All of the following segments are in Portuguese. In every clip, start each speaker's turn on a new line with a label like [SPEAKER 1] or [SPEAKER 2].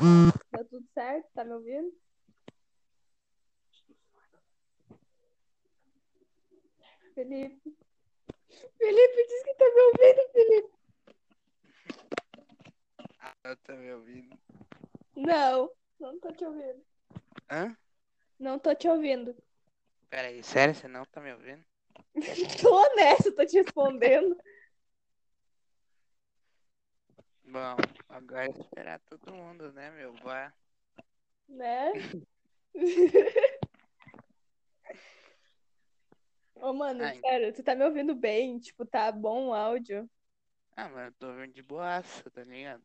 [SPEAKER 1] Deu tudo certo? Tá me ouvindo? Felipe. Felipe diz que tá me ouvindo, Felipe.
[SPEAKER 2] Eu tô me ouvindo.
[SPEAKER 1] Não, não tô te ouvindo.
[SPEAKER 2] Hã?
[SPEAKER 1] Não tô te ouvindo.
[SPEAKER 2] Peraí, sério, você não tá me ouvindo?
[SPEAKER 1] Tô honesto, tô te respondendo.
[SPEAKER 2] Bom, agora é esperar todo mundo, né, meu? Vai.
[SPEAKER 1] Né? Ô, mano,
[SPEAKER 2] Ai.
[SPEAKER 1] sério, tu tá me ouvindo bem? Tipo, tá bom o áudio?
[SPEAKER 2] Ah, mas eu tô ouvindo de boaça, tá ligado?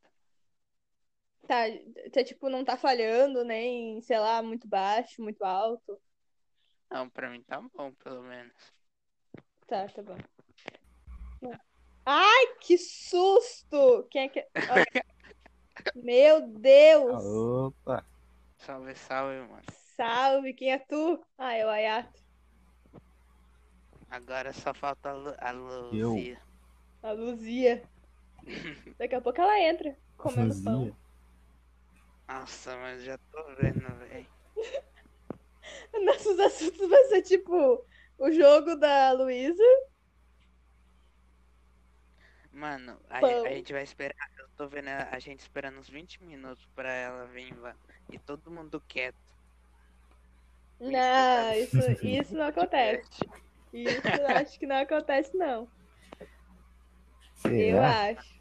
[SPEAKER 1] Tá, tá, tipo, não tá falhando, nem, sei lá, muito baixo, muito alto.
[SPEAKER 2] Não, pra mim tá bom, pelo menos.
[SPEAKER 1] Tá, tá bom. Ai, que susto! Quem é que. Ó. Meu Deus!
[SPEAKER 3] Opa!
[SPEAKER 2] Salve, salve, mano.
[SPEAKER 1] Salve, quem é tu? Ah, é o Ayato.
[SPEAKER 2] Agora só falta a, Lu a Luzia.
[SPEAKER 3] Eu.
[SPEAKER 1] A Luzia. Daqui a pouco ela entra, comendo pão.
[SPEAKER 3] Luzia.
[SPEAKER 2] Nossa, mas já tô vendo, velho.
[SPEAKER 1] Nossos assuntos vai ser tipo o jogo da Luísa.
[SPEAKER 2] Mano, a,
[SPEAKER 1] Pão.
[SPEAKER 2] a gente vai esperar. Eu tô vendo a, a gente esperando uns 20 minutos pra ela vir lá. E todo mundo quieto.
[SPEAKER 1] Não, isso, isso não acontece. Isso eu acho que não acontece, não. Eu
[SPEAKER 3] Será?
[SPEAKER 1] acho.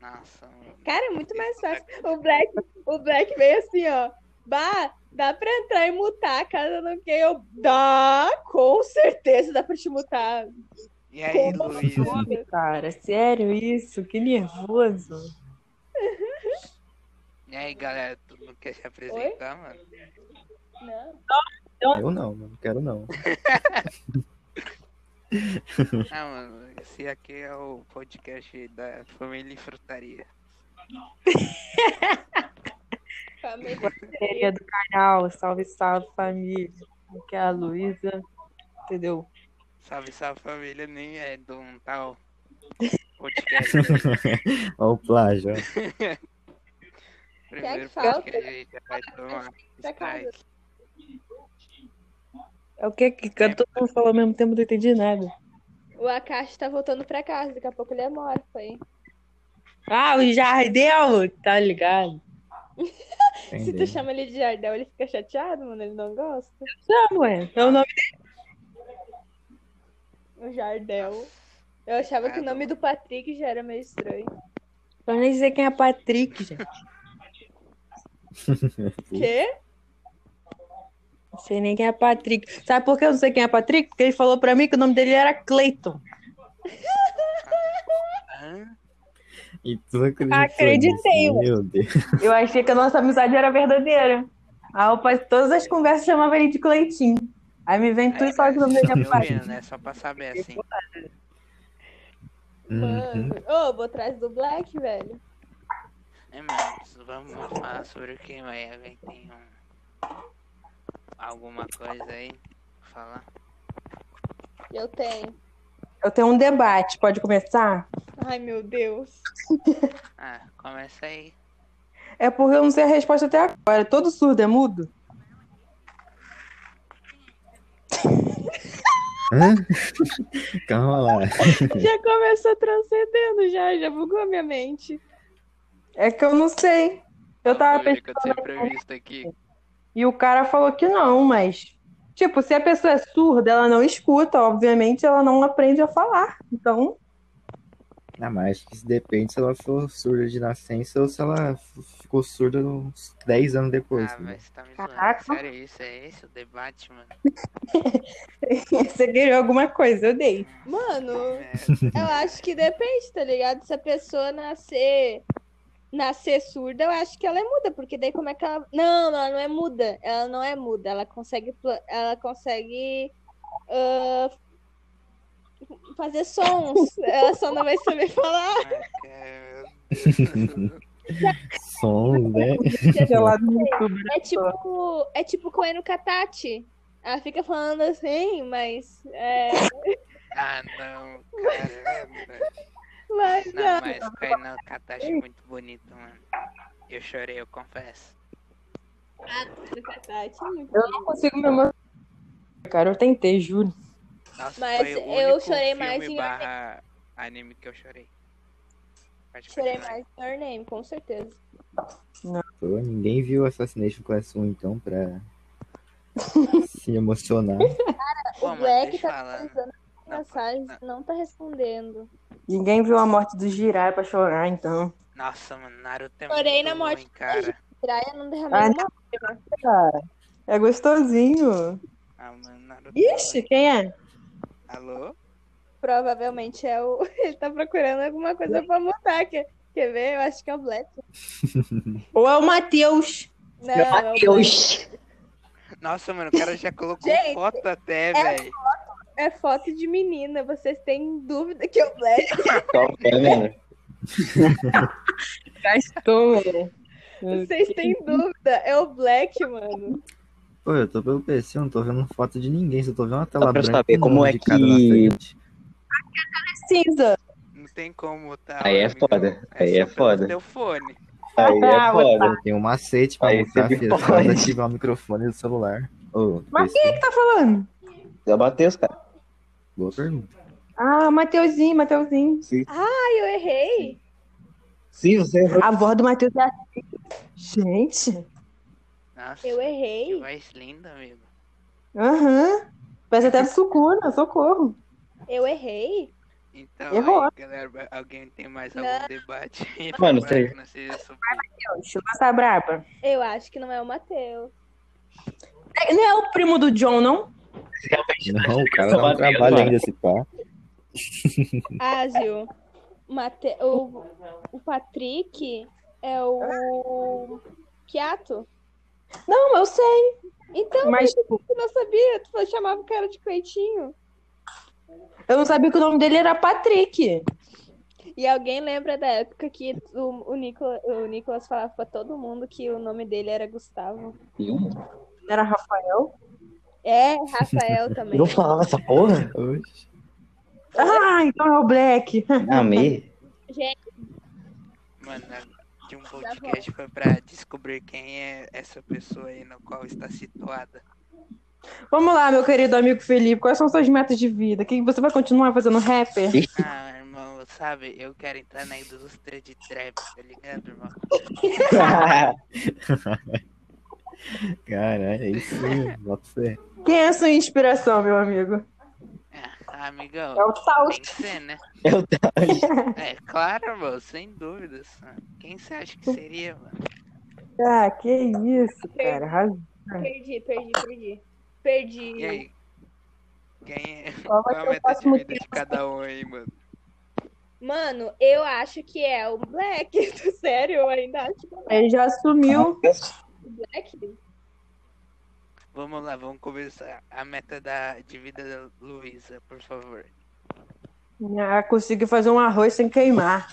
[SPEAKER 2] Nossa, mano.
[SPEAKER 1] Cara, é muito mais fácil. O Black, o Black veio assim, ó. Bah, dá pra entrar e mutar, caso eu não queira. Eu... Dá, com certeza dá pra te mutar.
[SPEAKER 2] E aí,
[SPEAKER 1] Como
[SPEAKER 2] Luísa?
[SPEAKER 1] assim?
[SPEAKER 4] Fome, cara. Sério isso? Que nervoso.
[SPEAKER 2] E aí, galera, tu não quer se apresentar, mano?
[SPEAKER 1] Não.
[SPEAKER 3] Eu não, mano. Quero não.
[SPEAKER 2] Ah, mano, esse aqui é o podcast da família Frutaria.
[SPEAKER 1] Família.
[SPEAKER 4] Família do canal. Salve, salve, família. Aqui é a Luísa. Entendeu?
[SPEAKER 2] Salve, salve, família, nem é de um tal
[SPEAKER 4] é
[SPEAKER 2] podcast.
[SPEAKER 3] Ó o plágio. ó.
[SPEAKER 1] Quer que
[SPEAKER 2] Primeiro
[SPEAKER 1] fale?
[SPEAKER 2] podcast que a gente vai tomar
[SPEAKER 1] Da casa.
[SPEAKER 2] strike.
[SPEAKER 4] É o que que cantou? Todo mundo falou ao mesmo tempo, não entendi nada.
[SPEAKER 1] O Akashi tá voltando pra casa, daqui a pouco ele é morto, hein?
[SPEAKER 4] Ah, o Jardel! Tá ligado?
[SPEAKER 1] Se tu
[SPEAKER 3] Entendeu?
[SPEAKER 1] chama ele de Jardel, ele fica chateado, mano. Ele não gosta.
[SPEAKER 4] Não, ué. É o nome
[SPEAKER 1] O Jardel. Eu achava que o nome do Patrick já era meio estranho.
[SPEAKER 4] Pra nem dizer quem é Patrick, gente.
[SPEAKER 1] Quê?
[SPEAKER 4] Não sei nem quem é Patrick. Sabe por que eu não sei quem é Patrick? Porque ele falou pra mim que o nome dele era Cleiton.
[SPEAKER 2] Hã?
[SPEAKER 3] E tu acreditou
[SPEAKER 4] Acreditei,
[SPEAKER 3] nisso?
[SPEAKER 4] ué.
[SPEAKER 3] Meu Deus.
[SPEAKER 4] Eu achei que a nossa amizade era verdadeira. Aí eu, pra todas as conversas, chamava ele de Cleitinho. Aí me vem tu e fala que o nome
[SPEAKER 2] Só
[SPEAKER 4] dele é
[SPEAKER 2] eu
[SPEAKER 4] Patrick.
[SPEAKER 2] vendo, né? Só pra saber, assim.
[SPEAKER 3] Uhum.
[SPEAKER 1] Mano. Ô, vou atrás do Black, velho.
[SPEAKER 2] É, mano, vamos falar sobre o que, vai Alguém tem um... alguma coisa aí pra falar?
[SPEAKER 1] Eu tenho.
[SPEAKER 4] Eu tenho um debate, pode começar?
[SPEAKER 1] Ai, meu Deus.
[SPEAKER 2] Ah, começa aí.
[SPEAKER 4] É porque eu não sei a resposta até agora. Todo surdo é mudo?
[SPEAKER 3] Hã? Calma lá.
[SPEAKER 1] Já começou transcendendo, já. Já bugou a minha mente.
[SPEAKER 4] É que eu não sei. Eu tava pensando.
[SPEAKER 2] Fica sem previsto aqui.
[SPEAKER 4] E o cara falou que não, mas. Tipo, se a pessoa é surda, ela não escuta, obviamente ela não aprende a falar. Então,
[SPEAKER 3] Ah, mas acho que isso depende se ela for surda de nascença ou se ela f- ficou surda uns 10 anos depois.
[SPEAKER 2] Ah,
[SPEAKER 3] né?
[SPEAKER 2] mas você tá me zoando.
[SPEAKER 4] Caraca.
[SPEAKER 2] Sério isso? É esse o debate, mano?
[SPEAKER 4] você ganhou alguma coisa, eu dei.
[SPEAKER 1] Mano,
[SPEAKER 2] É,
[SPEAKER 1] eu acho que depende, tá ligado? Se a pessoa nascer. Nascer surda, eu acho que ela é muda, porque daí como é que ela. Não, ela não é muda. Ela não é muda. Ela consegue. pla- Ela consegue. ah, fazer sons. Ela só não vai saber falar.
[SPEAKER 2] é,
[SPEAKER 3] Som, né?
[SPEAKER 4] Sei lá no YouTube.
[SPEAKER 1] É tipo, é tipo Koen no Katati. Ela fica falando assim, mas. É,
[SPEAKER 2] Ah, não, cara.
[SPEAKER 1] mas
[SPEAKER 4] ah,
[SPEAKER 2] Não, mas Kainal Katashi é muito bonito, mano. Eu chorei, eu confesso.
[SPEAKER 4] Eu não consigo me emocionar. Cara, eu tentei, juro.
[SPEAKER 2] Nossa,
[SPEAKER 1] Mas
[SPEAKER 2] foi o
[SPEAKER 1] eu
[SPEAKER 2] único
[SPEAKER 1] chorei
[SPEAKER 2] filme
[SPEAKER 1] mais em
[SPEAKER 2] barra anime que eu chorei. Pode
[SPEAKER 1] Chorei
[SPEAKER 2] continuar.
[SPEAKER 1] mais no Your Name, com certeza.
[SPEAKER 3] Pô, ninguém viu Assassination Class 1, então, pra se emocionar.
[SPEAKER 2] Pô,
[SPEAKER 1] o
[SPEAKER 2] mas
[SPEAKER 1] Black
[SPEAKER 2] deixa eu
[SPEAKER 1] tá
[SPEAKER 2] falar, né?
[SPEAKER 1] analisando as
[SPEAKER 2] Não,
[SPEAKER 1] mensagens,
[SPEAKER 2] não.
[SPEAKER 1] não tá respondendo.
[SPEAKER 4] Ninguém viu a morte do Jirai pra chorar, então.
[SPEAKER 2] Nossa, mano, Naruto é
[SPEAKER 1] Chorei
[SPEAKER 2] muito
[SPEAKER 1] na morte
[SPEAKER 2] ruim, cara.
[SPEAKER 1] Praia não derramei
[SPEAKER 4] Ah,
[SPEAKER 1] uma.
[SPEAKER 4] Cara, é gostosinho.
[SPEAKER 2] Ah, mano, Naruto.
[SPEAKER 4] Ixi, quem é?
[SPEAKER 2] Alô?
[SPEAKER 1] Provavelmente é o. Ele tá procurando alguma coisa pra mudar. Quer, quer ver? Eu acho que é o Black.
[SPEAKER 4] Ou é o Matheus?
[SPEAKER 1] Não, é o Black.
[SPEAKER 5] Deus.
[SPEAKER 2] Nossa, mano, o cara já colocou
[SPEAKER 1] Gente,
[SPEAKER 2] foto até,
[SPEAKER 1] é
[SPEAKER 2] velho.
[SPEAKER 1] É foto de menina. Vocês têm dúvida que é o Black?
[SPEAKER 5] Qual que é, mano?
[SPEAKER 4] Gastou, velho. É.
[SPEAKER 1] Vocês têm dúvida? É o Black, mano.
[SPEAKER 3] Pô, eu tô pelo PC, eu não tô vendo foto de ninguém, só tô vendo uma tela
[SPEAKER 5] pra
[SPEAKER 3] branca.
[SPEAKER 5] saber
[SPEAKER 3] com um
[SPEAKER 5] como
[SPEAKER 3] nome
[SPEAKER 5] é
[SPEAKER 3] de cada na
[SPEAKER 5] que-
[SPEAKER 3] frente.
[SPEAKER 4] É Cinza.
[SPEAKER 2] Não tem como, tá?
[SPEAKER 5] Aí é
[SPEAKER 2] amigão?
[SPEAKER 5] foda, aí é
[SPEAKER 2] só pelo
[SPEAKER 5] foda.
[SPEAKER 2] Teu fone.
[SPEAKER 5] Aí
[SPEAKER 4] Ah,
[SPEAKER 5] é foda.
[SPEAKER 3] Tem um macete pra
[SPEAKER 5] Aí
[SPEAKER 3] mutar,
[SPEAKER 5] você me
[SPEAKER 3] filho. Só
[SPEAKER 5] pode.
[SPEAKER 3] ativar o microfone do celular. Ô,
[SPEAKER 4] Mas
[SPEAKER 3] PC,
[SPEAKER 4] Quem tá falando?
[SPEAKER 5] Já bateu, os cara.
[SPEAKER 3] boa pergunta.
[SPEAKER 4] Ah, Mateuzinho, Mateuzinho.
[SPEAKER 5] Se,
[SPEAKER 1] Ai, eu errei.
[SPEAKER 5] se você errou,
[SPEAKER 4] A voz do Matheus é assim. Gente.
[SPEAKER 2] Nossa,
[SPEAKER 1] Eu
[SPEAKER 2] que
[SPEAKER 1] errei.
[SPEAKER 2] voz linda, amigo.
[SPEAKER 4] Aham. Parece até Sukuna, socorro.
[SPEAKER 1] Eu errei.
[SPEAKER 2] Então,
[SPEAKER 4] Errou.
[SPEAKER 2] aí, galera, alguém tem mais algum debate? aí pra
[SPEAKER 5] Mano,
[SPEAKER 2] falar
[SPEAKER 5] sei.
[SPEAKER 2] que não seja sobre-
[SPEAKER 4] Deus, lança a tá braba.
[SPEAKER 1] Eu acho que não é o Matheus.
[SPEAKER 4] É, Não é o primo do John, não?
[SPEAKER 3] Não, o cara dá um trabalho ainda, esse pá.
[SPEAKER 1] Ah, Gil. Mate... O... o Patrick é o Piato.
[SPEAKER 4] Não, eu sei.
[SPEAKER 1] Então,
[SPEAKER 4] Mas,
[SPEAKER 1] mas
[SPEAKER 4] tipo,
[SPEAKER 1] eu não sabia. Tu chamava o cara de coitinho.
[SPEAKER 4] eu não sabia que o nome dele era Patrick.
[SPEAKER 1] E alguém lembra da época que o, o, Nicola- o Nicolas falava pra todo mundo que o nome dele era Gustavo.
[SPEAKER 5] viu?
[SPEAKER 4] Era Rafael?
[SPEAKER 1] É, Rafael também.
[SPEAKER 5] Eu falava essa porra?
[SPEAKER 3] Oxe.
[SPEAKER 4] Ah, então é o Black.
[SPEAKER 5] Amei.
[SPEAKER 2] Mano, de um podcast foi pra descobrir quem é essa pessoa aí no qual está situada.
[SPEAKER 4] Vamos lá, meu querido amigo Felipe. Quais são suas metas de vida? Que você vai continuar fazendo rapper?
[SPEAKER 2] Ah, irmão, sabe? Eu quero entrar na indústria de trap, tá ligado, irmão?
[SPEAKER 3] Caralho, é isso. Bota fé.
[SPEAKER 4] Quem é a sua inspiração, meu amigo?
[SPEAKER 2] Ah, amigão,
[SPEAKER 4] É o Taos.
[SPEAKER 2] tem que ser, né?
[SPEAKER 5] É o
[SPEAKER 2] É claro, mano, sem dúvidas. Quem você acha que seria, mano?
[SPEAKER 4] Ah, que isso, cara. Arrasou.
[SPEAKER 1] Perdi, perdi, perdi. Perdi.
[SPEAKER 2] E aí? Quem é?
[SPEAKER 4] Qual
[SPEAKER 2] Qual é a
[SPEAKER 4] vai ser o
[SPEAKER 2] meta de
[SPEAKER 4] próximo
[SPEAKER 2] vida de cada um aí, mano?
[SPEAKER 1] Mano, eu acho que é o Black. Sério, eu ainda acho que é o
[SPEAKER 4] Ele já sumiu.
[SPEAKER 1] Black.
[SPEAKER 2] Vamos lá, vamos começar a meta da, de vida da Luísa, por favor.
[SPEAKER 4] Ah, consegui fazer um arroz sem queimar.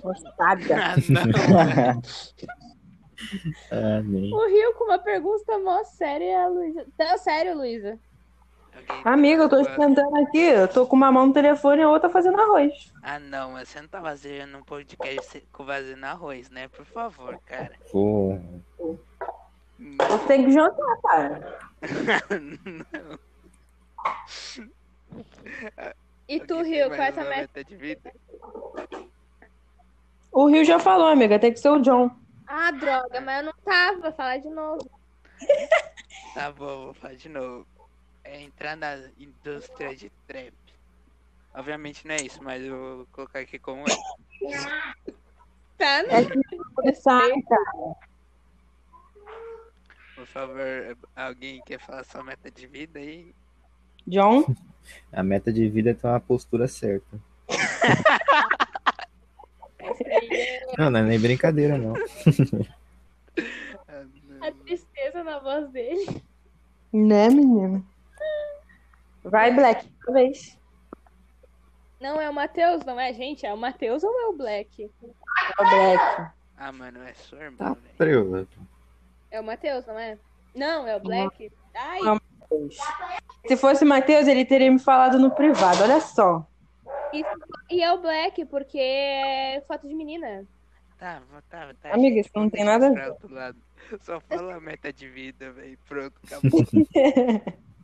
[SPEAKER 4] Gostada.
[SPEAKER 2] Ah, não.
[SPEAKER 3] Amém.
[SPEAKER 1] O Rio com uma pergunta mó séria, e a Luísa. Tá sério, Luísa?
[SPEAKER 2] Alguém tá tem
[SPEAKER 4] Amiga, eu tô
[SPEAKER 2] alguma-
[SPEAKER 4] esquentando aqui. Eu tô com uma mão no telefone e a outra fazendo arroz.
[SPEAKER 2] Ah, não, mas você não tá fazendo um podcast se- com fazendo arroz, né? Por favor, cara.
[SPEAKER 3] Porra.
[SPEAKER 4] Você tem que jantar, cara.
[SPEAKER 1] E tu,
[SPEAKER 2] Alguém tem
[SPEAKER 1] Rio,
[SPEAKER 2] mais
[SPEAKER 1] qual é essa
[SPEAKER 2] uma
[SPEAKER 1] meta?
[SPEAKER 2] de vida?
[SPEAKER 4] O Rio já falou, amiga. Tem que ser o John.
[SPEAKER 1] Ah, droga, mas eu não tava. Falar de novo.
[SPEAKER 2] Tá bom, vou falar de novo. É entrar na indústria de trap. Obviamente não é isso, mas eu vou colocar aqui como é.
[SPEAKER 1] Tá, né?
[SPEAKER 4] É que começar, cara.
[SPEAKER 2] Por favor, alguém quer falar sua meta de vida aí?
[SPEAKER 4] John?
[SPEAKER 3] A meta de vida é ter uma postura certa. Não, não é nem brincadeira, não.
[SPEAKER 2] Ah, não.
[SPEAKER 1] A tristeza na voz dele.
[SPEAKER 4] Né, menina? Vai, Black. Uma vez.
[SPEAKER 1] Não é o Matheus, não é, gente? É o Matheus ou é o Black?
[SPEAKER 4] Ó, Black.
[SPEAKER 2] Ah, mano, é sua irmã, velho.
[SPEAKER 3] Treva.
[SPEAKER 1] É o Matheus, não é? Não, é o Black. Ai,
[SPEAKER 4] Não. Se fosse o Matheus, ele teria me falado no privado. Olha só.
[SPEAKER 1] e, e é o Black, porque é foto de menina.
[SPEAKER 2] Tá, tá, tá.
[SPEAKER 4] Amiga,
[SPEAKER 2] gente,
[SPEAKER 4] isso não
[SPEAKER 2] vamos
[SPEAKER 4] tem nada a
[SPEAKER 2] pra outro lado. Só fala a meta de vida, velho. Pronto, acabou.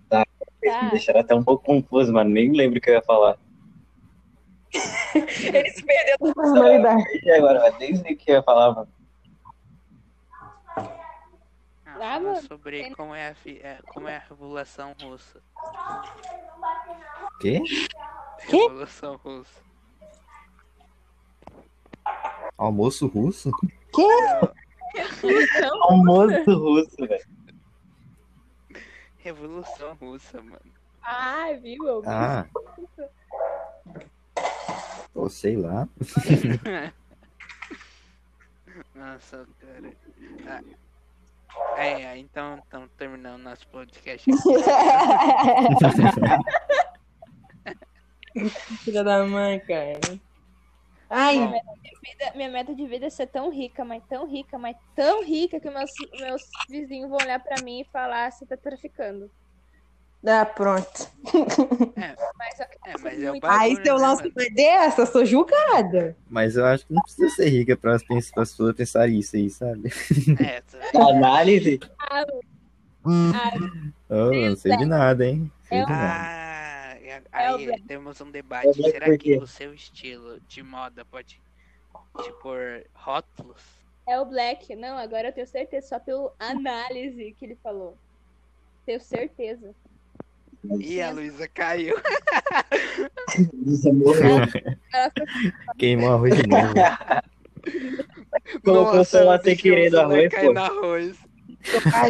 [SPEAKER 1] Tá.
[SPEAKER 5] Me deixaram até um pouco confuso, mano. Nem lembro o que eu ia falar.
[SPEAKER 4] Ele se perdeu da personalidade.
[SPEAKER 5] E agora, mano? Nem sei o que eu ia falar, mano.
[SPEAKER 2] Ah,
[SPEAKER 1] Ah,
[SPEAKER 2] fala
[SPEAKER 1] mano,
[SPEAKER 2] sobre como é, a fi- é, como é a Revolução Russa.
[SPEAKER 3] Quê?
[SPEAKER 2] Revolução Russa.
[SPEAKER 3] Almoço russo?
[SPEAKER 1] Então,
[SPEAKER 5] Almoço É um russo, velho.
[SPEAKER 2] Revolução Russa, mano.
[SPEAKER 1] ah, viu? Eu vi.
[SPEAKER 3] Ah. Pô, sei lá.
[SPEAKER 2] Nossa, cara. Ah. É, é, então estamos terminando nosso podcast. aqui.
[SPEAKER 4] Filha da mãe, cara. Ai,
[SPEAKER 2] Bom,
[SPEAKER 1] vida- minha meta de vida é ser tão rica, mas tão rica, mas tão rica que meus, meus vizinhos vão olhar pra mim e falar: você tá traficando.
[SPEAKER 4] ah, pronto.
[SPEAKER 1] Mas eu quero
[SPEAKER 2] É, mas
[SPEAKER 1] ser
[SPEAKER 2] é o
[SPEAKER 1] muito-
[SPEAKER 2] ba-
[SPEAKER 4] Aí se eu
[SPEAKER 2] né,
[SPEAKER 4] lanço
[SPEAKER 2] mano?
[SPEAKER 4] uma dessa, eu sou julgada.
[SPEAKER 3] Mas eu acho que não precisa ser rica para as pens- pra as pessoas pensarem isso aí, sabe?
[SPEAKER 2] é, tá-
[SPEAKER 5] Análise.
[SPEAKER 3] Eu não sei de nada, hein?
[SPEAKER 4] é
[SPEAKER 3] Sei de nada.
[SPEAKER 2] Ah, e a-
[SPEAKER 1] É o
[SPEAKER 2] aí
[SPEAKER 1] Black.
[SPEAKER 2] temos um
[SPEAKER 5] É
[SPEAKER 2] debate.
[SPEAKER 5] o Black
[SPEAKER 2] Será
[SPEAKER 5] por
[SPEAKER 2] que
[SPEAKER 5] quê?
[SPEAKER 2] o seu estilo de moda pode te pôr rótulos?
[SPEAKER 1] É o Black. Não, agora eu tenho certeza, só pelo análise que ele falou. Tenho certeza.
[SPEAKER 2] Ih, a Luísa caiu.
[SPEAKER 5] Luísa morreu.
[SPEAKER 3] Queimou arroz de novo.
[SPEAKER 5] Colocou o celular sem querer no arroz,
[SPEAKER 2] caiu
[SPEAKER 5] pô.
[SPEAKER 2] no arroz.
[SPEAKER 4] Ai,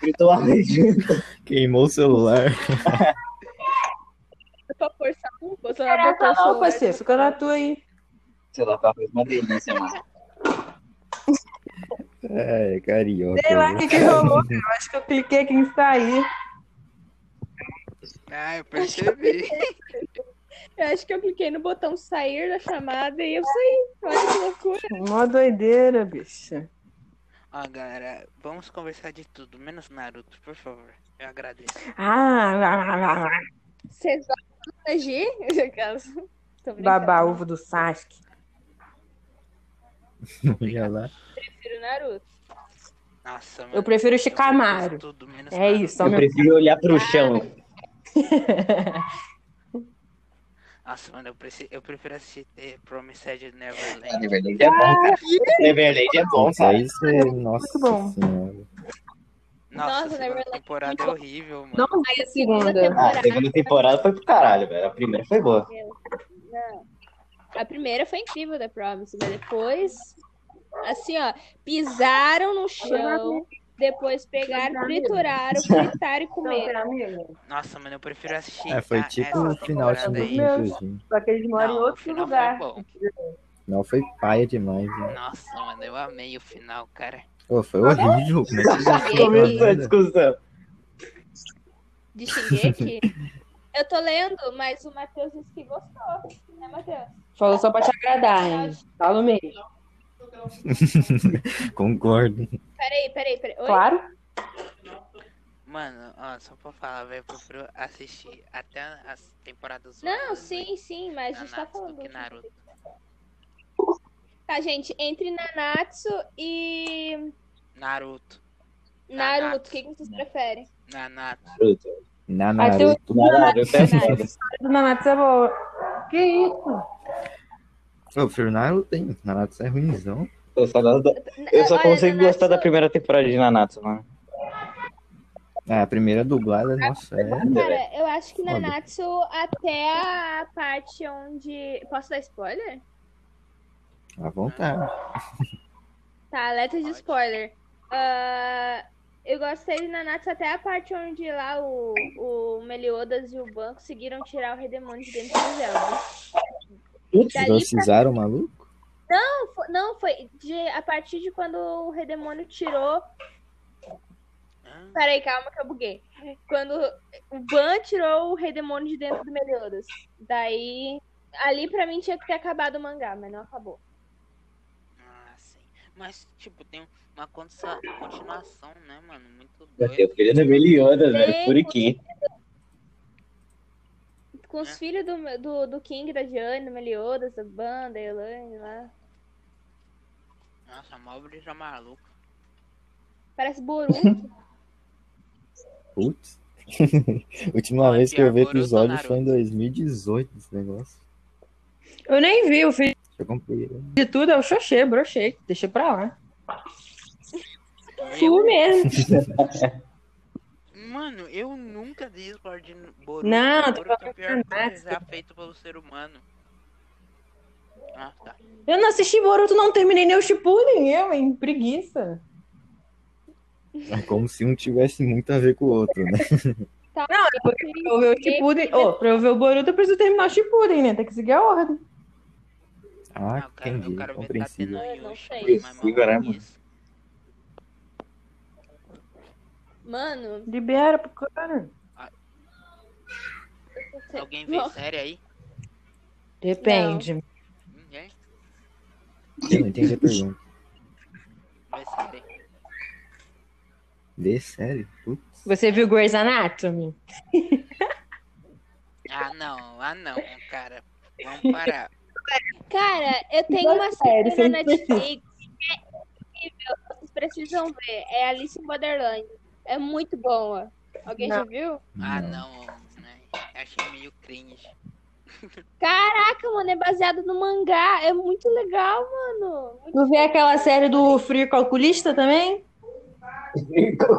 [SPEAKER 5] Gritou arroz junto.
[SPEAKER 3] Queimou o celular.
[SPEAKER 1] Pra forçar um pouco, só
[SPEAKER 4] não,
[SPEAKER 1] botar o
[SPEAKER 4] não,
[SPEAKER 1] celular.
[SPEAKER 4] parceiro, esse cara tu aí.
[SPEAKER 5] Sei lá, tá arroz uma delícia, mano.
[SPEAKER 3] É, carioca.
[SPEAKER 4] Sei lá o
[SPEAKER 3] né?
[SPEAKER 4] que que rolou, cara. Eu Acho que eu cliquei aqui em sair.
[SPEAKER 2] Ah, eu percebi.
[SPEAKER 1] Eu acho que eu cliquei no botão sair da chamada e eu saí. Olha que loucura.
[SPEAKER 4] Mó doideira, bicha.
[SPEAKER 2] Ó, galera, vamos conversar de tudo, menos Naruto, por favor. Eu agradeço.
[SPEAKER 4] Ah, ah, ah, ah,
[SPEAKER 1] Vocês vão proteger? Tô brincando.
[SPEAKER 4] babá ovo do Sasuke.
[SPEAKER 3] Olha lá.
[SPEAKER 1] Prefiro Naruto.
[SPEAKER 2] Nossa, mano.
[SPEAKER 4] Eu prefiro o
[SPEAKER 2] eu
[SPEAKER 4] Shikamaru.
[SPEAKER 2] detesto Tudo, menos
[SPEAKER 4] É
[SPEAKER 2] Naruto.
[SPEAKER 4] isso, só
[SPEAKER 5] Eu
[SPEAKER 4] meu.
[SPEAKER 5] prefiro olhar pro chão.
[SPEAKER 2] Nossa, mano, eu, preci... eu prefiro assistir The Promised
[SPEAKER 5] Ah,
[SPEAKER 2] Neverland.
[SPEAKER 5] Neverland é bom, cara. Neverland é bom,
[SPEAKER 3] Nossa,
[SPEAKER 5] cara.
[SPEAKER 3] isso é. Nossa
[SPEAKER 4] bom.
[SPEAKER 3] senhora.
[SPEAKER 2] Nossa,
[SPEAKER 1] Nossa,
[SPEAKER 2] a segunda
[SPEAKER 1] Neverland é
[SPEAKER 2] temporada é
[SPEAKER 1] muito-
[SPEAKER 2] horrível, mano.
[SPEAKER 4] Não vi a segunda.
[SPEAKER 5] Ah, a segunda temporada foi pro caralho, velho. A primeira foi boa.
[SPEAKER 1] A primeira foi incrível da Promise, mas depois. Assim, ó, pisaram no chão, depois pegaram, trituraram, fritaram e comeram.
[SPEAKER 2] Nossa, mano, eu prefiro assistir.
[SPEAKER 3] É, foi
[SPEAKER 2] a-
[SPEAKER 3] tipo
[SPEAKER 2] essa
[SPEAKER 3] no final de
[SPEAKER 2] temporada aí.
[SPEAKER 4] Meu.
[SPEAKER 3] Shingeki
[SPEAKER 4] Só que eles moram em
[SPEAKER 2] Não, o
[SPEAKER 4] outro
[SPEAKER 2] final foi
[SPEAKER 4] lugar.
[SPEAKER 2] bom.
[SPEAKER 3] Não, foi paia demais. Né?
[SPEAKER 2] Nossa, mano, eu amei o final, cara.
[SPEAKER 3] Pô, foi horrível. Como é que vocês não
[SPEAKER 5] Começou a
[SPEAKER 3] viram nada?
[SPEAKER 5] discussão.
[SPEAKER 1] De Shingeki? Eu tô lendo, mas o Matheus disse que gostou. Né, Matheus?
[SPEAKER 4] Falou só pra te agradar, hein? Falo mesmo.
[SPEAKER 3] Concordo.
[SPEAKER 1] Peraí, peraí, peraí. Oi?
[SPEAKER 4] Claro.
[SPEAKER 2] Mano, ó, só pra falar, velho, eu prefiro assistir até as temporadas.
[SPEAKER 1] Não,
[SPEAKER 2] zoadas,
[SPEAKER 1] sim,
[SPEAKER 2] velho,
[SPEAKER 1] sim, mas a gente tá
[SPEAKER 2] Nanatsu do
[SPEAKER 1] falando.
[SPEAKER 2] que Naruto.
[SPEAKER 1] Tá, gente, entre Nanatsu e
[SPEAKER 2] Naruto.
[SPEAKER 1] Naruto,
[SPEAKER 2] Nanatsu.
[SPEAKER 1] o que, que vocês preferem?
[SPEAKER 2] Nanato.
[SPEAKER 5] Bruto.
[SPEAKER 3] Na
[SPEAKER 4] A teoria
[SPEAKER 3] Naruto.
[SPEAKER 5] Caralho, eu
[SPEAKER 1] é
[SPEAKER 5] peço foda.
[SPEAKER 4] do Nanatsu é boa. Que isso?
[SPEAKER 3] Eu prefiro Naruto, hein? Naruto é ruimzão.
[SPEAKER 5] Eu só, gosto da- eu só consigo gostar da primeira temporada de Nanatsu, mano.
[SPEAKER 3] Ah, a primeira dublada, nossa, é.
[SPEAKER 1] Cara, eu acho que
[SPEAKER 3] Foda.
[SPEAKER 1] Nanatsu até a parte onde. Posso dar spoiler?
[SPEAKER 3] À vontade.
[SPEAKER 1] Tá, alerta de
[SPEAKER 2] Pode.
[SPEAKER 1] spoiler. Ah, eu gostei de Nanatsu até a parte onde lá o, o Meliodas e o Ban conseguiram tirar o Rei Demônio de dentro do Zelda.
[SPEAKER 3] Putz,
[SPEAKER 1] Dali pra-
[SPEAKER 3] exorcizaram o maluco?
[SPEAKER 1] Não, foi, não, foi de- a partir de quando o Rei Demônio tirou.
[SPEAKER 2] Ah,
[SPEAKER 1] Peraí, calma que eu buguei. Quando o Ban tirou o Rei Demônio de dentro do Meliodas. Daí. Ali pra mim tinha que ter acabado o mangá, mas não acabou.
[SPEAKER 2] Ah, sim. Mas, tipo, tem uma condição- continuação, né, mano? Muito
[SPEAKER 5] Eu
[SPEAKER 2] doido.
[SPEAKER 5] queria ver Meliodas, velho. Por quê?
[SPEAKER 1] Com os filhos do, do, do King, da Diane, do Meliodas, da Ban, da Elaine lá.
[SPEAKER 2] Nossa, mó brisa maluca.
[SPEAKER 1] Parece Boruto.
[SPEAKER 3] Putz. Última
[SPEAKER 2] Olha,
[SPEAKER 3] vez que eu vi
[SPEAKER 2] agora eu tô
[SPEAKER 3] episódio
[SPEAKER 2] Naruto.
[SPEAKER 3] foi em 2018 esse negócio.
[SPEAKER 4] Eu nem vi, eu fiz
[SPEAKER 3] Eu comprei. né?
[SPEAKER 4] de tudo, eu xoxei, brochei, deixei pra lá.
[SPEAKER 2] Eu-
[SPEAKER 4] Tu mesmo.
[SPEAKER 2] mano, eu nunca discordo de Boruto.
[SPEAKER 4] Não, tô
[SPEAKER 2] Boruto é a pior
[SPEAKER 4] falando
[SPEAKER 2] coisa
[SPEAKER 4] nada.
[SPEAKER 2] já feito pelo ser humano. Ah, tá.
[SPEAKER 4] Eu não assisti Boruto, não terminei nem o Shippuden, eu, hein? Preguiça.
[SPEAKER 3] É como se um tivesse muito a ver com o outro, né?
[SPEAKER 4] Não, é porque pra eu ver o Shippuden... Ô, pra eu ver o Boruto, eu preciso terminar o Shippuden, né? Tem que seguir a ordem.
[SPEAKER 3] Ah,
[SPEAKER 2] Ah, o cara,
[SPEAKER 3] entendi.
[SPEAKER 2] o cara vai estar tendo
[SPEAKER 3] compreensível.
[SPEAKER 1] Eu não
[SPEAKER 2] Yoshi,
[SPEAKER 1] sei.
[SPEAKER 2] mas, mano,
[SPEAKER 3] Compreensível, né, mano?
[SPEAKER 2] isso.
[SPEAKER 1] Mano,
[SPEAKER 4] Libera pro cara.
[SPEAKER 1] você-
[SPEAKER 2] Alguém vê
[SPEAKER 1] Não.
[SPEAKER 2] série aí?
[SPEAKER 4] Depende.
[SPEAKER 2] Ninguém?
[SPEAKER 3] Eu não entendi a pergunta.
[SPEAKER 2] Vê série.
[SPEAKER 3] Vê sério? Putz.
[SPEAKER 4] Você viu Grey's Anatomy?
[SPEAKER 2] Ah, não. Ah, não, cara. Vamos parar.
[SPEAKER 1] Cara, eu tenho
[SPEAKER 4] Igual
[SPEAKER 1] uma
[SPEAKER 4] série,
[SPEAKER 1] série na
[SPEAKER 4] sempre precisa.
[SPEAKER 1] Netflix que é incrível, vocês precisam ver. É Alice in Borderland. É muito boa. Alguém já viu?
[SPEAKER 2] Ah, não. né? Achei meio cringe.
[SPEAKER 1] Caraca, mano, é baseado no mangá. É muito legal, mano. Muito
[SPEAKER 4] Tu vê aquela série do Frio Calculista também?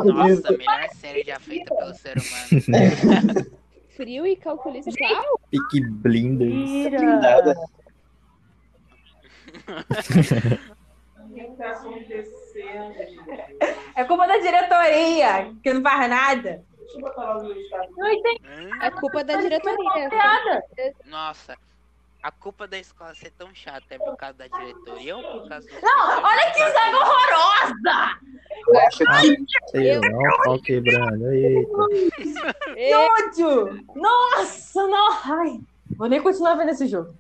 [SPEAKER 2] Nossa, a melhor série já feita pelo ser humano.
[SPEAKER 1] frio e calculista. Uau,
[SPEAKER 3] Pique blinders.
[SPEAKER 4] Mentira. É culpa da diretoria, que não faz nada. Não entendi
[SPEAKER 2] Hã?
[SPEAKER 1] é culpa da
[SPEAKER 4] é
[SPEAKER 1] diretoria.
[SPEAKER 4] nada.
[SPEAKER 2] Nossa, a culpa da escola ser tão chata é por causa da diretoria ou por causa do.
[SPEAKER 4] Não, olha que zaga horrorosa!
[SPEAKER 3] Sei lá, o pau quebrando. Eita.
[SPEAKER 4] Que ódio! Nossa, não! Ai, vou nem continuar vendo esse jogo.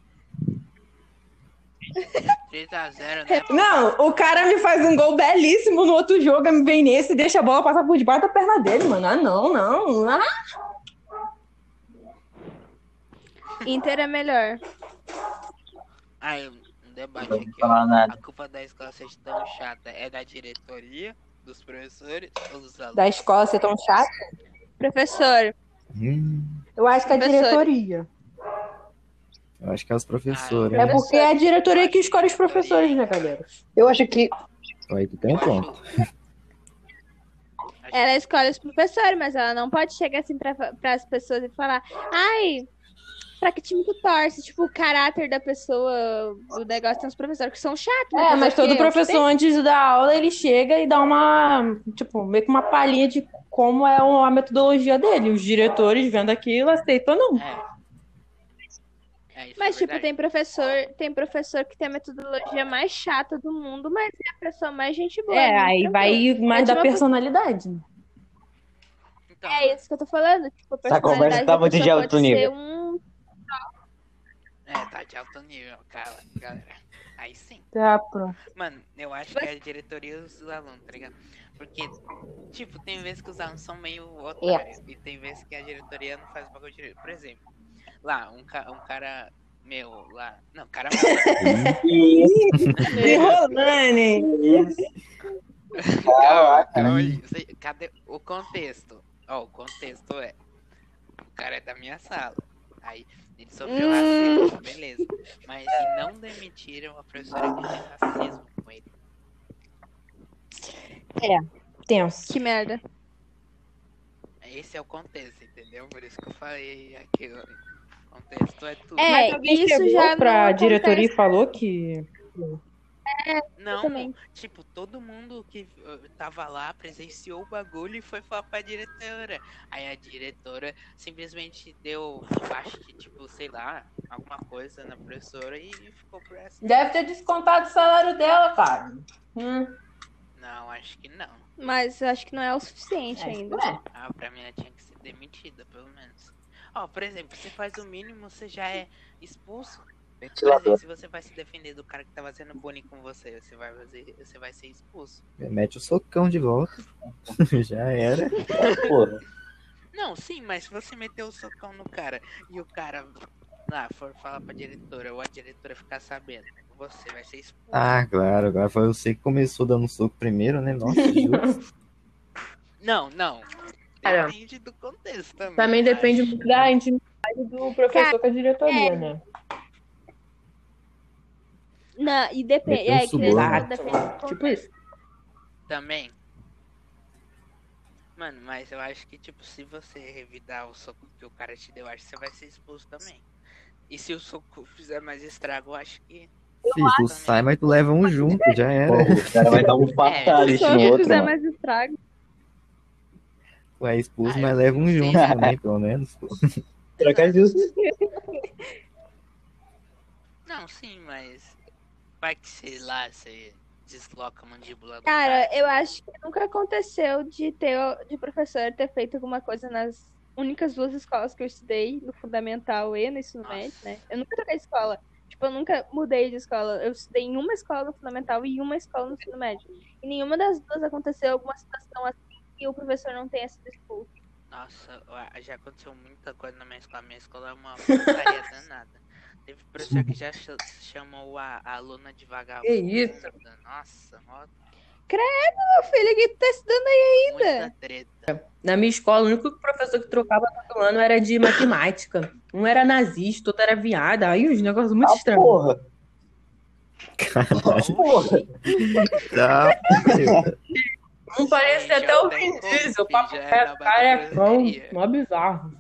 [SPEAKER 2] 3x0,
[SPEAKER 1] É.
[SPEAKER 2] né?
[SPEAKER 4] Não, o cara me faz um gol belíssimo no outro jogo, me vem nesse, deixa a bola passar por debaixo da perna dele, mano. Ah, não, não. Ah,
[SPEAKER 1] Inter é melhor.
[SPEAKER 2] Aí, um debate
[SPEAKER 5] Não
[SPEAKER 2] aqui.
[SPEAKER 5] vou
[SPEAKER 2] ó.
[SPEAKER 5] falar nada.
[SPEAKER 2] A culpa da escola ser tão chata é da diretoria, dos professores ou dos alunos?
[SPEAKER 4] Da escola ser tão chata?
[SPEAKER 1] Professor,
[SPEAKER 3] Hum,
[SPEAKER 4] Eu acho que é a
[SPEAKER 1] Professor.
[SPEAKER 4] diretoria.
[SPEAKER 3] eu acho que é os professores.
[SPEAKER 2] Ah,
[SPEAKER 4] É
[SPEAKER 3] né?
[SPEAKER 4] porque é a diretoria que escolhe os professores, né, galera?
[SPEAKER 5] Eu acho que.
[SPEAKER 3] Aí tu tem um ponto.
[SPEAKER 1] ela escolhe os professores, mas ela não pode chegar assim pra, pras pessoas e falar: ai, pra que time tu torce? Tipo, o caráter da pessoa, o negócio tem uns professores que são chatos. né?
[SPEAKER 4] É, mas
[SPEAKER 1] Fazer o
[SPEAKER 4] todo
[SPEAKER 1] quê?
[SPEAKER 4] professor, antes da aula, ele chega e dá uma, tipo, meio que uma palhinha de como é a metodologia dele. Os diretores vendo aquilo aceitam ou não.
[SPEAKER 2] É. É, isso
[SPEAKER 1] Mas,
[SPEAKER 2] é
[SPEAKER 1] tipo,
[SPEAKER 2] verdade.
[SPEAKER 1] tem professor, tem professor que tem a metodologia mais chata do mundo, mas é a pessoa mais gente boa.
[SPEAKER 4] É, tipo
[SPEAKER 1] né?
[SPEAKER 4] aí
[SPEAKER 1] Tranquilo.
[SPEAKER 4] vai mais da
[SPEAKER 1] Continua-
[SPEAKER 4] personalidade. né?
[SPEAKER 2] Então,
[SPEAKER 1] É isso que eu tô falando. Tipo, a
[SPEAKER 5] Essa conversa
[SPEAKER 1] personalidade
[SPEAKER 5] tá
[SPEAKER 1] da
[SPEAKER 5] muito
[SPEAKER 1] pessoa
[SPEAKER 5] de alto
[SPEAKER 1] pode ser
[SPEAKER 5] nível.
[SPEAKER 1] um-
[SPEAKER 2] é, tá de alto nível, cara, galera. Aí sim.
[SPEAKER 4] Tá, pronto.
[SPEAKER 2] Mano, eu acho que é a diretoria e os alunos, tá ligado? Porque, tipo, tem vezes que os alunos são meio
[SPEAKER 1] É.
[SPEAKER 2] otários e tem vezes que a diretoria não faz o bagulho direito. Por exemplo, lá, um, ca um cara meu lá. Não, cara meu.
[SPEAKER 4] É. Enrolane!
[SPEAKER 2] calma aí, você- cadê o contexto? Ó, o contexto é. O cara é da minha sala. Aí, ele sofreu racismo, beleza. Mas não demitiram a professora que fez racismo com ele.
[SPEAKER 4] Tenso.
[SPEAKER 1] Que merda.
[SPEAKER 2] Esse é o contexto, entendeu? Por isso que eu falei aquilo. Contexto é tudo.
[SPEAKER 1] É,
[SPEAKER 4] Mas alguém
[SPEAKER 1] isso
[SPEAKER 4] chegou
[SPEAKER 1] já
[SPEAKER 4] pra
[SPEAKER 1] não
[SPEAKER 4] diretoria e
[SPEAKER 1] acontece.
[SPEAKER 4] falou que.
[SPEAKER 2] Não,
[SPEAKER 1] também.
[SPEAKER 2] tipo, todo mundo que uh, tava lá presenciou o bagulho e foi falar pra diretora. Aí a diretora simplesmente deu acho que, tipo, sei lá, alguma coisa na professora e ficou por essa.
[SPEAKER 4] Deve ter descontado o salário dela, cara.
[SPEAKER 1] Hum,
[SPEAKER 2] Não, acho que não.
[SPEAKER 1] Mas eu acho que não é o suficiente ainda.
[SPEAKER 4] é.
[SPEAKER 2] Ah, pra mim ela tinha que ser demitida, pelo menos. Ó, por exemplo, você faz o mínimo, você já é expulso. Por exemplo, se você vai se defender do cara que tava sendo bullying com você, você vai fazer, você vai ser expulso.
[SPEAKER 3] Hum, Mete o socão de volta. Já era.
[SPEAKER 5] tá? Porra.
[SPEAKER 2] Não, sim, mas se você meter o socão no cara e o cara lá for falar pra diretora ou a diretora ficar sabendo, você vai ser expulso.
[SPEAKER 3] Ah, claro, agora foi você que começou dando soco primeiro, né? Nossa, justo.
[SPEAKER 2] Não, não.
[SPEAKER 4] Cara,
[SPEAKER 2] Depende do contexto também.
[SPEAKER 4] É. Também
[SPEAKER 2] mas-
[SPEAKER 4] depende muito da intimidade do professor com a
[SPEAKER 1] é,
[SPEAKER 4] diretoria, né?
[SPEAKER 1] Não, e depende.
[SPEAKER 3] Meteu um
[SPEAKER 1] É, que nem você falou,
[SPEAKER 3] suborno.
[SPEAKER 1] depende do
[SPEAKER 4] Tipo isso.
[SPEAKER 2] Também. Mano, mas eu acho que, tipo, se você revidar o soco que o cara te deu, eu acho que você vai ser expulso também. E se o soco fizer mais estrago, eu acho que.
[SPEAKER 3] Filho, tu sai, mas tu leva um junto, já
[SPEAKER 5] Pô,
[SPEAKER 3] era.
[SPEAKER 5] o cara vai dar um
[SPEAKER 3] Tá,
[SPEAKER 5] fatality no outro, mano.
[SPEAKER 1] é mais estrago.
[SPEAKER 3] Tu é expulso,
[SPEAKER 2] Ah,
[SPEAKER 3] mas
[SPEAKER 2] eu
[SPEAKER 3] leva um
[SPEAKER 2] não sei.
[SPEAKER 3] junto também, pelo menos. pô.
[SPEAKER 5] Será que é justo?
[SPEAKER 2] Não, sim, mas. Vai que, sei lá, você desloca a mandíbula do cara.
[SPEAKER 1] Cara, eu acho que nunca aconteceu de ter de professor ter feito alguma coisa nas únicas duas escolas que eu estudei, no fundamental e no ensino
[SPEAKER 2] Nossa.
[SPEAKER 1] médio, né? Eu nunca troquei de escola. Tipo, eu nunca mudei de escola. Eu estudei em uma escola no fundamental e em uma escola no ensino médio. E nenhuma das duas aconteceu alguma situação assim que o professor não tenha sido expulso.
[SPEAKER 2] Nossa, ó, já aconteceu muita coisa na minha escola. Minha escola é uma putaria danada. Teve professor que já cha- chamou a, a aluna de vagabundo.
[SPEAKER 4] isso?
[SPEAKER 2] Nossa, mó,
[SPEAKER 1] Meu filho, que tá estudando aí?
[SPEAKER 2] muita treta.
[SPEAKER 4] Na minha escola, o único professor que trocava todo ano era de matemática. Um era nazista, outro era viada. Aí uns negócios muito estranhos.
[SPEAKER 5] Porra,
[SPEAKER 3] Caralho,
[SPEAKER 5] porra.
[SPEAKER 3] tá.
[SPEAKER 4] Um parece
[SPEAKER 2] Gente,
[SPEAKER 4] até o
[SPEAKER 2] eu
[SPEAKER 4] Vin
[SPEAKER 2] tenho
[SPEAKER 4] Diesel,
[SPEAKER 2] Covid,
[SPEAKER 4] papo
[SPEAKER 2] já é
[SPEAKER 4] reto,
[SPEAKER 2] na
[SPEAKER 4] carecão,
[SPEAKER 2] bateria.
[SPEAKER 4] mó bizarro.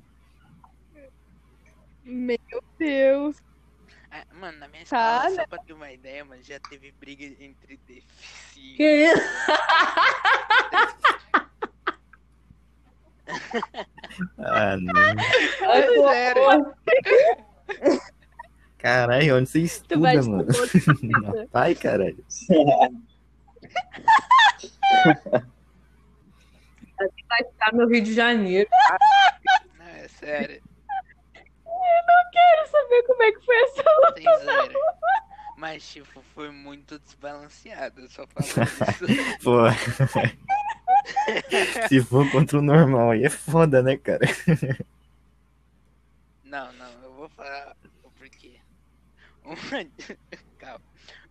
[SPEAKER 1] Meu Deus.
[SPEAKER 2] Ah, Mano, na minha escola,
[SPEAKER 1] Tá,
[SPEAKER 2] só pra ter uma ideia, mano, já teve briga entre deficientes.
[SPEAKER 4] Que isso?
[SPEAKER 3] Ah, não.
[SPEAKER 4] Ai,
[SPEAKER 2] Pois
[SPEAKER 4] pô,
[SPEAKER 2] é,
[SPEAKER 4] pô.
[SPEAKER 3] Caralho, onde você
[SPEAKER 1] Tu vai
[SPEAKER 3] estuda, mano?
[SPEAKER 1] estudar.
[SPEAKER 3] Ai, caralho.
[SPEAKER 4] Vai ficar tá no Rio de Janeiro.
[SPEAKER 2] Não, é sério.
[SPEAKER 1] Quero saber como é que foi essa
[SPEAKER 2] Tem zero. Mas, tipo, foi muito desbalanceado. eu Só falo isso.
[SPEAKER 3] Pô. Se for contra o normal, aí é foda, né, cara?
[SPEAKER 2] Não, não, eu vou falar o porquê. Um... Calma.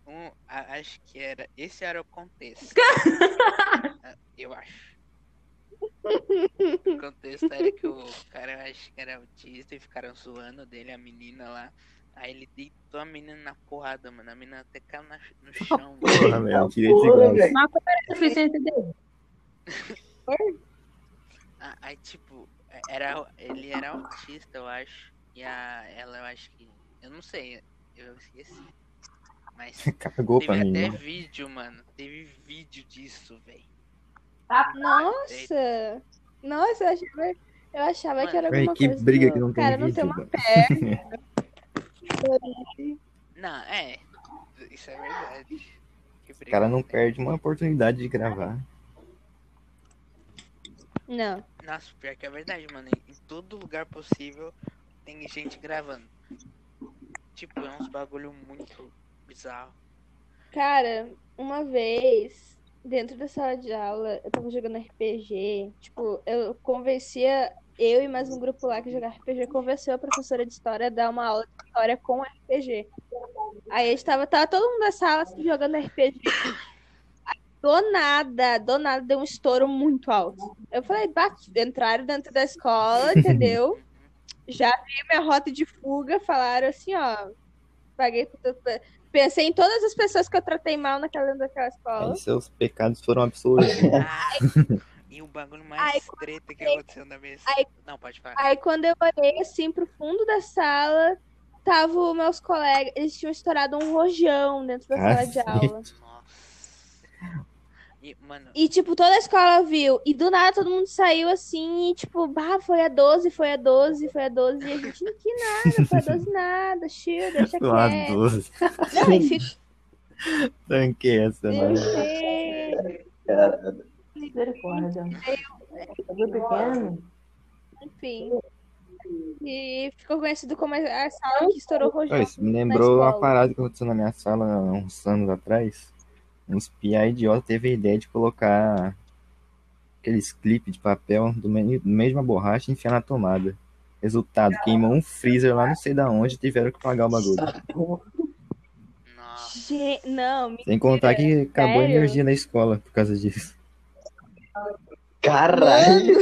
[SPEAKER 2] Um, a- acho que era. Esse era o contexto. Ah, eu acho. O contexto era que o cara, eu acho que era autista e ficaram zoando dele, a menina lá. Aí ele deitou a menina na porrada, mano. A menina até caiu na- no chão.
[SPEAKER 3] Porra,
[SPEAKER 2] mano.
[SPEAKER 3] meu, direito
[SPEAKER 5] Porra,
[SPEAKER 3] igual.
[SPEAKER 5] velho.
[SPEAKER 4] Mas é qual era a deficiência dele?
[SPEAKER 2] Ah, Aí, tipo, é- era, ele era autista, eu acho. E a, ela, eu acho que. Eu não sei, eu esqueci. Mas
[SPEAKER 3] Cagou pra
[SPEAKER 2] teve
[SPEAKER 3] mim.
[SPEAKER 2] até
[SPEAKER 3] né?
[SPEAKER 2] vídeo, mano. Teve vídeo disso, velho.
[SPEAKER 1] Nossa! Nossa, eu achava, eu achava que era
[SPEAKER 3] Véi,
[SPEAKER 1] alguma
[SPEAKER 3] que
[SPEAKER 1] coisa.
[SPEAKER 3] briga
[SPEAKER 1] do-
[SPEAKER 3] que não tem
[SPEAKER 1] Cara, não
[SPEAKER 3] vídeo,
[SPEAKER 1] tem uma
[SPEAKER 3] mano.
[SPEAKER 2] Não, é. Isso é verdade. Que
[SPEAKER 3] O cara não
[SPEAKER 2] briga.
[SPEAKER 3] perde uma oportunidade de gravar.
[SPEAKER 1] Não.
[SPEAKER 2] Nossa, pior que é verdade, mano. Em em todo lugar possível tem gente gravando. Tipo, é uns bagulho muito bizarro.
[SPEAKER 1] Cara, uma vez, dentro da sala de aula, eu tava jogando RPG. Tipo, eu convencia. Eu e mais um grupo lá que jogava RPG convenceu a professora de história a dar uma aula de história com RPG. Aí a gente tava, tava todo mundo na sala assim, jogando RPG. Aí, Do nada, do nada deu um estouro muito alto. Eu falei, bate, entraram dentro da escola, entendeu? já vi minha rota de fuga, falaram assim, ó, paguei por tudo. Pensei em todas as pessoas que eu tratei mal naquela, naquela escola.
[SPEAKER 3] Aí seus pecados foram absolvidos.
[SPEAKER 2] Ah, e o bagulho mais
[SPEAKER 1] Ai, é
[SPEAKER 2] treta que aconteceu na mesa.
[SPEAKER 1] Ai.
[SPEAKER 2] Não, pode falar.
[SPEAKER 1] Aí quando eu olhei assim pro fundo da sala, tava os meus colegas, eles tinham estourado um rojão dentro da
[SPEAKER 3] Ah,
[SPEAKER 1] sala de
[SPEAKER 3] Cacete.
[SPEAKER 1] aula.
[SPEAKER 2] Nossa. E, mano,
[SPEAKER 1] E, tipo, toda a escola viu. E do nada todo mundo saiu assim, e, tipo, bah, foi a 12, foi a 12, foi a 12. E a gente, que nada, foi a 12 nada, chill, deixa
[SPEAKER 3] Lá,
[SPEAKER 1] quieto.
[SPEAKER 3] doze.
[SPEAKER 1] Não, e fica,
[SPEAKER 3] Tanque essa,
[SPEAKER 1] eu
[SPEAKER 3] mano. né?
[SPEAKER 1] sei.
[SPEAKER 4] Misericórdia. Tudo pequeno?
[SPEAKER 1] Enfim. E ficou conhecido como a sala que estourou o
[SPEAKER 3] Ó,
[SPEAKER 1] rojão.
[SPEAKER 3] Isso me lembrou
[SPEAKER 1] escola.
[SPEAKER 3] uma parada que aconteceu na minha sala há uns anos atrás. Uns piá idiota teve a ideia de colocar aqueles clipes de papel do me- no meio de uma borracha e enfiar na tomada. Resultado, queimou um freezer lá não sei da onde e tiveram que pagar o bagulho.
[SPEAKER 2] nossa. Não.
[SPEAKER 1] Gente, não, mentira.
[SPEAKER 3] Sem contar que acabou a
[SPEAKER 1] Sério?
[SPEAKER 3] energia da escola por causa disso.
[SPEAKER 5] Caralho!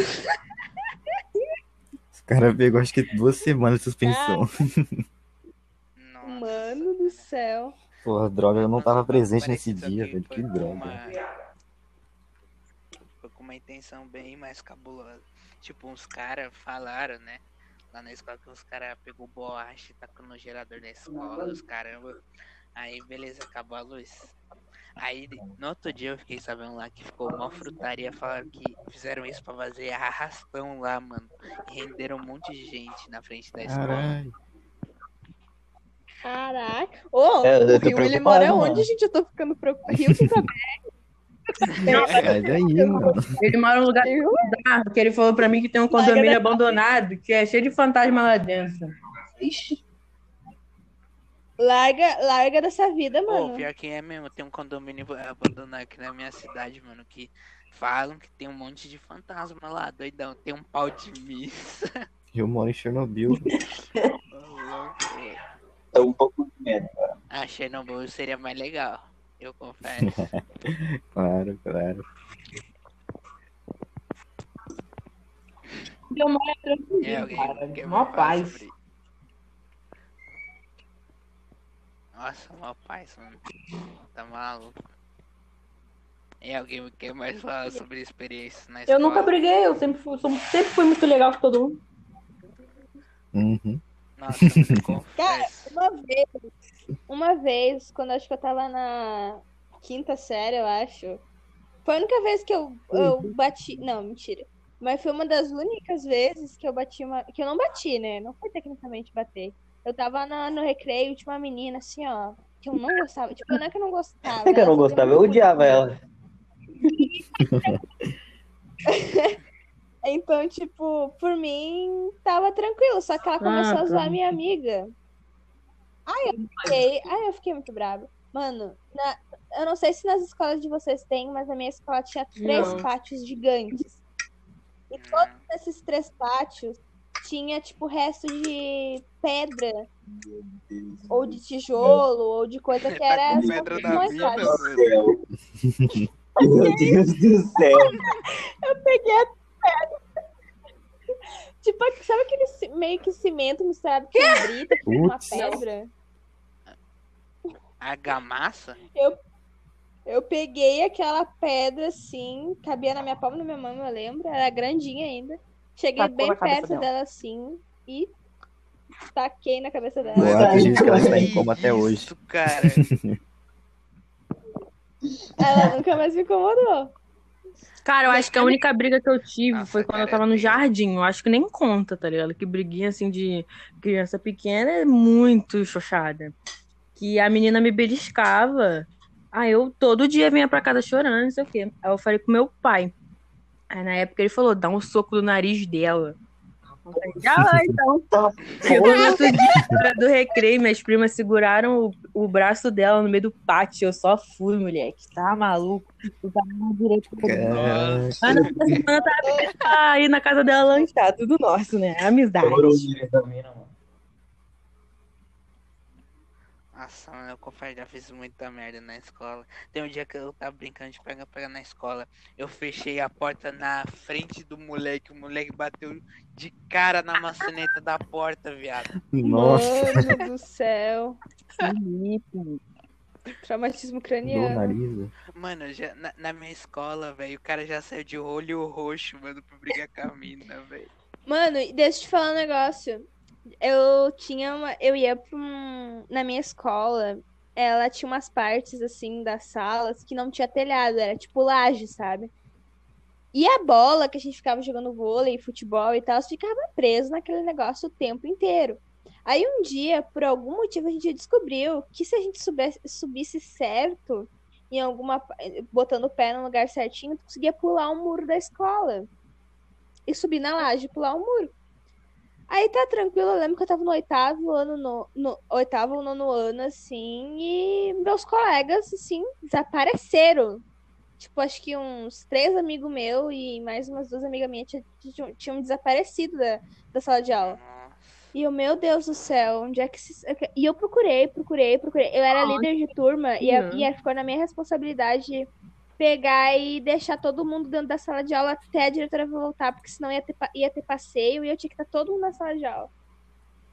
[SPEAKER 3] Os caras pegou acho que duas semanas de suspensão.
[SPEAKER 1] Ah.
[SPEAKER 2] Nossa.
[SPEAKER 1] Mano do céu.
[SPEAKER 3] Porra, droga, eu não tava presente
[SPEAKER 2] Parece
[SPEAKER 3] nesse
[SPEAKER 2] só
[SPEAKER 3] dia, velho. Que
[SPEAKER 2] foi com
[SPEAKER 3] droga.
[SPEAKER 2] uma- Foi com uma intenção bem mais cabulosa. Tipo, uns caras falaram, né? Lá na escola que os caras pegou borracha e tacou no gerador da escola, os caramba. Aí, beleza, acabou a luz. Aí, no outro dia eu fiquei sabendo lá que ficou uma frutaria, falaram que fizeram isso pra fazer arrastão lá, mano. E renderam um monte de gente na frente da escola.
[SPEAKER 3] Caralho.
[SPEAKER 1] Caraca. Ô,
[SPEAKER 5] É, eu tô
[SPEAKER 1] o Rio, ele
[SPEAKER 5] preocupado,
[SPEAKER 1] mora
[SPEAKER 5] mano.
[SPEAKER 1] onde, gente? Eu tô ficando preocupada. Rio tá fica
[SPEAKER 3] Sai daí, mano.
[SPEAKER 4] Ele mora num lugar
[SPEAKER 1] Rio?
[SPEAKER 4] bizarro, que ele falou pra mim que tem um condomínio abandonado, que é cheio de fantasma lá dentro.
[SPEAKER 1] Larga, larga dessa vida,
[SPEAKER 2] Pô,
[SPEAKER 1] mano.
[SPEAKER 2] pior que é mesmo, tem um condomínio abandonado aqui na minha cidade, mano, que falam que tem um monte de fantasma lá, doidão, tem um pau de missa.
[SPEAKER 3] Eu moro em Chernobyl.
[SPEAKER 2] Ô, louco.
[SPEAKER 5] É um pouco de medo.
[SPEAKER 2] Ah, Chernobyl seria mais legal, eu confesso.
[SPEAKER 3] Claro, claro.
[SPEAKER 4] Eu moro
[SPEAKER 2] É, alguém
[SPEAKER 4] Cara,
[SPEAKER 2] quer
[SPEAKER 4] mó
[SPEAKER 2] falar
[SPEAKER 4] paz.
[SPEAKER 2] sobre- Nossa, mó paz, mano. Tá maluco. É, alguém quer mais falar sobre experiências na escola?
[SPEAKER 4] Eu nunca briguei, eu sempre fui, sou- sempre fui muito legal com todo mundo.
[SPEAKER 3] Uhum.
[SPEAKER 2] Nossa, eu confesso.
[SPEAKER 1] Uma vez, uma vez, quando eu acho que eu tava na quinta série, eu acho. Foi a única vez que eu, eu
[SPEAKER 5] Uhum.
[SPEAKER 1] bati. Não, mentira. Mas foi uma das únicas vezes que eu bati uma. Que eu não bati, né? Não foi tecnicamente bater. Eu tava na- no recreio, tinha uma menina assim, ó. Que eu não gostava. Tipo, não é que eu não gostava.
[SPEAKER 5] É que eu não
[SPEAKER 1] ela fazia
[SPEAKER 5] gostava, eu
[SPEAKER 1] muito bullying.
[SPEAKER 5] odiava ela.
[SPEAKER 1] Então, tipo, por mim, tava tranquilo. Só que ela começou a zoar minha amiga. Aí eu fiquei, aí eu fiquei muito brava. Mano, na- eu não sei se nas escolas de vocês tem, mas na minha escola tinha três
[SPEAKER 4] Não.
[SPEAKER 1] pátios gigantes. E todos
[SPEAKER 2] Hum,
[SPEAKER 1] esses três pátios tinha, tipo, resto de pedra. Ou de tijolo, ou de coisa que era.
[SPEAKER 2] É, com pedra na
[SPEAKER 1] mais
[SPEAKER 2] vida,
[SPEAKER 1] fácil.
[SPEAKER 2] mano.
[SPEAKER 5] Meu Deus do céu!
[SPEAKER 1] peguei a pedra. Tipo, sabe aquele ci- meio que cimento misturado com brita, com uma
[SPEAKER 3] Putz.
[SPEAKER 1] pedra?
[SPEAKER 2] A gamassa?
[SPEAKER 1] Eu peguei aquela pedra assim, cabia na minha palma da minha mão, eu lembro, era grandinha ainda. Cheguei
[SPEAKER 4] Tacou
[SPEAKER 1] bem
[SPEAKER 4] na cabeça
[SPEAKER 1] perto
[SPEAKER 4] dela.
[SPEAKER 1] dela assim e taquei na cabeça dela.
[SPEAKER 3] Eu
[SPEAKER 5] Mano,
[SPEAKER 3] é acredito que ela está em
[SPEAKER 2] Que
[SPEAKER 3] coma até hoje.
[SPEAKER 2] Isso, cara.
[SPEAKER 1] Ela nunca mais me incomodou.
[SPEAKER 4] Cara, eu acho que a única briga que eu tive
[SPEAKER 2] é Nossa,
[SPEAKER 4] foi quando
[SPEAKER 2] cara,
[SPEAKER 4] eu tava no
[SPEAKER 2] é-
[SPEAKER 4] jardim. Eu acho que nem conta, tá ligado? Que briguinha assim de criança pequena é muito xoxada. Que a menina me beliscava. Aí eu todo dia vinha pra casa chorando, não sei o quê. Aí eu falei com meu pai. Aí na época ele falou: dá um soco no nariz dela. Eu falei, Já vai, então.
[SPEAKER 2] Tá
[SPEAKER 4] Chegou no outro dia na hora do recreio, minhas primas seguraram o, o braço dela no meio do pátio. Eu só fui, moleque. Tá maluco? Eu tava na direita.
[SPEAKER 3] Cara,
[SPEAKER 4] Mas na outra semana tava pra ir na casa dela lanchar, É. tudo nosso, né? Amizade.
[SPEAKER 2] Nossa, mano, eu confesso, já fiz muita merda na escola. Tem um dia que eu tava brincando de pega-pega na escola. Eu fechei a porta na frente do moleque. O moleque bateu de cara na maçaneta da porta, viado.
[SPEAKER 3] nossa,
[SPEAKER 1] Mano do céu.
[SPEAKER 4] Felipe.
[SPEAKER 1] Traumatismo
[SPEAKER 3] do
[SPEAKER 1] craniano.
[SPEAKER 3] nariz. né?
[SPEAKER 2] Mano, eu já, na, na minha escola, velho, o cara já saiu de olho roxo, mano, pra brigar com a mina, velho.
[SPEAKER 1] Mano, e deixa eu te falar um negócio. Eu tinha uma. Eu ia pra um. Na minha escola, ela tinha umas partes assim das salas que não tinha telhado, era tipo laje, sabe? E a bola que a gente ficava jogando vôlei, futebol e tal, ficava preso naquele negócio o tempo inteiro. Aí um dia, por algum motivo, a gente descobriu que se a gente soubesse- subisse certo em alguma. pa- botando o pé no lugar certinho, tu conseguia pular o muro da escola e subir na laje, pular o muro. Aí tá tranquilo, eu lembro que eu tava no oitavo ano, no, no oitavo ou nono ano, assim, e meus colegas, assim, desapareceram. Tipo, acho que uns três amigos meus e mais umas duas amigas minhas tinha- tinham, tinham desaparecido da, da sala de aula.
[SPEAKER 2] Nossa.
[SPEAKER 1] E eu, meu Deus do céu, onde é que se... E eu procurei, procurei, procurei. Eu era
[SPEAKER 4] Nossa.
[SPEAKER 1] líder de turma e, a- e a- ficou na minha responsabilidade pegar e deixar todo mundo dentro da sala de aula até a diretora voltar, porque senão ia ter, pa- ia ter passeio e eu tinha que estar todo mundo na sala de aula.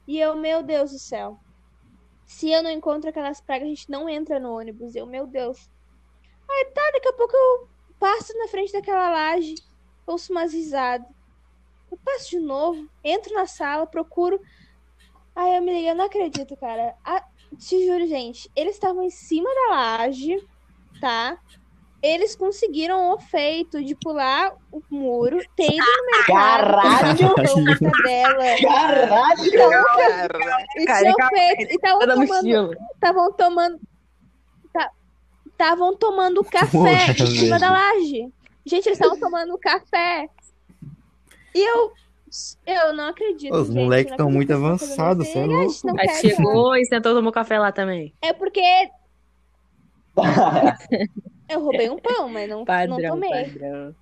[SPEAKER 1] E eu, meu Deus do céu. Se eu não encontro aquelas pragas, a gente não entra no ônibus. Eu, meu Deus. Aí tá, daqui a pouco eu passo na frente daquela laje, ouço umas risadas. Eu passo de novo, entro na sala, procuro. Aí eu me liguei, eu não acredito, cara. Ah, te juro, gente, eles estavam em cima da laje, tá? Eles conseguiram o feito de pular o muro, ter ido no mercado,
[SPEAKER 5] Caralho!
[SPEAKER 1] comprar uma mortadela,
[SPEAKER 5] Caralho!
[SPEAKER 2] Cara,
[SPEAKER 1] e
[SPEAKER 4] Cara,
[SPEAKER 1] tinham
[SPEAKER 4] calma,
[SPEAKER 1] feito, e estavam
[SPEAKER 4] da
[SPEAKER 1] tomando
[SPEAKER 4] mochila.
[SPEAKER 1] estavam tomando estavam tomando café
[SPEAKER 3] Porra,
[SPEAKER 1] em cima
[SPEAKER 3] velho.
[SPEAKER 1] da laje. Gente, eles estavam tomando café. E eu eu não acredito.
[SPEAKER 3] Os
[SPEAKER 1] gente,
[SPEAKER 3] moleques
[SPEAKER 1] não
[SPEAKER 3] tão
[SPEAKER 1] acredito
[SPEAKER 3] muito
[SPEAKER 1] que isso tá
[SPEAKER 3] avançados,
[SPEAKER 1] acontecendo.
[SPEAKER 3] cê é
[SPEAKER 1] E a gente não
[SPEAKER 4] Aí
[SPEAKER 1] quer falar.
[SPEAKER 4] chegou e sentou e tomou café lá também.
[SPEAKER 1] É porque eu roubei um pão, mas não,
[SPEAKER 4] Padrão,
[SPEAKER 1] não tomei.
[SPEAKER 4] padrão.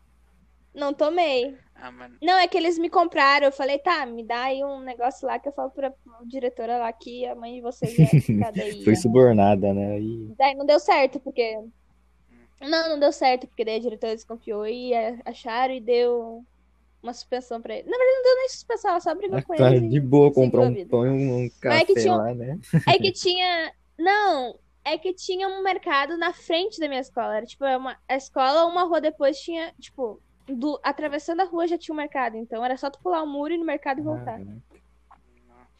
[SPEAKER 1] Não tomei.
[SPEAKER 2] Ah, mano.
[SPEAKER 1] Não, é que eles me compraram. Eu falei, tá, me dá aí um negócio lá que eu falo pra diretora lá que a mãe de vocês é cada aí.
[SPEAKER 3] Foi subornada, né? E...
[SPEAKER 1] Daí não deu certo, porque. Não, não deu certo, porque daí a diretora desconfiou e é, acharam e deu uma suspensão pra ele. Na verdade, não deu nem suspensão, ela só brigou com
[SPEAKER 3] Tá
[SPEAKER 1] ele.
[SPEAKER 3] de boa
[SPEAKER 1] seguiu
[SPEAKER 3] comprar
[SPEAKER 1] a
[SPEAKER 3] um
[SPEAKER 1] vida.
[SPEAKER 3] pão e um
[SPEAKER 1] Mas é
[SPEAKER 3] café
[SPEAKER 1] que tinha-
[SPEAKER 3] lá, né?
[SPEAKER 1] É que tinha. Não, é que tinha um mercado na frente da minha escola. Era tipo, é uma... a escola, uma rua depois tinha, tipo, do... atravessando a rua já tinha um mercado. Então era só tu pular o muro e ir no mercado e
[SPEAKER 3] Ah,
[SPEAKER 1] voltar.
[SPEAKER 3] né?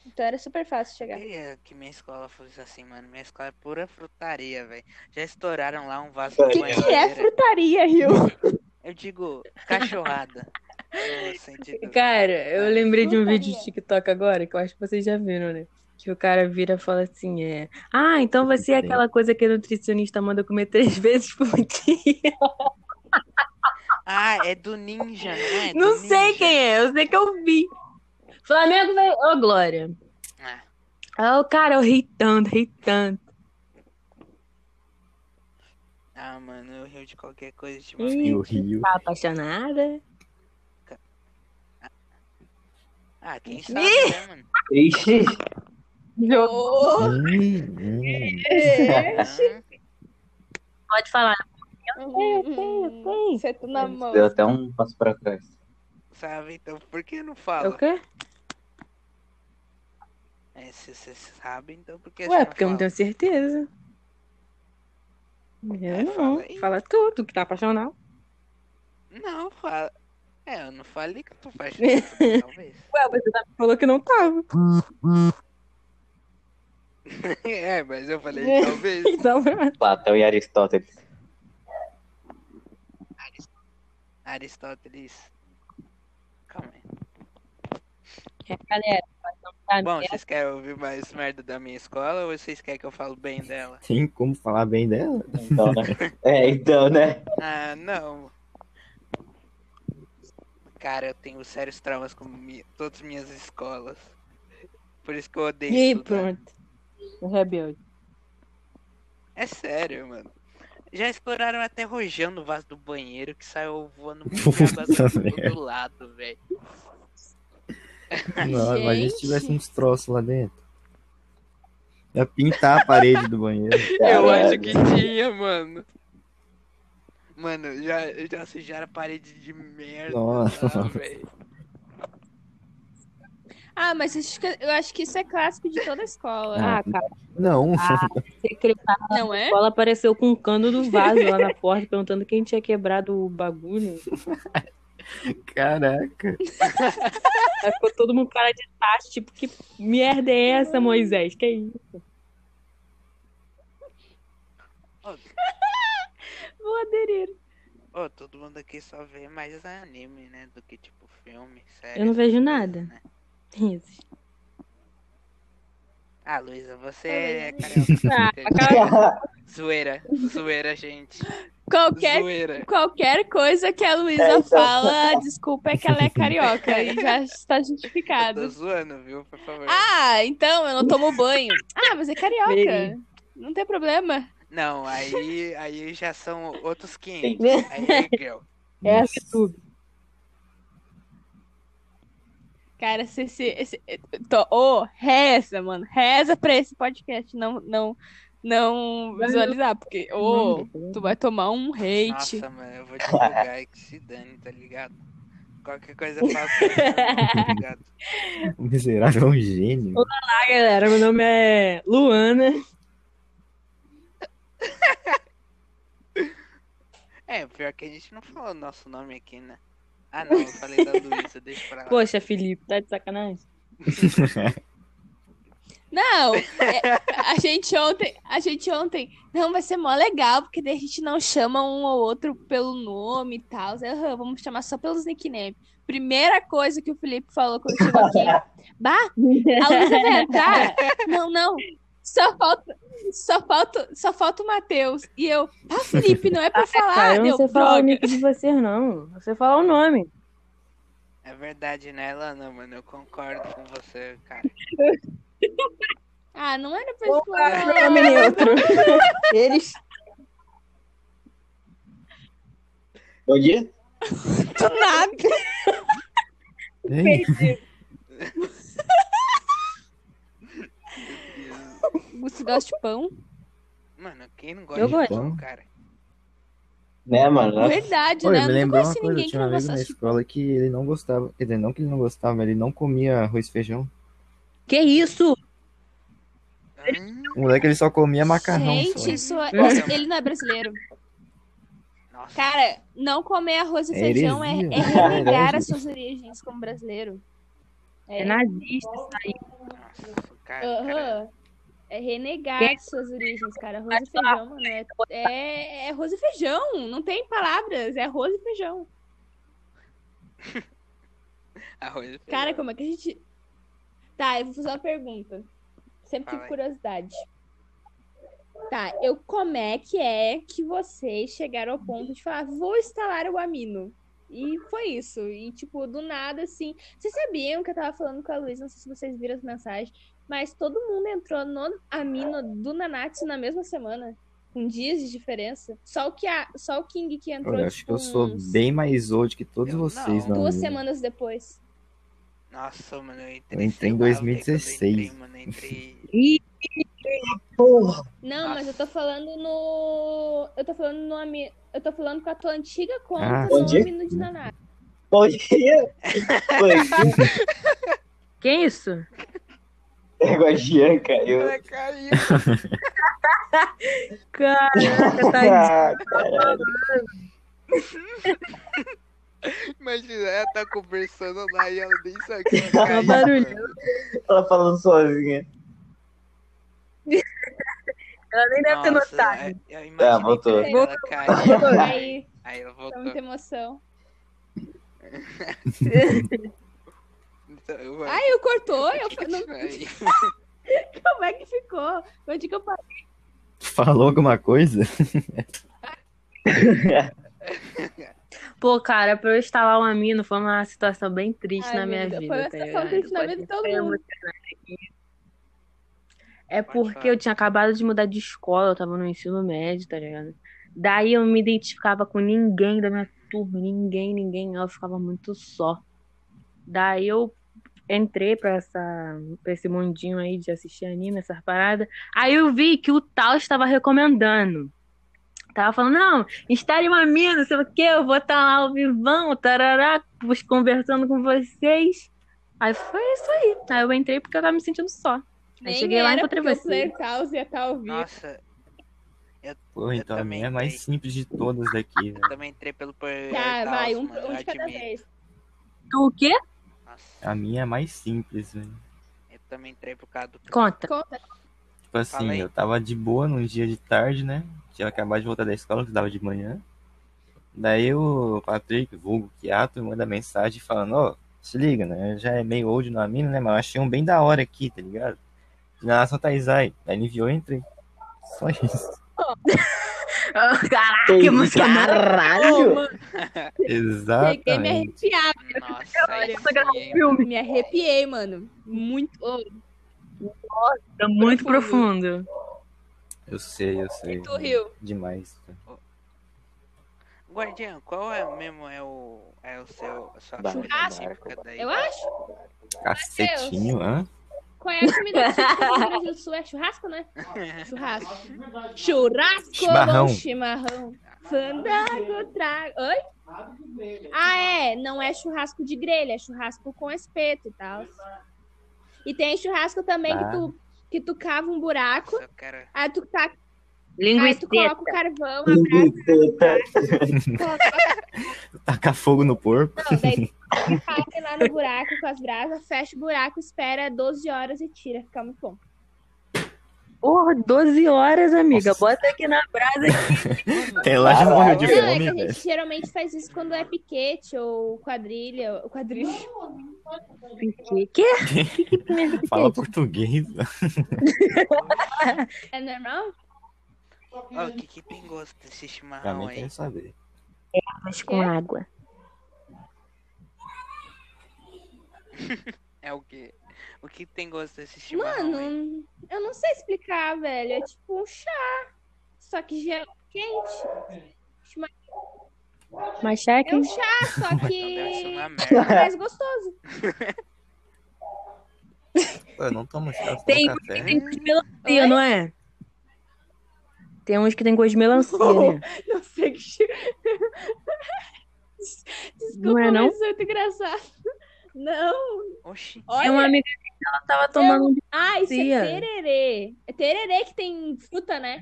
[SPEAKER 1] Então era super fácil
[SPEAKER 2] Eu
[SPEAKER 4] É.
[SPEAKER 1] chegar.
[SPEAKER 2] queria que minha escola fosse assim, mano. Minha escola é pura frutaria, velho. Já estouraram lá um vaso
[SPEAKER 5] O
[SPEAKER 1] O
[SPEAKER 2] de
[SPEAKER 1] que, que é
[SPEAKER 2] banheira.
[SPEAKER 1] frutaria, Rio?
[SPEAKER 2] Eu digo, cachorrada. No sentido-
[SPEAKER 4] Cara, eu lembrei de um
[SPEAKER 1] Putaria.
[SPEAKER 4] vídeo de TikTok agora, que eu acho que vocês já viram, né? Que o cara vira e fala assim, é... Ah, então vai ser aquela coisa que a nutricionista manda comer três vezes por dia.
[SPEAKER 2] Ah, é do ninja, não é? Do
[SPEAKER 4] Não sei
[SPEAKER 2] ninja.
[SPEAKER 4] quem é, eu sei que eu vi. Flamengo veio... Ô, Glória.
[SPEAKER 2] Ah,
[SPEAKER 4] Ô, cara, eu ri tanto, ri tanto.
[SPEAKER 2] ah, mano, eu rio de qualquer coisa
[SPEAKER 3] E
[SPEAKER 2] ultimamente.
[SPEAKER 3] o Rio.
[SPEAKER 4] Tá apaixonada?
[SPEAKER 2] Ah, quem sabe, né, mano?
[SPEAKER 5] Ixi!
[SPEAKER 3] Hum, hum.
[SPEAKER 1] É.
[SPEAKER 2] Hum,
[SPEAKER 4] Pode falar.
[SPEAKER 1] Eu tenho, eu tenho. Uhum, Você tá na mão.
[SPEAKER 5] Deu até um passo pra trás.
[SPEAKER 2] sabe, então por que não
[SPEAKER 4] O
[SPEAKER 2] fala?
[SPEAKER 4] quê?
[SPEAKER 2] É, se você sabe, então por que você
[SPEAKER 4] Ué, porque eu
[SPEAKER 2] fala?
[SPEAKER 4] não tenho certeza. Eu
[SPEAKER 2] É,
[SPEAKER 4] não.
[SPEAKER 2] fala aí.
[SPEAKER 4] Fala tudo, que tá apaixonado.
[SPEAKER 2] Não, fala. É, eu não falei que eu tô apaixonado, talvez.
[SPEAKER 4] Ué, você tá falou que não tava.
[SPEAKER 2] É, mas eu falei talvez.
[SPEAKER 4] Então, pronto.
[SPEAKER 5] Platão e Aristóteles.
[SPEAKER 2] Aristóteles. Calma aí.
[SPEAKER 4] É, galera, tá
[SPEAKER 2] Bom,
[SPEAKER 4] merda.
[SPEAKER 2] vocês querem ouvir mais merda da minha escola ou vocês querem que eu falo bem dela?
[SPEAKER 3] Tem como falar bem dela?
[SPEAKER 5] Então, né? É, então, né?
[SPEAKER 2] Ah, não. Cara, eu tenho sérios traumas com mi- todas as minhas escolas. Por isso né? que eu odeio
[SPEAKER 4] E aí,
[SPEAKER 2] estudar.
[SPEAKER 4] pronto. Rebelde.
[SPEAKER 2] É sério, mano. Já exploraram até rojão no vaso do banheiro que saiu voando muito
[SPEAKER 3] Puta
[SPEAKER 2] água
[SPEAKER 3] merda.
[SPEAKER 2] do lado, velho.
[SPEAKER 3] Não, imagina se
[SPEAKER 1] Gente.
[SPEAKER 3] tivesse uns troços lá dentro. Ia pintar a parede do banheiro.
[SPEAKER 2] Eu
[SPEAKER 5] Caralho.
[SPEAKER 2] acho que tinha, mano. Mano, já, já sujaram a parede de merda
[SPEAKER 3] Nossa.
[SPEAKER 2] lá, velho.
[SPEAKER 1] Ah, mas eu acho, que, eu acho que isso é clássico de toda a escola.
[SPEAKER 4] Ah,
[SPEAKER 3] Ah,
[SPEAKER 4] cara,
[SPEAKER 3] Não,
[SPEAKER 1] Ah.
[SPEAKER 4] secretária
[SPEAKER 1] não é?
[SPEAKER 4] escola apareceu com um cano do vaso lá na porta, perguntando quem tinha quebrado o bagulho.
[SPEAKER 3] caraca.
[SPEAKER 4] Aí ficou todo mundo cara de tacho, tipo, que merda é essa, Moisés? Que isso? Vou aderir.
[SPEAKER 2] Ô, todo mundo aqui só vê mais anime, né? Do que tipo filme, série.
[SPEAKER 4] Eu não
[SPEAKER 2] essas
[SPEAKER 4] vejo
[SPEAKER 2] coisas,
[SPEAKER 4] nada.
[SPEAKER 2] né?
[SPEAKER 4] Isso.
[SPEAKER 2] Ah, Luísa, você
[SPEAKER 1] Ah,
[SPEAKER 2] é carioca.
[SPEAKER 4] Ah,
[SPEAKER 2] você entende?
[SPEAKER 4] cara,
[SPEAKER 2] Zoeira, zoeira, gente.
[SPEAKER 4] é
[SPEAKER 1] Qualquer,
[SPEAKER 2] Zoeira.
[SPEAKER 1] qualquer coisa que a Luísa
[SPEAKER 5] É, então.
[SPEAKER 1] fala, a desculpa é que ela é carioca. e já está
[SPEAKER 2] Eu tô
[SPEAKER 1] justificado.
[SPEAKER 2] zoando, viu? Por favor.
[SPEAKER 1] Ah, então eu não tomo banho. Ah, mas é carioca.
[SPEAKER 4] Bem.
[SPEAKER 1] Não tem problema.
[SPEAKER 2] Não, aí, aí já são outros 500.
[SPEAKER 4] Né?
[SPEAKER 2] Aí é girl.
[SPEAKER 4] essa é tudo.
[SPEAKER 1] Cara, se esse. esse eh, tô, ô, reza, mano. Reza pra esse podcast não, não, não visualizar, porque, ô, tu vai tomar um hate.
[SPEAKER 2] Nossa, mano, eu vou divulgar e que se dane, tá ligado? Qualquer coisa eu faço, tá ligado?
[SPEAKER 3] O miserável é um gênio.
[SPEAKER 4] Olá, galera. Meu nome é Luana.
[SPEAKER 2] É, pior que a gente não falou o nosso nome aqui, né? Ah, não, eu falei da Luísa, deixa pra lá.
[SPEAKER 4] Poxa, Felipe, tá de sacanagem?
[SPEAKER 1] Não, é, a gente ontem, a gente ontem, não, vai ser mó legal, porque daí a gente não chama um ou outro pelo nome e tal. Aham, vamos chamar só pelos nicknames. Primeira coisa que o Felipe falou quando chegou aqui, bah, a Luísa vai entrar? Não, não, só falta, só falta, só falta o Matheus. E eu, ah, Felipe, não é pra falar,
[SPEAKER 4] Cara, eu não
[SPEAKER 1] eu,
[SPEAKER 4] sei falar o
[SPEAKER 1] droga.
[SPEAKER 4] nick de vocês, não. Eu sei falar o nome.
[SPEAKER 2] É verdade, né, Lana, mano? Eu concordo com você, cara.
[SPEAKER 1] Ah, não era pra explorar.
[SPEAKER 4] Nome neutro.
[SPEAKER 6] Eles.
[SPEAKER 5] Bom dia.
[SPEAKER 1] Do nada.
[SPEAKER 3] Ei,
[SPEAKER 1] Você gosta de pão?
[SPEAKER 2] Mano, quem não gosta
[SPEAKER 4] Eu
[SPEAKER 2] de
[SPEAKER 4] gosto.
[SPEAKER 2] pão, cara?
[SPEAKER 5] Né, mano? Nossa.
[SPEAKER 1] Verdade,
[SPEAKER 3] Pô,
[SPEAKER 1] né?
[SPEAKER 3] eu me
[SPEAKER 1] Eu nunca
[SPEAKER 3] lembrou uma
[SPEAKER 1] conheci
[SPEAKER 3] coisa, eu
[SPEAKER 1] ninguém tipo que
[SPEAKER 3] tinha um
[SPEAKER 1] não
[SPEAKER 3] amigo na
[SPEAKER 1] gostasse de
[SPEAKER 3] escola que ele não gostava, quer dizer, não que ele não gostava, ele não comia arroz e feijão.
[SPEAKER 4] Que isso?
[SPEAKER 2] Hum,
[SPEAKER 3] O moleque ele só comia macarrão.
[SPEAKER 1] Gente,
[SPEAKER 3] só.
[SPEAKER 1] isso é-
[SPEAKER 2] Nossa.
[SPEAKER 1] isso- ele não é brasileiro.
[SPEAKER 2] nossa.
[SPEAKER 1] Cara, não comer arroz e
[SPEAKER 3] É
[SPEAKER 1] feijão é,
[SPEAKER 3] heresia,
[SPEAKER 1] é renegar
[SPEAKER 3] verdade.
[SPEAKER 1] as suas origens como brasileiro.
[SPEAKER 4] É
[SPEAKER 1] É,
[SPEAKER 4] nazista isso aí.
[SPEAKER 2] Nossa, cara, cara.
[SPEAKER 1] Aham. é renegar
[SPEAKER 4] Quem-
[SPEAKER 1] as suas origens, cara. Arroz e feijão, mano. É, é, é arroz e feijão. Não tem palavras. É arroz e feijão.
[SPEAKER 2] Arroz e
[SPEAKER 1] Cara,
[SPEAKER 2] feijão.
[SPEAKER 1] como é que a gente. Tá, eu vou fazer uma pergunta. Sempre tive
[SPEAKER 2] Fala aí.
[SPEAKER 1] curiosidade. Tá, eu como é que é que vocês chegaram ao ponto de falar, vou instalar o Amino? E foi isso. E, tipo, do nada, assim. Vocês sabiam que eu tava falando com a Luísa, não sei se vocês viram as mensagens, mas todo mundo entrou no Amino do Nanatsu na mesma semana. Com dias de diferença. Só o que a, só o King que
[SPEAKER 3] Pô,
[SPEAKER 1] entrou.
[SPEAKER 3] eu acho que eu
[SPEAKER 1] tipo,
[SPEAKER 3] sou
[SPEAKER 1] uns
[SPEAKER 3] bem mais old que todos
[SPEAKER 2] é Eu
[SPEAKER 3] vocês,
[SPEAKER 2] não.
[SPEAKER 3] não.
[SPEAKER 1] Duas semanas depois.
[SPEAKER 2] Nossa, mano, eu
[SPEAKER 3] Eu
[SPEAKER 2] entrei.
[SPEAKER 3] entrei em
[SPEAKER 2] sei lá, o que que eu
[SPEAKER 3] 2016.
[SPEAKER 2] entrei, mano, eu entrei.
[SPEAKER 4] Ih,
[SPEAKER 1] Não,
[SPEAKER 2] Ah.
[SPEAKER 1] mas eu tô falando no. Eu tô falando no ami... Eu tô falando com a tua antiga conta
[SPEAKER 3] Ah,
[SPEAKER 1] do
[SPEAKER 5] entendi.
[SPEAKER 1] Amino de Nanatsu.
[SPEAKER 5] Bom dia. Bom dia.
[SPEAKER 4] que isso?
[SPEAKER 5] É igual a Gianca. Eu...
[SPEAKER 2] Cara, caiu.
[SPEAKER 4] Caraca, tá
[SPEAKER 5] Ah, caralho.
[SPEAKER 2] Imagina, ela tá conversando lá e ela nem sabe.
[SPEAKER 1] um
[SPEAKER 5] Tá
[SPEAKER 2] Tá
[SPEAKER 4] barulhento.
[SPEAKER 5] Ela falando sozinha.
[SPEAKER 4] Ela nem deve ter notado.
[SPEAKER 2] é, Eu imaginei
[SPEAKER 5] Tá, voltou.
[SPEAKER 2] que ela caiu. Aí,
[SPEAKER 1] Aí,
[SPEAKER 2] aí ela
[SPEAKER 1] tá
[SPEAKER 2] voltou.
[SPEAKER 1] muita emoção.
[SPEAKER 2] Então, eu-
[SPEAKER 1] Ai, eu cortou? Eu...
[SPEAKER 2] que que
[SPEAKER 1] Não...
[SPEAKER 2] isso aí?
[SPEAKER 1] Como é que ficou? Onde que eu parei?
[SPEAKER 3] Falou alguma coisa?
[SPEAKER 4] Pô, cara, pra eu instalar o Amino foi uma situação bem triste
[SPEAKER 1] Ai,
[SPEAKER 4] na minha
[SPEAKER 1] amiga,
[SPEAKER 4] vida,
[SPEAKER 1] foi uma
[SPEAKER 4] tá
[SPEAKER 1] situação
[SPEAKER 4] ligado?
[SPEAKER 1] triste na
[SPEAKER 4] Pode
[SPEAKER 1] vida de todo
[SPEAKER 4] ser
[SPEAKER 1] mundo.
[SPEAKER 4] emocionante aqui. É
[SPEAKER 2] Pode
[SPEAKER 4] porque
[SPEAKER 2] falar.
[SPEAKER 4] eu tinha acabado de mudar de escola, eu tava no ensino médio, tá ligado? Daí eu não me identificava com ninguém da minha turma, ninguém, ninguém, eu ficava muito só. Daí eu entrei pra, essa, pra esse mundinho aí de assistir anime, essas paradas. Aí eu vi que o tal estava recomendando. Tava falando, não, instale uma mina, não sei o que, eu vou estar lá ao vivão, tarará, vos- conversando com vocês. Aí foi isso aí. Aí eu entrei porque eu tava me sentindo só.
[SPEAKER 1] Nem
[SPEAKER 4] cheguei lá e
[SPEAKER 1] era
[SPEAKER 4] encontrei
[SPEAKER 1] porque o
[SPEAKER 4] você.
[SPEAKER 1] Player Cause ia estar ao vivo.
[SPEAKER 2] Nossa,
[SPEAKER 3] Pô, então a
[SPEAKER 2] também
[SPEAKER 3] minha é mais
[SPEAKER 2] entrei.
[SPEAKER 3] simples de todas né? daqui, velho.
[SPEAKER 2] eu também entrei pelo Power
[SPEAKER 1] Tá,
[SPEAKER 2] House,
[SPEAKER 1] vai, um,
[SPEAKER 2] é, mano, eu
[SPEAKER 1] um de cada
[SPEAKER 2] admito.
[SPEAKER 1] vez.
[SPEAKER 4] Tu o quê?
[SPEAKER 2] Nossa,
[SPEAKER 3] A minha é mais simples, velho.
[SPEAKER 2] eu também entrei por causa do...
[SPEAKER 4] Conta.
[SPEAKER 1] Conta.
[SPEAKER 3] Tipo assim,
[SPEAKER 2] Fala aí.
[SPEAKER 3] eu tava de boa num dia de tarde, né? Tinha acabado de voltar da escola, que dava de manhã. Daí o Patrick, vulgo Kiato, manda mensagem falando, ó, se liga, né? Já é meio old na mina, né? Mas eu achei um bem da hora aqui, tá ligado? Na ação Taizai. Daí ele enviou e entrei. Só isso.
[SPEAKER 4] Caraca, Ah, que emocionante.
[SPEAKER 5] Caralho.
[SPEAKER 3] Ah,
[SPEAKER 1] Cheguei, me
[SPEAKER 3] Exatamente.
[SPEAKER 1] arrepiar,
[SPEAKER 2] Nossa, aí
[SPEAKER 4] Só gravar um
[SPEAKER 2] sim, hein,
[SPEAKER 4] filme.
[SPEAKER 1] me arrepiei, mano. Muito. ô,
[SPEAKER 4] Tá muito
[SPEAKER 1] Profundo.
[SPEAKER 4] profundo.
[SPEAKER 3] Eu sei, eu sei.
[SPEAKER 1] tu riu.
[SPEAKER 3] Demais. cara.
[SPEAKER 2] Guardião, qual é mesmo é o é o seu a sua
[SPEAKER 5] Barco,
[SPEAKER 2] coisa
[SPEAKER 5] barco,
[SPEAKER 2] típica daí?
[SPEAKER 1] Eu acho.
[SPEAKER 3] Cacetinho, hã?
[SPEAKER 1] Qual é a comida típica do Rio Grande do Sul? É churrasco, né? Churrasco. Churrasco
[SPEAKER 3] Chimarrão.
[SPEAKER 1] ou chimarrão? Fandango, trago. Oi? Ah, é. Não é churrasco de grelha, é churrasco com espeto e tal. E tem churrasco também
[SPEAKER 3] Ah.
[SPEAKER 1] que, tu, que tu cava um buraco,
[SPEAKER 2] Só quero...
[SPEAKER 1] aí tu, tá, aí tu
[SPEAKER 4] Linguiça.
[SPEAKER 1] coloca o carvão, abraça, coloca
[SPEAKER 3] Tacar fogo no porco.
[SPEAKER 1] Não, daí cai lá no buraco com as brasas, fecha o buraco, espera 12 horas e tira. Fica muito bom.
[SPEAKER 4] Porra, 12 horas, amiga.
[SPEAKER 3] Nossa.
[SPEAKER 4] Bota aqui na brasa. aqui.
[SPEAKER 3] Tem lá já morreu de
[SPEAKER 1] Não, é que
[SPEAKER 3] fome,
[SPEAKER 1] a gente
[SPEAKER 3] velho.
[SPEAKER 1] geralmente faz isso quando é piquete ou quadrilha. ou- Quadrilha.
[SPEAKER 4] Que? Que? Que que merda que é
[SPEAKER 3] Fala
[SPEAKER 4] isso?
[SPEAKER 3] português.
[SPEAKER 1] É normal?
[SPEAKER 2] Ó, o que que tem gosto desse
[SPEAKER 3] Pra
[SPEAKER 2] chimarrão
[SPEAKER 3] mim,
[SPEAKER 2] aí?
[SPEAKER 3] quero saber.
[SPEAKER 4] Mas com água.
[SPEAKER 2] É o que? O que tem gosto desse chimarrão aí?
[SPEAKER 1] Mano, eu não sei explicar, velho. É tipo um chá. Só que gelo quente.
[SPEAKER 4] Mas chá é
[SPEAKER 1] É
[SPEAKER 4] que...
[SPEAKER 1] um chá, só
[SPEAKER 2] Então deve ser
[SPEAKER 1] que.
[SPEAKER 2] uma
[SPEAKER 1] é
[SPEAKER 2] merda.
[SPEAKER 1] mais gostoso.
[SPEAKER 3] Pô, eu não tomo chá, eu
[SPEAKER 4] Tem
[SPEAKER 3] tomo café.
[SPEAKER 4] Tem gosto de melancia, não é? Tem uns que tem gosto de melancia, né?
[SPEAKER 1] Não sei que cheiro. Desculpa,
[SPEAKER 4] Não é, não?
[SPEAKER 1] mas isso é muito engraçado. Não.
[SPEAKER 2] Oxi.
[SPEAKER 4] Tem
[SPEAKER 1] Olha,
[SPEAKER 4] É uma amiga que ela tava tomando um
[SPEAKER 1] Ah, isso
[SPEAKER 4] Tia.
[SPEAKER 1] é tererê. É tererê que tem fruta, né?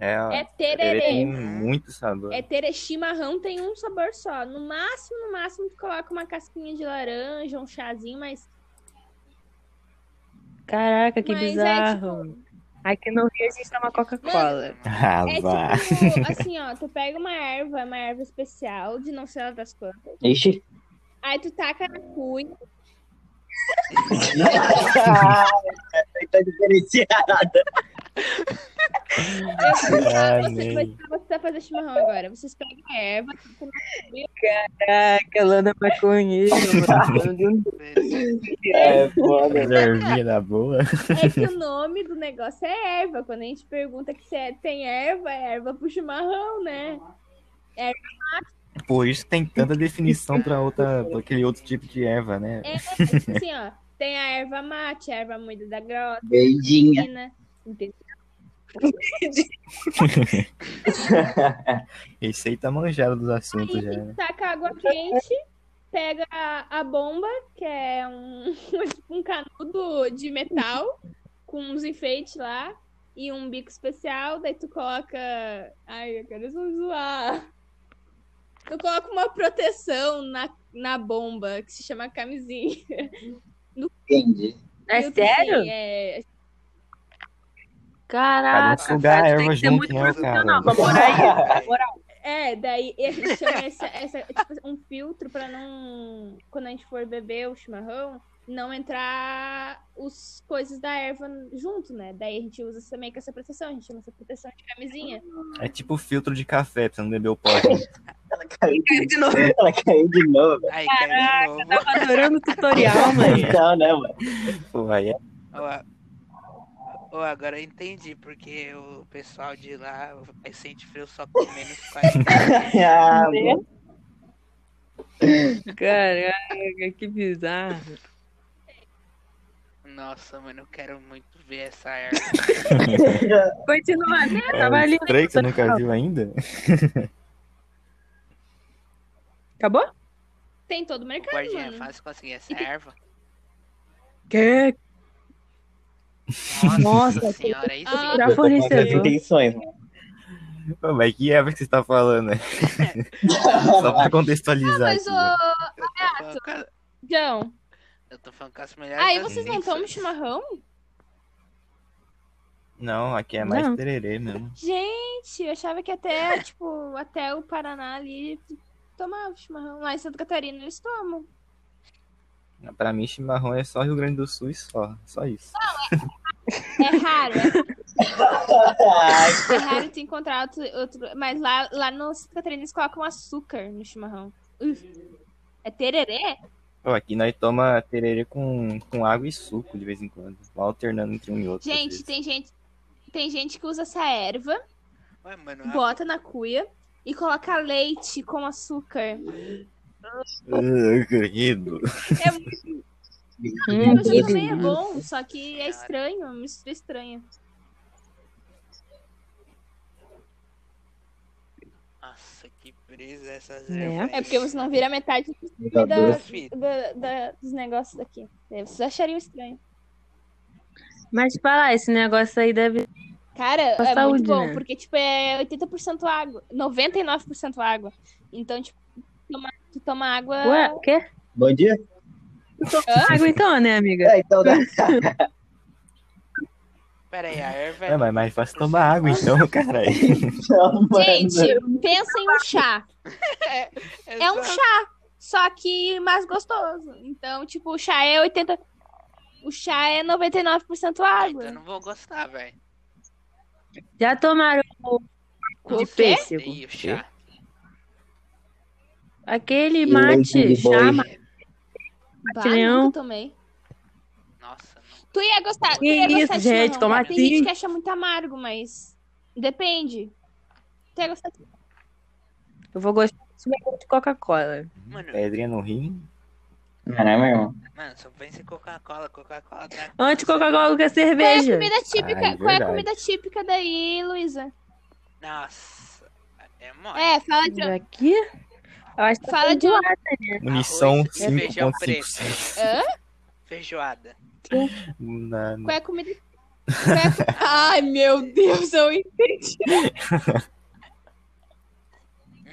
[SPEAKER 3] É, ó,
[SPEAKER 1] É
[SPEAKER 3] ele tem
[SPEAKER 1] tererê.
[SPEAKER 3] muito sabor.
[SPEAKER 1] É tererê. Chimarrão tem um sabor só. No máximo, no máximo, tu coloca uma casquinha de laranja, um chazinho, mas...
[SPEAKER 4] Caraca, que
[SPEAKER 1] mas
[SPEAKER 4] bizarro. Aqui no Rio a gente toma Coca-Cola.
[SPEAKER 3] Ah,
[SPEAKER 1] É tipo,
[SPEAKER 3] vá.
[SPEAKER 1] é tipo assim, ó. Tu pega uma erva, uma erva especial, de não sei lá das quantas.
[SPEAKER 4] tipo,
[SPEAKER 5] Ixi.
[SPEAKER 1] Aí tu taca na cuia.
[SPEAKER 5] tá diferenciado.
[SPEAKER 1] Eu vou ensinar você,
[SPEAKER 3] Amém.
[SPEAKER 1] vou ensinar você a fazer chimarrão agora. Vocês pegam a erva,
[SPEAKER 4] Caraca, Lana maconheira, mano.
[SPEAKER 5] É foda.
[SPEAKER 3] Ervinha na boa.
[SPEAKER 1] É que o nome do negócio é erva. Quando a gente pergunta que se é- tem erva, é erva pro chimarrão, né?
[SPEAKER 3] Por isso tem tanta definição pra, outra, pra aquele outro tipo de erva, né?
[SPEAKER 1] É, tipo assim, ó. Tem a erva mate, a erva moída da grota,
[SPEAKER 5] Beijinha.
[SPEAKER 1] né? Entendeu?
[SPEAKER 3] Esse aí tá manjado dos assuntos já.
[SPEAKER 1] Aí
[SPEAKER 3] né?
[SPEAKER 1] taca água quente, pega a, a bomba, que é um, tipo um canudo de metal, com uns enfeites lá, e um bico especial, daí tu coloca. Ai, eu quero só zoar. Tu coloca uma proteção na, na bomba, que se chama camisinha.
[SPEAKER 5] Entendi.
[SPEAKER 4] É
[SPEAKER 1] Meu
[SPEAKER 4] sério?
[SPEAKER 1] bem, é-
[SPEAKER 3] Cada
[SPEAKER 4] Caraca.
[SPEAKER 3] outro um lugar a
[SPEAKER 4] Ah, cara, tem
[SPEAKER 3] erva
[SPEAKER 4] que ser
[SPEAKER 3] junto,
[SPEAKER 4] muito
[SPEAKER 3] né,
[SPEAKER 4] profissional pra
[SPEAKER 3] cara?
[SPEAKER 4] morar aí. Morar
[SPEAKER 1] É, daí a gente chama essa, essa- tipo, um filtro pra não. Quando a gente for beber o chimarrão, não entrar os coisas da erva junto, né? Daí a gente usa essa- meio que essa proteção, a gente chama essa proteção de camisinha.
[SPEAKER 3] É tipo filtro de café, pra você não beber o pó. né?
[SPEAKER 5] Ela caiu de
[SPEAKER 4] de novo.
[SPEAKER 5] novo. Ela caiu de novo.
[SPEAKER 2] Aí caiu de novo.
[SPEAKER 4] Tava adorando o tutorial, mano.
[SPEAKER 5] Não, né, mano?
[SPEAKER 3] Pô, aí é
[SPEAKER 2] Ó,
[SPEAKER 1] tá
[SPEAKER 2] a- ó, agora eu entendi porque o pessoal de lá aí sente frio só com menos 40.
[SPEAKER 5] Ah, mano.
[SPEAKER 4] Caraca, que bizarro.
[SPEAKER 2] Nossa, mano, eu quero muito ver essa erva.
[SPEAKER 4] Continua, né? Tava
[SPEAKER 3] é
[SPEAKER 4] ali.
[SPEAKER 3] estranho que você nunca viu ainda.
[SPEAKER 4] Acabou?
[SPEAKER 1] Tem em todo o mercado,
[SPEAKER 2] Guardinha,
[SPEAKER 1] mano.
[SPEAKER 2] fácil conseguir essa erva.
[SPEAKER 4] Que?
[SPEAKER 2] Nossa,
[SPEAKER 4] Nossa,
[SPEAKER 2] senhora, aí
[SPEAKER 1] Ah,
[SPEAKER 2] sim.
[SPEAKER 4] Pra
[SPEAKER 5] Eu tô com essas
[SPEAKER 4] fornecedor.
[SPEAKER 5] intenções, mano.
[SPEAKER 3] Pô, mas que erva que você tá falando, né? Só pra contextualizar
[SPEAKER 1] Ah, Mas,
[SPEAKER 3] aqui.
[SPEAKER 1] ô,
[SPEAKER 3] né?
[SPEAKER 2] Eu tô falando com a-
[SPEAKER 1] João,
[SPEAKER 2] eu tô falando com as melhores.
[SPEAKER 1] aí vocês não tomam
[SPEAKER 2] tão
[SPEAKER 1] chimarrão?
[SPEAKER 3] Não, aqui é mais
[SPEAKER 4] Não.
[SPEAKER 3] tererê mesmo.
[SPEAKER 1] Gente, eu achava que até, tipo, até o Paraná ali tomava chimarrão. Lá em Santa Catarina eles tomam.
[SPEAKER 3] Pra mim, chimarrão é só Rio Grande do Sul e só. Só isso.
[SPEAKER 1] É raro, é
[SPEAKER 5] Ai,
[SPEAKER 1] É raro tu encontrar outro. outro- mas lá, lá no Santa Catarina eles colocam açúcar no chimarrão. Uf. É tererê?
[SPEAKER 3] Pô, aqui nós toma tererê com, com água e suco de vez em quando. Vai alternando entre um e outro. às
[SPEAKER 1] Gente,
[SPEAKER 3] vezes.
[SPEAKER 1] tem gente. Tem gente que usa essa erva,
[SPEAKER 2] Ué, mano, a-
[SPEAKER 1] bota na cuia e coloca leite com açúcar.
[SPEAKER 3] Ah, querido.
[SPEAKER 1] Pikachu
[SPEAKER 4] Hum,
[SPEAKER 1] também é
[SPEAKER 4] que
[SPEAKER 1] bom, só que é estranho, uma mistura estranha.
[SPEAKER 2] Nossa, que brisa essas
[SPEAKER 4] Né?
[SPEAKER 2] ervas
[SPEAKER 1] É porque você é não vira metade do-
[SPEAKER 5] Vingadores.
[SPEAKER 1] da- da- dos negócios daqui. Daí Vocês achariam estranho.
[SPEAKER 4] Mas fala, esse negócio aí deve.
[SPEAKER 1] Cara,
[SPEAKER 4] Pra
[SPEAKER 1] é
[SPEAKER 4] saúde,
[SPEAKER 1] muito bom,
[SPEAKER 4] né?
[SPEAKER 1] porque, tipo, é 80% água. 99% água. Então, tipo, toma, tu toma água...
[SPEAKER 4] Ué, o quê?
[SPEAKER 5] Bom dia.
[SPEAKER 4] Água então, né, amiga?
[SPEAKER 5] É, então, né?
[SPEAKER 2] Pera aí, a erva
[SPEAKER 3] É, mas é mais fácil tomar água então, caralho.
[SPEAKER 5] Não, mano.
[SPEAKER 1] Gente, pensa em um chá. É um chá, só que mais gostoso. Então, tipo, o chá é 80... O chá é 99%
[SPEAKER 2] Eu
[SPEAKER 1] água.
[SPEAKER 2] não vou gostar, velho.
[SPEAKER 4] Já tomaram o
[SPEAKER 1] O
[SPEAKER 4] de
[SPEAKER 1] quê?
[SPEAKER 4] pêssego?
[SPEAKER 2] o chá.
[SPEAKER 4] Aquele
[SPEAKER 5] E
[SPEAKER 4] mate,
[SPEAKER 5] leite de boi.
[SPEAKER 2] ah,
[SPEAKER 4] chama.
[SPEAKER 1] Bah,
[SPEAKER 4] Leão.
[SPEAKER 1] nunca tomei.
[SPEAKER 2] Nossa, não.
[SPEAKER 1] Tu ia gostar. tu
[SPEAKER 4] Que
[SPEAKER 1] ia
[SPEAKER 4] isso,
[SPEAKER 1] gostar de
[SPEAKER 4] gente,
[SPEAKER 1] chimarrão,
[SPEAKER 4] como
[SPEAKER 1] cara. Tem
[SPEAKER 4] assim?
[SPEAKER 1] gente que acha muito amargo, mas depende. Tu ia gostar de
[SPEAKER 4] Eu vou gostar disso, mas eu gosto de Coca-Cola.
[SPEAKER 2] Mano,
[SPEAKER 3] Pedrinha no rim.
[SPEAKER 5] Caramba, irmão.
[SPEAKER 2] mano, só pensa em Coca-Cola, Coca-Cola tá.
[SPEAKER 4] Antes Coca-Cola do que a
[SPEAKER 1] Qual é a
[SPEAKER 4] cerveja.
[SPEAKER 1] comida típica?
[SPEAKER 3] Ah, é
[SPEAKER 1] Qual é a
[SPEAKER 3] verdade.
[SPEAKER 1] comida típica daí, Luísa?
[SPEAKER 2] Nossa, é mole.
[SPEAKER 1] É, fala de.
[SPEAKER 4] Aqui? Eu acho que
[SPEAKER 1] Fala
[SPEAKER 4] tá
[SPEAKER 1] de
[SPEAKER 4] enjoada.
[SPEAKER 3] Munição
[SPEAKER 2] Arroz e feijão preto.
[SPEAKER 3] 5.56.
[SPEAKER 1] Hã?
[SPEAKER 2] Feijoada.
[SPEAKER 3] Na-
[SPEAKER 1] Qual é a comida. Qual é a- Ai, meu Deus, eu entendi.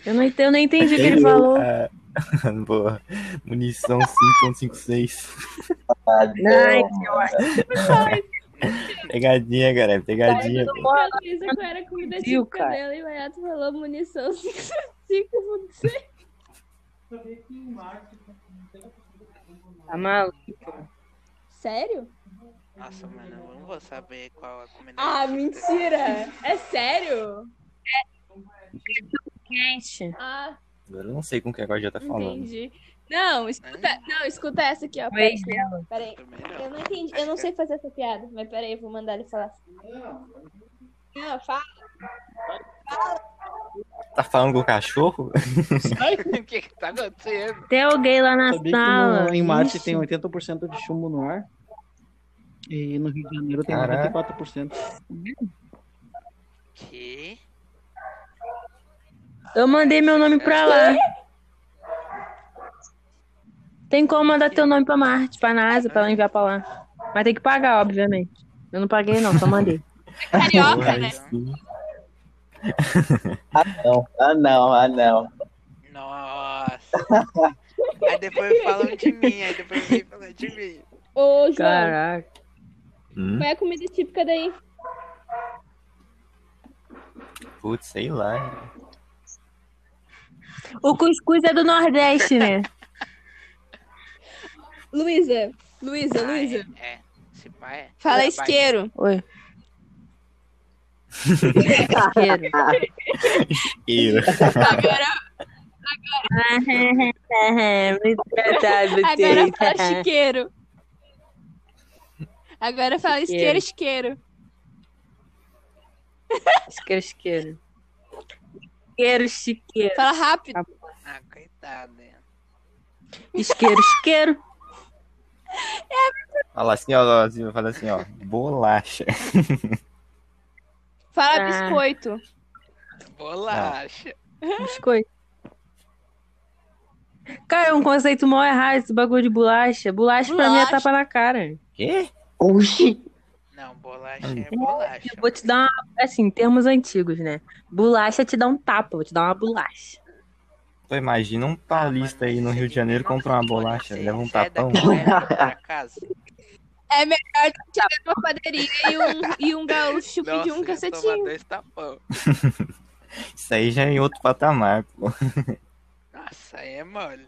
[SPEAKER 4] Eu não ent- eu não entendi o que
[SPEAKER 5] um-
[SPEAKER 4] ele falou.
[SPEAKER 3] Ah, boa. Munição 5.56.
[SPEAKER 4] Ai,
[SPEAKER 3] Pegadinha, galera. Pegadinha.
[SPEAKER 1] Eu perguntei pra Luísa qual era a comida
[SPEAKER 4] Brasil,
[SPEAKER 1] típica
[SPEAKER 4] cara.
[SPEAKER 1] dela e o Hayato falou munição 5.
[SPEAKER 4] tá maluco.
[SPEAKER 1] Sério?
[SPEAKER 2] Nossa, mano, eu não vou saber qual a comida.
[SPEAKER 1] Ah,
[SPEAKER 2] típica.
[SPEAKER 1] mentira! É sério?
[SPEAKER 4] Gente,
[SPEAKER 1] Ah,
[SPEAKER 3] Agora eu não sei com que agora já tá falando.
[SPEAKER 1] entendi. Não,
[SPEAKER 2] é, né?
[SPEAKER 1] escuta, não, escuta essa aqui, ó.
[SPEAKER 4] o ex dela.
[SPEAKER 1] Peraí.
[SPEAKER 2] Também
[SPEAKER 1] Eu
[SPEAKER 2] não.
[SPEAKER 1] não entendi, eu não sei fazer essa piada, mas peraí, eu vou mandar ele falar. assim. Não, fala.
[SPEAKER 3] Tá falando com o cachorro?
[SPEAKER 2] o que que tá acontecendo?
[SPEAKER 4] Tem alguém lá na
[SPEAKER 7] Sabia que
[SPEAKER 4] sala.
[SPEAKER 7] no, em Marte
[SPEAKER 4] Ixi,
[SPEAKER 7] tem 80% de chumbo no ar. E no Rio de Janeiro tem
[SPEAKER 3] Caraca.
[SPEAKER 7] 94%.
[SPEAKER 2] Que?
[SPEAKER 4] Eu mandei meu nome pra lá. Tem como mandar teu nome pra Marte, pra NASA, pra ela enviar pra lá. Mas tem que pagar, obviamente. Eu não paguei, não, só mandei.
[SPEAKER 1] Carioca,
[SPEAKER 3] Porra,
[SPEAKER 1] né?
[SPEAKER 3] aí sim.
[SPEAKER 5] Não. Ah, não, ah, não.
[SPEAKER 2] Nossa. aí depois falam de mim, aí depois vem falar de mim.
[SPEAKER 1] Ô, João,
[SPEAKER 4] Caraca.
[SPEAKER 3] Hum,
[SPEAKER 1] qual é a comida típica daí?
[SPEAKER 3] putz, sei lá.
[SPEAKER 4] O cuscuz é do Nordeste, né?
[SPEAKER 1] Luísa, Luísa, Luísa.
[SPEAKER 2] Ah, é, é. Esse pai é.
[SPEAKER 1] Fala
[SPEAKER 2] Esse pai-
[SPEAKER 1] isqueiro.
[SPEAKER 4] Oi. Isqueiro.
[SPEAKER 3] Eu.
[SPEAKER 1] Agora,
[SPEAKER 4] Muito É, verdade,
[SPEAKER 1] agora fala
[SPEAKER 4] Tita.
[SPEAKER 1] chiqueiro. Agora fala isqueiro,
[SPEAKER 4] Chiqueiro.
[SPEAKER 1] isqueiro.
[SPEAKER 4] Isqueiro, isqueiro. Isqueiro, chiqueiro.
[SPEAKER 1] Fala rápido.
[SPEAKER 2] Ah, coitado. hein.
[SPEAKER 4] Isqueiro, isqueiro.
[SPEAKER 3] Fala assim, ó, assim, fala assim, ó. Bolacha.
[SPEAKER 1] Fala
[SPEAKER 4] Ah.
[SPEAKER 1] biscoito.
[SPEAKER 2] Bolacha.
[SPEAKER 4] Biscoito. Cara, é um conceito mó errado esse bagulho de bolacha. Bolacha pra mim é
[SPEAKER 1] Bolacha.
[SPEAKER 4] tapa na cara.
[SPEAKER 3] Quê?
[SPEAKER 5] Oxi.
[SPEAKER 2] Não, bolacha é bolacha.
[SPEAKER 4] Eu vou te dar uma. Assim, em termos antigos, né? Bolacha te dá um tapa, vou te dar uma bolacha.
[SPEAKER 3] Pô, imagina um paulista aí no Rio de Janeiro comprar uma bolacha, leva um
[SPEAKER 2] é
[SPEAKER 3] tapão.
[SPEAKER 2] né?
[SPEAKER 1] É melhor do que ir numa padaria e um, e um gaúcho pedir um
[SPEAKER 2] cacetinho.
[SPEAKER 1] cacetinho.
[SPEAKER 2] dois tapão.
[SPEAKER 3] Isso aí já é em outro patamar, pô.
[SPEAKER 2] Nossa, aí é mole.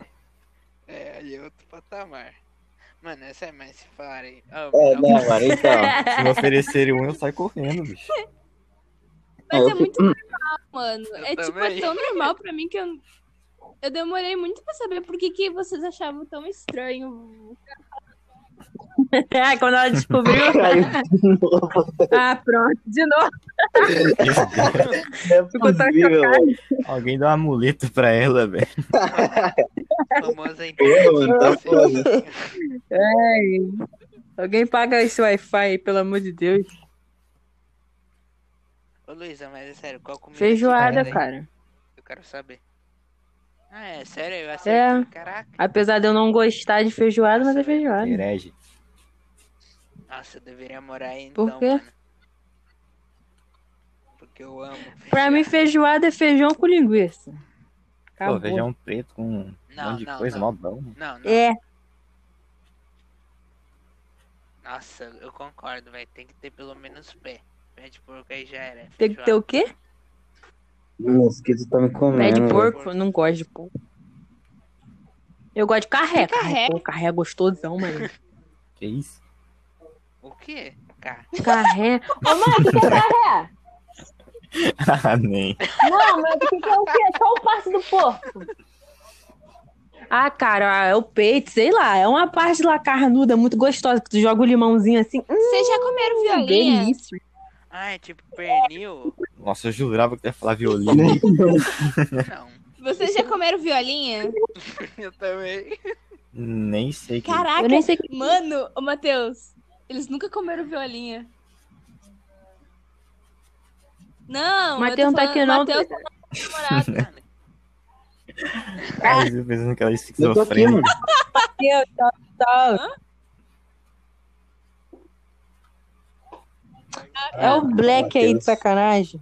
[SPEAKER 2] É, aí é outro patamar. Mano, essa é mais se falarem. Ah,
[SPEAKER 5] É,
[SPEAKER 2] não,
[SPEAKER 5] né, mano? Então.
[SPEAKER 3] Se me oferecerem um, eu saio correndo, bicho.
[SPEAKER 1] Mas
[SPEAKER 5] eu
[SPEAKER 1] é
[SPEAKER 5] fico-
[SPEAKER 1] muito normal, mano.
[SPEAKER 2] Eu
[SPEAKER 1] é tipo,
[SPEAKER 2] também.
[SPEAKER 1] é tão normal pra mim que eu. Eu demorei muito pra saber por que, que vocês achavam tão estranho.
[SPEAKER 4] É, quando ela descobriu.
[SPEAKER 5] Caiu de novo.
[SPEAKER 4] ah, pronto, de novo.
[SPEAKER 5] Não é
[SPEAKER 4] Ficou tão
[SPEAKER 5] possível,
[SPEAKER 4] chocado.
[SPEAKER 5] velho.
[SPEAKER 3] Alguém dá um amuleto pra ela, velho.
[SPEAKER 2] famosa
[SPEAKER 5] Eu, mano, tá foda.
[SPEAKER 4] Alguém paga esse Wi-Fi aí, pelo amor de Deus.
[SPEAKER 2] Ô Luísa, mas é sério, qual comida? que
[SPEAKER 4] Feijoada,
[SPEAKER 2] você faz aí?
[SPEAKER 4] cara.
[SPEAKER 2] Eu quero saber. Ah, é sério? Eu acertei. Caraca.
[SPEAKER 4] Apesar de eu não gostar de feijoada, mas é feijoada.
[SPEAKER 3] Herege.
[SPEAKER 2] Nossa, eu deveria morar aí então,
[SPEAKER 4] Por quê?
[SPEAKER 2] mano. Porque eu amo.
[SPEAKER 4] Pra mim, feijoada é feijão com linguiça.
[SPEAKER 3] Pô,
[SPEAKER 4] Acabou.
[SPEAKER 3] feijão preto com um
[SPEAKER 2] Não,
[SPEAKER 3] monte de
[SPEAKER 2] não,
[SPEAKER 3] coisa,
[SPEAKER 2] não.
[SPEAKER 3] mó bom. mano.
[SPEAKER 2] Não, não.
[SPEAKER 4] É,
[SPEAKER 2] Nossa, eu concordo, velho. Tem que ter pelo menos pé. Pé de porco aí já era.
[SPEAKER 4] tem que ter o quê?
[SPEAKER 5] Mosquito tá me comendo.
[SPEAKER 4] Pé de
[SPEAKER 5] velho.
[SPEAKER 4] porco? Eu É, não gosto de porco. Eu gosto de carré. Carré,
[SPEAKER 6] Carré?
[SPEAKER 4] pô, carré é gostosão, mano.
[SPEAKER 3] Que isso?
[SPEAKER 2] O quê? Cara,
[SPEAKER 4] Carré.
[SPEAKER 8] Ô, mano, o que que é carré?
[SPEAKER 3] ah, nem.
[SPEAKER 8] Não, mas o que que é o quê? Qual parte do porco?
[SPEAKER 4] Ah, cara, é o peito, sei lá. É uma parte lá carnuda muito gostosa que tu joga o limãozinho assim. Hum,
[SPEAKER 1] Vocês já comeram violinha?
[SPEAKER 4] delícia.
[SPEAKER 2] ah, é tipo pernil?
[SPEAKER 3] Nossa, eu jurava que tu ia falar violino.
[SPEAKER 2] Não.
[SPEAKER 1] Vocês já comeram violinha?
[SPEAKER 2] Eu também.
[SPEAKER 3] nem sei que.
[SPEAKER 1] Caraca,
[SPEAKER 4] Eu nem sei o que
[SPEAKER 1] mano, ô Matheus, eles nunca comeram violinha. Não,
[SPEAKER 4] Matheus não tá aqui, não.
[SPEAKER 1] Matheus tá namorado.
[SPEAKER 2] Mano,
[SPEAKER 3] Mas eu pensando que ela é
[SPEAKER 5] Eu tô aqui,
[SPEAKER 3] esquizofrênica.
[SPEAKER 5] mano.
[SPEAKER 4] é. Tal, tal. É o Black aí, de
[SPEAKER 5] Matheus.
[SPEAKER 4] sacanagem.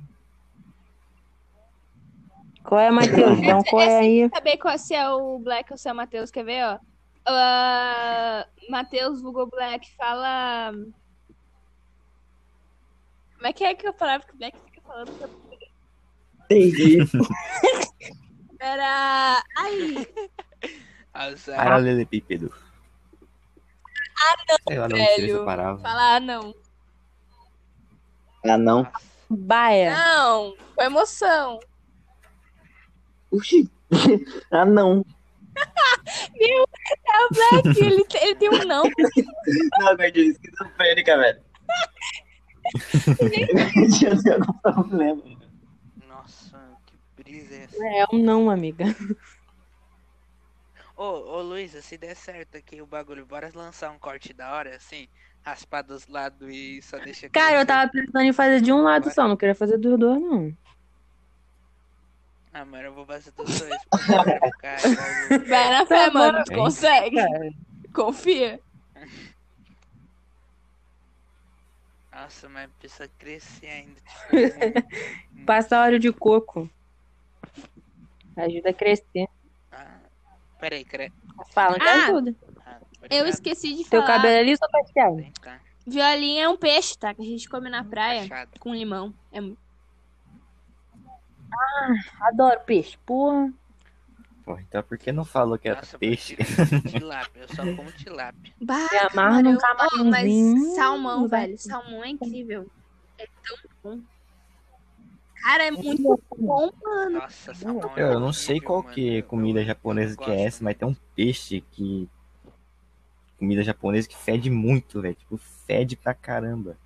[SPEAKER 4] Qual é, Matheus? Então, qual é aí?
[SPEAKER 1] saber qual, se é o Black ou se é o Matheus, quer ver, ó? Ah, Matheus, vulgo Black, fala... Como é que é que eu falava que o Black fica falando? que eu-
[SPEAKER 7] Entendi.
[SPEAKER 1] Era... Ai,
[SPEAKER 2] Nossa,
[SPEAKER 3] Paralelepípedo. Ah, não, Sei lá de onde tirei
[SPEAKER 1] velho.
[SPEAKER 3] essa palavra.
[SPEAKER 1] falar não.
[SPEAKER 5] Ah, não.
[SPEAKER 2] nossa.
[SPEAKER 4] Baia.
[SPEAKER 1] Não, com emoção.
[SPEAKER 5] Uxi. Ah, não.
[SPEAKER 1] É Black, ele, tem- ele tem um não.
[SPEAKER 5] Não, gordinho, esquizofrênica, velho. Tinha algum problema.
[SPEAKER 2] Nossa, que brisa é essa?
[SPEAKER 4] É um não, amiga.
[SPEAKER 2] Ô, ô Luísa, se der certo aqui o bagulho, bora lançar um corte da hora, assim, raspar dos lados e só deixa.
[SPEAKER 4] Cara, eu
[SPEAKER 2] crescer.
[SPEAKER 4] tava pensando em fazer de um lado só, não queria fazer dos dois, não.
[SPEAKER 2] Ah, mano, eu vou fazer dos dois. porque eu quero ficar igual o Lu.
[SPEAKER 1] Vai na fé,
[SPEAKER 4] Tá bom.
[SPEAKER 1] mano, tu consegue. Confia.
[SPEAKER 2] Nossa, mas precisa crescer ainda. Tipo, um- um-
[SPEAKER 4] Passar óleo de coco. Ajuda a crescer.
[SPEAKER 2] Ah, peraí, cre...
[SPEAKER 4] Falam que
[SPEAKER 1] Ah,
[SPEAKER 4] ajuda.
[SPEAKER 2] ah,
[SPEAKER 1] Eu
[SPEAKER 2] obrigado.
[SPEAKER 1] esqueci de
[SPEAKER 4] Teu
[SPEAKER 1] falar.
[SPEAKER 4] cabelo é liso ou cacheado?
[SPEAKER 2] Vem cá,
[SPEAKER 1] Violinha é um peixe, tá? Que a gente come na praia
[SPEAKER 2] fechado.
[SPEAKER 1] com limão. É muito-
[SPEAKER 4] Adoro peixe. Porra.
[SPEAKER 3] Pô, então por que não falou que era
[SPEAKER 2] Nossa, eu
[SPEAKER 3] peixe?
[SPEAKER 2] prefiro tilápia, eu só como tilápia.
[SPEAKER 1] Bah,
[SPEAKER 4] Me amarra num
[SPEAKER 1] cara, eu- Não,
[SPEAKER 4] camarãozinho.
[SPEAKER 1] Mas salmão,
[SPEAKER 4] um Hum, Vai.
[SPEAKER 1] velho. Salmão é incrível. É tão bom. Cara, é muito bom.
[SPEAKER 2] Nossa, salmão é
[SPEAKER 3] Eu não sei
[SPEAKER 2] horrível,
[SPEAKER 3] qual
[SPEAKER 2] mano,
[SPEAKER 3] que é
[SPEAKER 2] eu-
[SPEAKER 3] comida
[SPEAKER 2] eu-
[SPEAKER 3] japonesa
[SPEAKER 2] eu
[SPEAKER 3] que é
[SPEAKER 2] gosto.
[SPEAKER 3] essa, mas tem um peixe que. Comida japonesa que fede muito, velho. Tipo, fede pra caramba.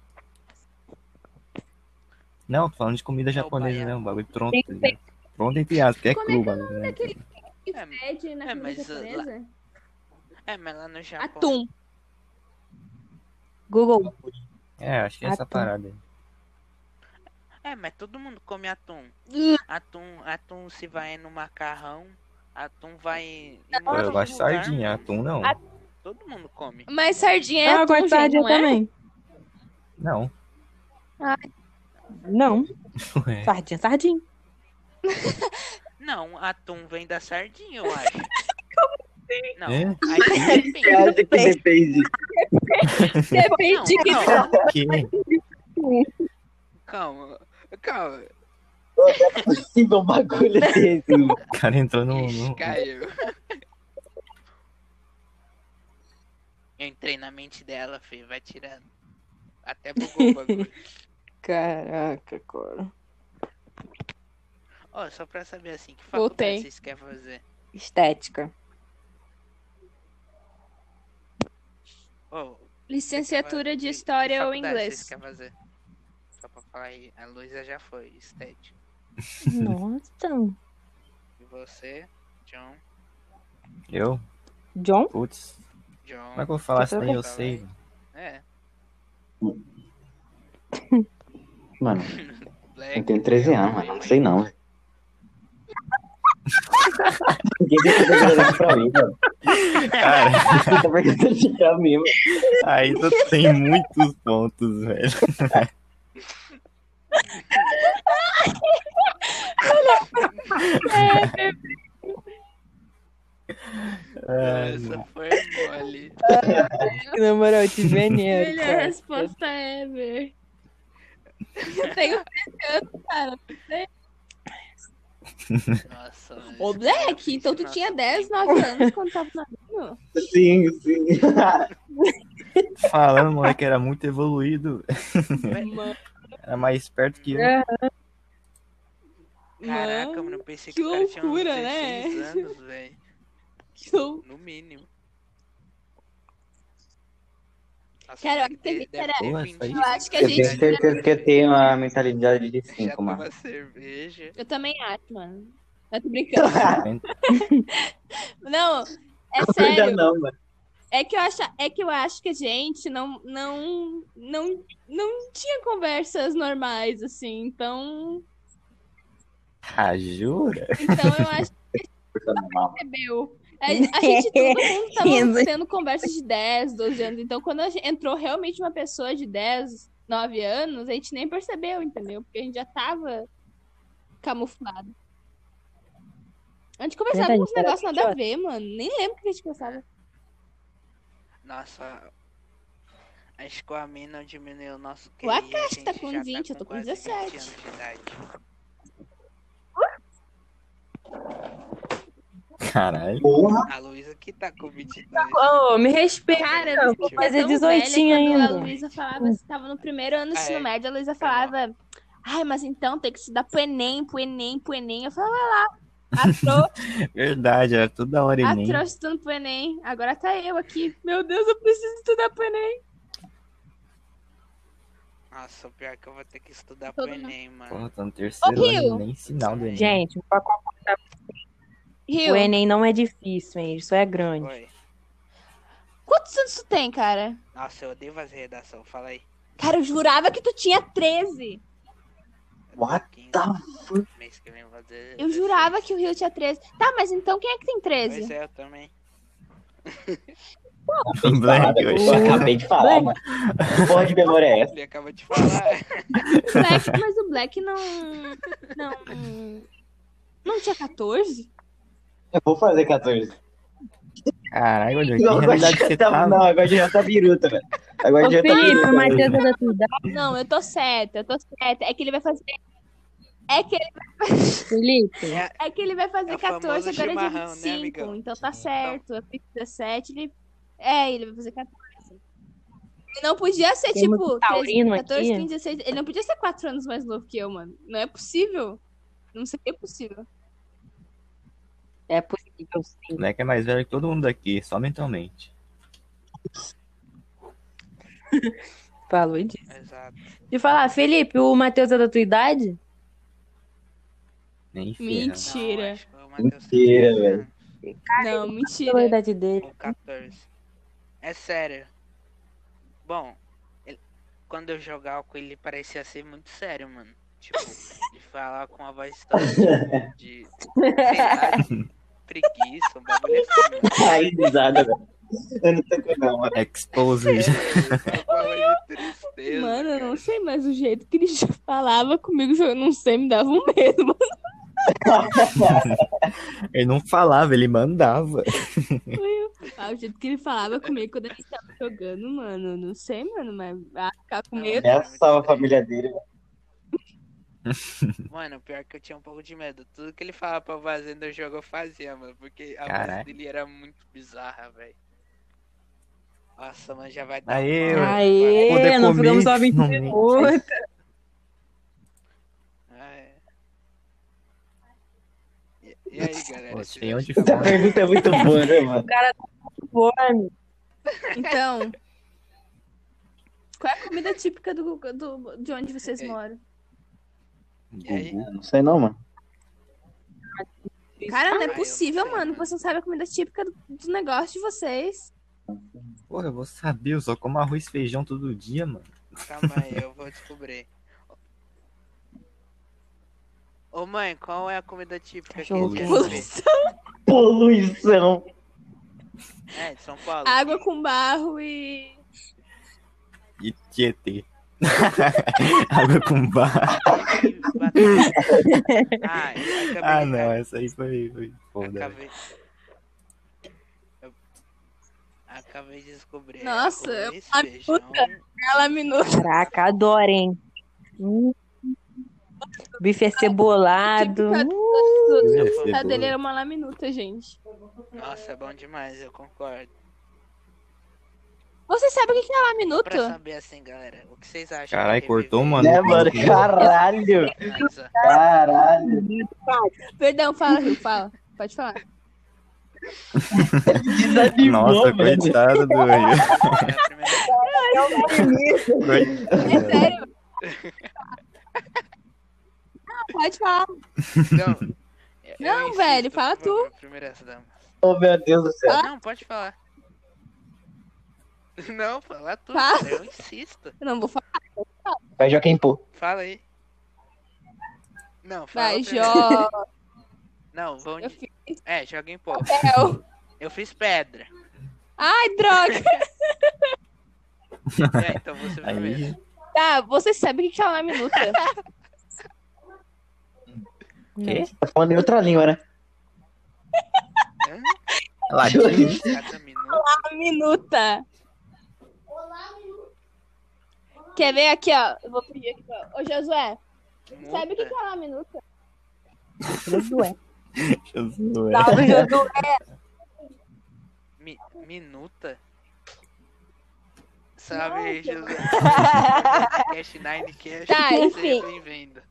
[SPEAKER 3] Não, tô falando de comida japonesa,
[SPEAKER 2] baiacu.
[SPEAKER 3] né? Um bagulho pronto. né? Pronto entre aspas, porque é
[SPEAKER 6] Como é
[SPEAKER 3] cru,
[SPEAKER 6] que é o
[SPEAKER 3] bagulho, né?
[SPEAKER 6] daquele- Que
[SPEAKER 2] É,
[SPEAKER 6] fede na
[SPEAKER 2] é,
[SPEAKER 6] comida
[SPEAKER 2] mas, ah,
[SPEAKER 6] japonesa?
[SPEAKER 2] É, mas lá no Japão.
[SPEAKER 1] Atum.
[SPEAKER 4] Google.
[SPEAKER 3] É, acho que é essa
[SPEAKER 4] Atum.
[SPEAKER 3] parada. aí.
[SPEAKER 2] É, mas todo mundo come atum.
[SPEAKER 1] Ih.
[SPEAKER 2] Atum, atum se vai no macarrão, atum vai
[SPEAKER 1] É
[SPEAKER 2] em um
[SPEAKER 3] Pô, eu
[SPEAKER 2] outro
[SPEAKER 3] gosto de
[SPEAKER 2] lugar,
[SPEAKER 3] sardinha, atum não.
[SPEAKER 2] Todo mundo come.
[SPEAKER 1] Mas sardinha é
[SPEAKER 4] Ah, eu gosto
[SPEAKER 1] atum,
[SPEAKER 4] de
[SPEAKER 1] gente,
[SPEAKER 4] sardinha
[SPEAKER 1] não é?
[SPEAKER 4] também.
[SPEAKER 3] Não.
[SPEAKER 4] Não.
[SPEAKER 3] Ué.
[SPEAKER 4] Sardinha, sardinha.
[SPEAKER 2] Não, atum vem da sardinha, eu acho.
[SPEAKER 1] assim?
[SPEAKER 2] Não,
[SPEAKER 3] É?
[SPEAKER 2] aí depende.
[SPEAKER 5] Você acha que depende?
[SPEAKER 2] Não,
[SPEAKER 1] Depende que
[SPEAKER 2] não,
[SPEAKER 3] Por quê?
[SPEAKER 2] Calma, calma.
[SPEAKER 5] É possível um bagulho desse.
[SPEAKER 3] O cara entrou no.
[SPEAKER 2] Ixi,
[SPEAKER 3] no...
[SPEAKER 2] caiu. Eu entrei na mente dela, filho, vai tirando. Até bugou o bagulho.
[SPEAKER 4] Caraca, cara.
[SPEAKER 2] Ó, só pra saber assim, que faculdade
[SPEAKER 1] Voltei.
[SPEAKER 2] vocês querem fazer?
[SPEAKER 4] Estética.
[SPEAKER 2] Ô,
[SPEAKER 1] Licenciatura de
[SPEAKER 2] Que- que
[SPEAKER 1] História ou
[SPEAKER 2] faculdade
[SPEAKER 1] Inglês.
[SPEAKER 2] Vocês querem fazer? Só pra falar aí, a Luísa já foi, estética.
[SPEAKER 4] Nossa.
[SPEAKER 2] E você, John?
[SPEAKER 3] Eu?
[SPEAKER 4] John?
[SPEAKER 3] Putz.
[SPEAKER 2] John.
[SPEAKER 3] Como é que eu vou falar isso
[SPEAKER 2] Tá
[SPEAKER 3] daí? Eu
[SPEAKER 2] bom.
[SPEAKER 3] sei. velho.
[SPEAKER 2] É,
[SPEAKER 5] Mano,
[SPEAKER 2] Black.
[SPEAKER 5] eu tenho 13 anos, mano. Não sei não, velho. Ninguém tem que perguntar isso pra mim, mano.
[SPEAKER 3] Cara,
[SPEAKER 5] Ninguém tá perguntando isso pra mim, mano.
[SPEAKER 3] aí tu tem muitos pontos, velho.
[SPEAKER 2] Essa foi mole.
[SPEAKER 4] Na moral, te veneno.
[SPEAKER 1] é
[SPEAKER 6] Melhor resposta ever. Eu tenho
[SPEAKER 2] Nossa.
[SPEAKER 1] Ô,
[SPEAKER 2] mas-
[SPEAKER 1] Black, então tu
[SPEAKER 2] Nossa.
[SPEAKER 1] tinha 10, 9 anos quando tava na
[SPEAKER 5] Sim, sim.
[SPEAKER 3] Falando, moleque, era muito evoluído. Era mais esperto que eu.
[SPEAKER 4] É.
[SPEAKER 2] Caraca, mano, eu pensei que,
[SPEAKER 1] que
[SPEAKER 2] o cara tinha uns
[SPEAKER 1] loucura,
[SPEAKER 2] 16 anos, velho.
[SPEAKER 1] mão.
[SPEAKER 2] No mínimo. Nossa,
[SPEAKER 1] Cara, eu
[SPEAKER 2] deve
[SPEAKER 1] acho que teve-
[SPEAKER 2] ter- deve
[SPEAKER 1] pera-
[SPEAKER 2] ter um
[SPEAKER 3] Porra,
[SPEAKER 2] 20
[SPEAKER 3] isso aí-
[SPEAKER 1] Eu acho que a
[SPEAKER 5] Eu tenho
[SPEAKER 1] gente.
[SPEAKER 5] certeza que eu tenho uma mentalidade de
[SPEAKER 2] Já
[SPEAKER 5] 5, mano.
[SPEAKER 2] toma cerveja.
[SPEAKER 1] Eu também acho, mano. Eu tô brincando. Não, é
[SPEAKER 5] Ainda
[SPEAKER 1] sério.
[SPEAKER 5] não, mano.
[SPEAKER 1] É que eu acho, é que eu acho que a gente não, não, não, não tinha conversas normais assim. Então,
[SPEAKER 3] Ah, jura?
[SPEAKER 1] então eu acho que
[SPEAKER 5] Tá normal.
[SPEAKER 1] bebeu. A, a gente todo mundo tava tendo conversas de 10, 12 anos. Então, quando a gente- entrou realmente uma pessoa de 10, 9 anos, a gente nem percebeu, entendeu? Porque a gente já tava camuflado. A gente conversava
[SPEAKER 4] Verdade,
[SPEAKER 1] com uns
[SPEAKER 4] era
[SPEAKER 1] negócios nada a ver, mano. Nem lembro o que a gente conversava.
[SPEAKER 2] Nossa. Acho que o amino diminuiu o nosso QI.
[SPEAKER 1] O
[SPEAKER 2] a
[SPEAKER 1] Akashi tá
[SPEAKER 2] gente
[SPEAKER 1] com
[SPEAKER 2] já
[SPEAKER 1] 20, eu tô com
[SPEAKER 2] quase
[SPEAKER 1] 17.
[SPEAKER 2] anos de idade.
[SPEAKER 3] Caralho.
[SPEAKER 5] Porra,
[SPEAKER 2] A Luísa que tá com 22.
[SPEAKER 4] Ô, me respeita.
[SPEAKER 6] Cara,
[SPEAKER 4] eu
[SPEAKER 6] eu
[SPEAKER 4] vou
[SPEAKER 6] fiquei
[SPEAKER 4] fazer
[SPEAKER 6] tão
[SPEAKER 4] 18
[SPEAKER 6] velha quando
[SPEAKER 4] ainda.
[SPEAKER 6] A Luísa falava, você tava no primeiro ano do
[SPEAKER 2] Ah,
[SPEAKER 6] ensino
[SPEAKER 2] é.
[SPEAKER 6] médio, a Luísa falava, ai, mas então tem que estudar pro Enem, pro Enem, pro Enem. Eu falava, vai lá,
[SPEAKER 3] Verdade, era tudo da hora
[SPEAKER 6] a
[SPEAKER 3] e
[SPEAKER 6] Tro- a
[SPEAKER 3] nem.
[SPEAKER 6] Tro estudando pro Enem. Agora tá eu aqui. Meu Deus, eu preciso estudar pro Enem.
[SPEAKER 2] Nossa, o pior é que eu vou ter que estudar
[SPEAKER 6] Todo
[SPEAKER 2] pro
[SPEAKER 6] mundo.
[SPEAKER 2] Enem, mano.
[SPEAKER 3] Porra, tô no terceiro
[SPEAKER 1] Ô,
[SPEAKER 3] ano,
[SPEAKER 1] Rio.
[SPEAKER 3] nem sinal do Enem.
[SPEAKER 4] Gente, pra concluir,
[SPEAKER 1] Rio,
[SPEAKER 4] o Enem não é difícil, hein? Isso é grande.
[SPEAKER 2] Oi.
[SPEAKER 1] quantos anos tu tem, cara?
[SPEAKER 2] Nossa, eu odeio fazer redação, fala aí.
[SPEAKER 1] Cara, eu jurava que tu tinha 13.
[SPEAKER 2] Eu tô
[SPEAKER 5] What
[SPEAKER 2] 15,
[SPEAKER 5] the fuck?
[SPEAKER 2] Mês que vem eu vou fazer
[SPEAKER 1] Eu
[SPEAKER 2] 16.
[SPEAKER 1] jurava que o Rio tinha 13. Tá, mas então quem é que tem 13?
[SPEAKER 2] Pois é, eu também.
[SPEAKER 3] Black, eu
[SPEAKER 5] eu
[SPEAKER 3] achei.
[SPEAKER 5] acabei de falar, mano. Que porra de memória é essa?
[SPEAKER 2] Ele acaba de falar.
[SPEAKER 1] Black, mas o Black não. Não. Não tinha 14?
[SPEAKER 5] Eu vou fazer 14.
[SPEAKER 3] Caralho, olha, que
[SPEAKER 5] Não, agora
[SPEAKER 3] realidade
[SPEAKER 5] já
[SPEAKER 3] você
[SPEAKER 5] tá,
[SPEAKER 3] tá,
[SPEAKER 5] não, agora já tá biruta, velho. Agora
[SPEAKER 4] Ô,
[SPEAKER 5] já tá
[SPEAKER 4] Felipe,
[SPEAKER 5] biruta.
[SPEAKER 4] mas
[SPEAKER 5] velho.
[SPEAKER 4] eu da tua idade,
[SPEAKER 1] Não, eu tô certa, eu tô certa. É que ele vai fazer. É que,
[SPEAKER 4] Felipe.
[SPEAKER 2] É,
[SPEAKER 1] é que ele vai fazer
[SPEAKER 2] É o famoso
[SPEAKER 1] 14, agora é dia
[SPEAKER 2] chimarrão, né,
[SPEAKER 1] 25.
[SPEAKER 2] amigão?
[SPEAKER 1] então tá certo. Eu fiz 17, ele. É, ele vai fazer 14. Ele não podia ser
[SPEAKER 4] Tem muito
[SPEAKER 1] tipo.
[SPEAKER 4] taurino
[SPEAKER 1] 14,
[SPEAKER 4] aqui.
[SPEAKER 1] 15, 16. Ele não podia ser 4 anos mais novo que eu, mano. Não é possível. Não seria possível.
[SPEAKER 4] É possível, sim.
[SPEAKER 3] Black é mais velho que todo mundo aqui, só mentalmente.
[SPEAKER 4] Falou disso.
[SPEAKER 2] Exato.
[SPEAKER 4] E falar, Felipe, o Matheus é da tua idade?
[SPEAKER 3] Nem né? ferra.
[SPEAKER 1] Mentira.
[SPEAKER 2] Não, acho que né? o Matheus
[SPEAKER 5] Mentira,
[SPEAKER 2] tem
[SPEAKER 5] velho.
[SPEAKER 1] Não,
[SPEAKER 3] né?
[SPEAKER 4] Qual é a
[SPEAKER 1] mentira.
[SPEAKER 4] idade dele?
[SPEAKER 2] Ou 14. É sério. Bom, ele- quando eu jogava com ele, ele parecia ser muito sério, mano. Tipo, ele falava com a voz toda tipo, de. Sei lá, de preguiça, um bagulho assim. mano.
[SPEAKER 5] Ai, risada, velho. Eu não tô com não, mano.
[SPEAKER 3] Exposed.
[SPEAKER 2] Uma voz É, um de tristeza,
[SPEAKER 1] Mano, eu
[SPEAKER 2] cara.
[SPEAKER 1] não sei, mas o jeito que ele já falava comigo, eu não sei, me dava um medo. mano.
[SPEAKER 3] Ele não falava, ele mandava.
[SPEAKER 1] Ah, o jeito que ele falava comigo quando a gente tava jogando, mano. eu Não sei, mano, mas ah, ficar com
[SPEAKER 2] Não,
[SPEAKER 1] medo.
[SPEAKER 3] É
[SPEAKER 5] Ameaçava a família dele, velho.
[SPEAKER 2] Mano, pior que eu tinha um pouco de medo. Tudo que ele falava pra eu fazer no jogo eu fazia, mano. Porque a
[SPEAKER 3] Caraca.
[SPEAKER 2] voz dele era muito bizarra, velho. Nossa, mano, já vai dar. um
[SPEAKER 3] Aê,
[SPEAKER 2] uma hora,
[SPEAKER 4] Aê,
[SPEAKER 3] Quando é
[SPEAKER 4] não ficamos
[SPEAKER 3] comigo,
[SPEAKER 4] só 20
[SPEAKER 3] não-
[SPEAKER 4] minutos.
[SPEAKER 2] mano. É. E, e aí, galera?
[SPEAKER 3] Pô,
[SPEAKER 2] vocês
[SPEAKER 3] tem onde
[SPEAKER 2] acham que
[SPEAKER 5] Essa
[SPEAKER 2] tá bom?
[SPEAKER 5] pergunta é muito boa, né, mano?
[SPEAKER 4] Fome.
[SPEAKER 1] Então. Qual é a comida típica do, do- de onde vocês
[SPEAKER 2] É.
[SPEAKER 1] moram?
[SPEAKER 2] E aí?
[SPEAKER 5] Eu Não sei não, mano.
[SPEAKER 1] Cara, não
[SPEAKER 2] Ah, eu
[SPEAKER 1] é
[SPEAKER 2] não
[SPEAKER 1] possível,
[SPEAKER 2] Ah, sei,
[SPEAKER 1] mano.
[SPEAKER 2] mano.
[SPEAKER 1] Você não sabe a comida típica do, do negócio de vocês.
[SPEAKER 3] Porra, eu vou saber, eu só como arroz e feijão todo dia, mano.
[SPEAKER 2] Calma aí, eu vou descobrir. Ô mãe, qual é a comida típica aqui
[SPEAKER 4] Cachorro
[SPEAKER 2] de
[SPEAKER 4] quente.
[SPEAKER 2] Recife?
[SPEAKER 5] Poluição.
[SPEAKER 2] É, de São Paulo.
[SPEAKER 1] Água com barro e.
[SPEAKER 3] E Tietê. Água com bar.
[SPEAKER 2] Ih, bateu. ah, eu acabei
[SPEAKER 3] Ah,
[SPEAKER 2] de
[SPEAKER 3] não,
[SPEAKER 2] cagar.
[SPEAKER 3] essa aí foi, foi foda.
[SPEAKER 2] Acabei. Eu- Acabei de descobrir.
[SPEAKER 1] Nossa,
[SPEAKER 2] É
[SPEAKER 1] eu-
[SPEAKER 2] arroz,
[SPEAKER 1] a
[SPEAKER 2] feijão,
[SPEAKER 1] Ela minou.
[SPEAKER 4] Caraca, adoro, hein? Hum. Bife é cebolado.
[SPEAKER 3] Deve ser
[SPEAKER 2] Tá
[SPEAKER 1] A
[SPEAKER 3] boa.
[SPEAKER 1] dele era uma laminuta, gente.
[SPEAKER 2] Nossa, é bom demais, eu concordo.
[SPEAKER 1] Você sabe o que que é
[SPEAKER 2] Pra
[SPEAKER 1] laminuta?
[SPEAKER 2] saber assim, galera, o que vocês acham?
[SPEAKER 3] Caralho,
[SPEAKER 2] que é
[SPEAKER 3] cortou,
[SPEAKER 2] viver
[SPEAKER 3] mano.
[SPEAKER 5] Né, mano? Caralho.
[SPEAKER 2] em casa?
[SPEAKER 5] Caralho.
[SPEAKER 1] Perdão, fala, Rio, fala. Pode falar.
[SPEAKER 5] Desanimou,
[SPEAKER 3] Nossa,
[SPEAKER 5] velho.
[SPEAKER 3] coitado do Rio.
[SPEAKER 2] É a primeira vez.
[SPEAKER 1] É
[SPEAKER 3] Coitado.
[SPEAKER 1] sério. Não, pode falar.
[SPEAKER 2] Não, eu- eu
[SPEAKER 1] Não,
[SPEAKER 2] insisto,
[SPEAKER 1] velho, fala
[SPEAKER 2] por favor, Primeira dama. Ah,
[SPEAKER 5] Oh, meu Deus do céu.
[SPEAKER 2] Não, pode falar. Não, fala tudo,
[SPEAKER 1] Fala.
[SPEAKER 2] cara, eu insisto.
[SPEAKER 1] Eu não vou falar.
[SPEAKER 5] Vai jogar em pô.
[SPEAKER 2] Fala aí. Não, fala
[SPEAKER 1] Vai,
[SPEAKER 2] primeiro.
[SPEAKER 1] Jó.
[SPEAKER 2] Não, vão
[SPEAKER 1] Eu
[SPEAKER 2] de-
[SPEAKER 1] fiz
[SPEAKER 2] É, joga em pó.
[SPEAKER 1] papel.
[SPEAKER 2] Eu fiz pedra.
[SPEAKER 1] Ai, droga.
[SPEAKER 2] É, então você
[SPEAKER 3] Aí.
[SPEAKER 2] primeiro.
[SPEAKER 1] Tá, você sabe o que que é laminuta?
[SPEAKER 4] Hum.
[SPEAKER 5] Tá falando em outra língua, né?
[SPEAKER 2] Hã?
[SPEAKER 3] Latim.
[SPEAKER 2] Cada minuto.
[SPEAKER 1] Laminuta. Quer ver aqui, ó? Eu vou pedir aqui, ó. Ô, Josué, sabe o que que é laminuta?
[SPEAKER 3] Jesus, velho.
[SPEAKER 9] Salve, Josué.
[SPEAKER 2] Mi- Minuta? Sabe, Jesus. Cash Nine Cash.
[SPEAKER 1] Tá,
[SPEAKER 2] seja
[SPEAKER 1] enfim.
[SPEAKER 2] Bem-vindo.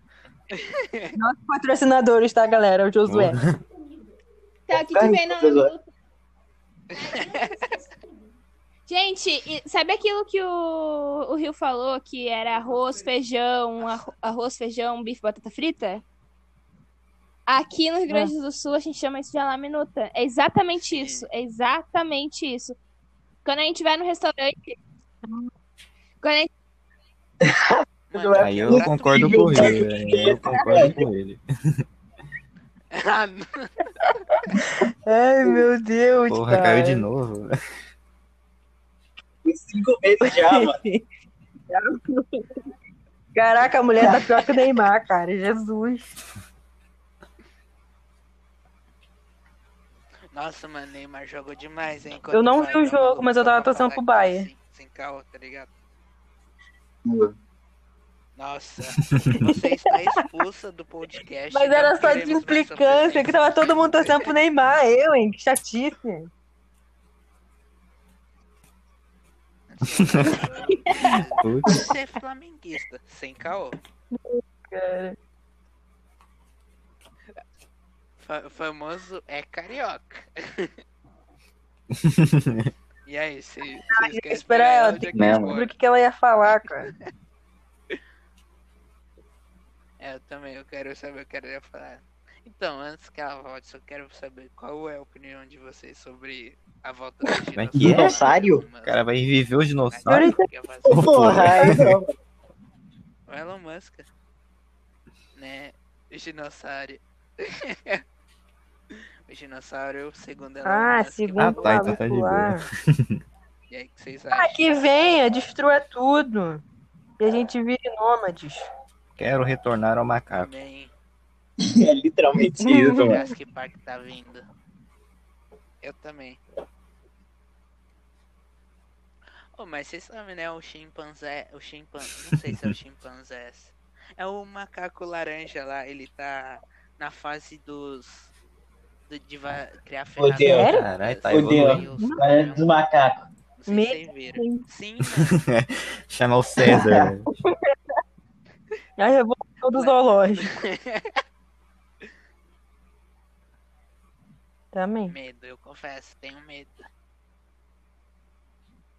[SPEAKER 4] Patrocinadores, tá, galera? O Josué.
[SPEAKER 1] Tá, o que, que
[SPEAKER 5] Carne
[SPEAKER 1] vem na
[SPEAKER 5] com Josué.
[SPEAKER 1] laminuta? Gente, e sabe aquilo que o, o Rio falou, que era arroz, feijão, um arro- arroz, feijão, bife, batata frita? Aqui no Rio Grande do Sul a gente chama isso de laminuta. É exatamente isso, é exatamente isso. Quando a gente vai no restaurante... Quando a gente...
[SPEAKER 2] Mano,
[SPEAKER 3] Aí eu concordo com o Rio, velho. Eu concordo com ele.
[SPEAKER 2] Ah, não.
[SPEAKER 4] Ai, meu Deus,
[SPEAKER 3] Porra, caiu de novo.
[SPEAKER 5] Cinco meses já, mano.
[SPEAKER 4] Caraca, a mulher tá pior que o Neymar, cara. Jesus.
[SPEAKER 2] Nossa, mano, Neymar jogou demais, hein?
[SPEAKER 4] Eu não
[SPEAKER 2] Quando
[SPEAKER 4] vi o
[SPEAKER 2] vai, tá
[SPEAKER 4] jogo,
[SPEAKER 2] maluco,
[SPEAKER 4] mas eu tava
[SPEAKER 2] pra
[SPEAKER 4] torcendo
[SPEAKER 2] falar
[SPEAKER 4] pro
[SPEAKER 2] aqui,
[SPEAKER 4] Bayern.
[SPEAKER 2] Sem, sem caô, tá ligado? Nossa, você está expulsa do podcast.
[SPEAKER 4] Mas
[SPEAKER 2] não
[SPEAKER 4] era só de
[SPEAKER 2] queremos mais sua
[SPEAKER 4] implicância,
[SPEAKER 2] presença.
[SPEAKER 4] que tava todo mundo torcendo pro Neymar. Eu, hein? Que chatice.
[SPEAKER 3] Putz,
[SPEAKER 2] Você é flamenguista, sem caô.
[SPEAKER 4] Cara.
[SPEAKER 2] Fa- famoso é carioca. e aí, se vocês querem
[SPEAKER 4] Espera ela,
[SPEAKER 2] onde é que
[SPEAKER 4] tem que
[SPEAKER 3] Né,
[SPEAKER 2] eu
[SPEAKER 4] descobrir o
[SPEAKER 2] moro?
[SPEAKER 4] que que ela ia falar, cara.
[SPEAKER 2] É, eu também, eu quero saber, eu quero falar. Então, antes que ela volte, só quero saber qual é a opinião de vocês sobre a volta do
[SPEAKER 3] Como é que é?
[SPEAKER 5] Dinossauro?
[SPEAKER 3] o cara vai reviver os
[SPEAKER 2] Elon
[SPEAKER 3] dinossauros.
[SPEAKER 2] Musk quer fazer.
[SPEAKER 5] Porra, aí não.
[SPEAKER 2] O Elon Musk, né? Os dinossauros. os dinossauros, é segundo Elon
[SPEAKER 4] Ah,
[SPEAKER 2] Musk,
[SPEAKER 4] segundo
[SPEAKER 3] Ah,
[SPEAKER 4] ah,
[SPEAKER 3] tá, então tá de boa.
[SPEAKER 2] E aí, o que vocês
[SPEAKER 4] Ah,
[SPEAKER 2] acham?
[SPEAKER 4] que venha, destrua tudo. E a gente vire nômades.
[SPEAKER 3] Quero retornar ao macaco.
[SPEAKER 2] Também,
[SPEAKER 5] É literalmente isso, mano.
[SPEAKER 2] Jurassic Park tá vindo. Eu também. Oh, mas vocês sabem, né? O chimpanzé. O chimpanzé. Não sei se é o chimpanzé. É o macaco laranja lá. Ele tá na fase dos. do- de va- criar ferramentas.
[SPEAKER 5] Sério?
[SPEAKER 3] Caralho, tá
[SPEAKER 5] Fudeu.
[SPEAKER 2] evoluindo.
[SPEAKER 5] Mas é dos macacos.
[SPEAKER 2] Não sei se vocês viram. Sim, mano.
[SPEAKER 3] Chamar o César. né? velho.
[SPEAKER 4] É a revolução do zoológico. Também.
[SPEAKER 2] medo, eu confesso. Tenho medo.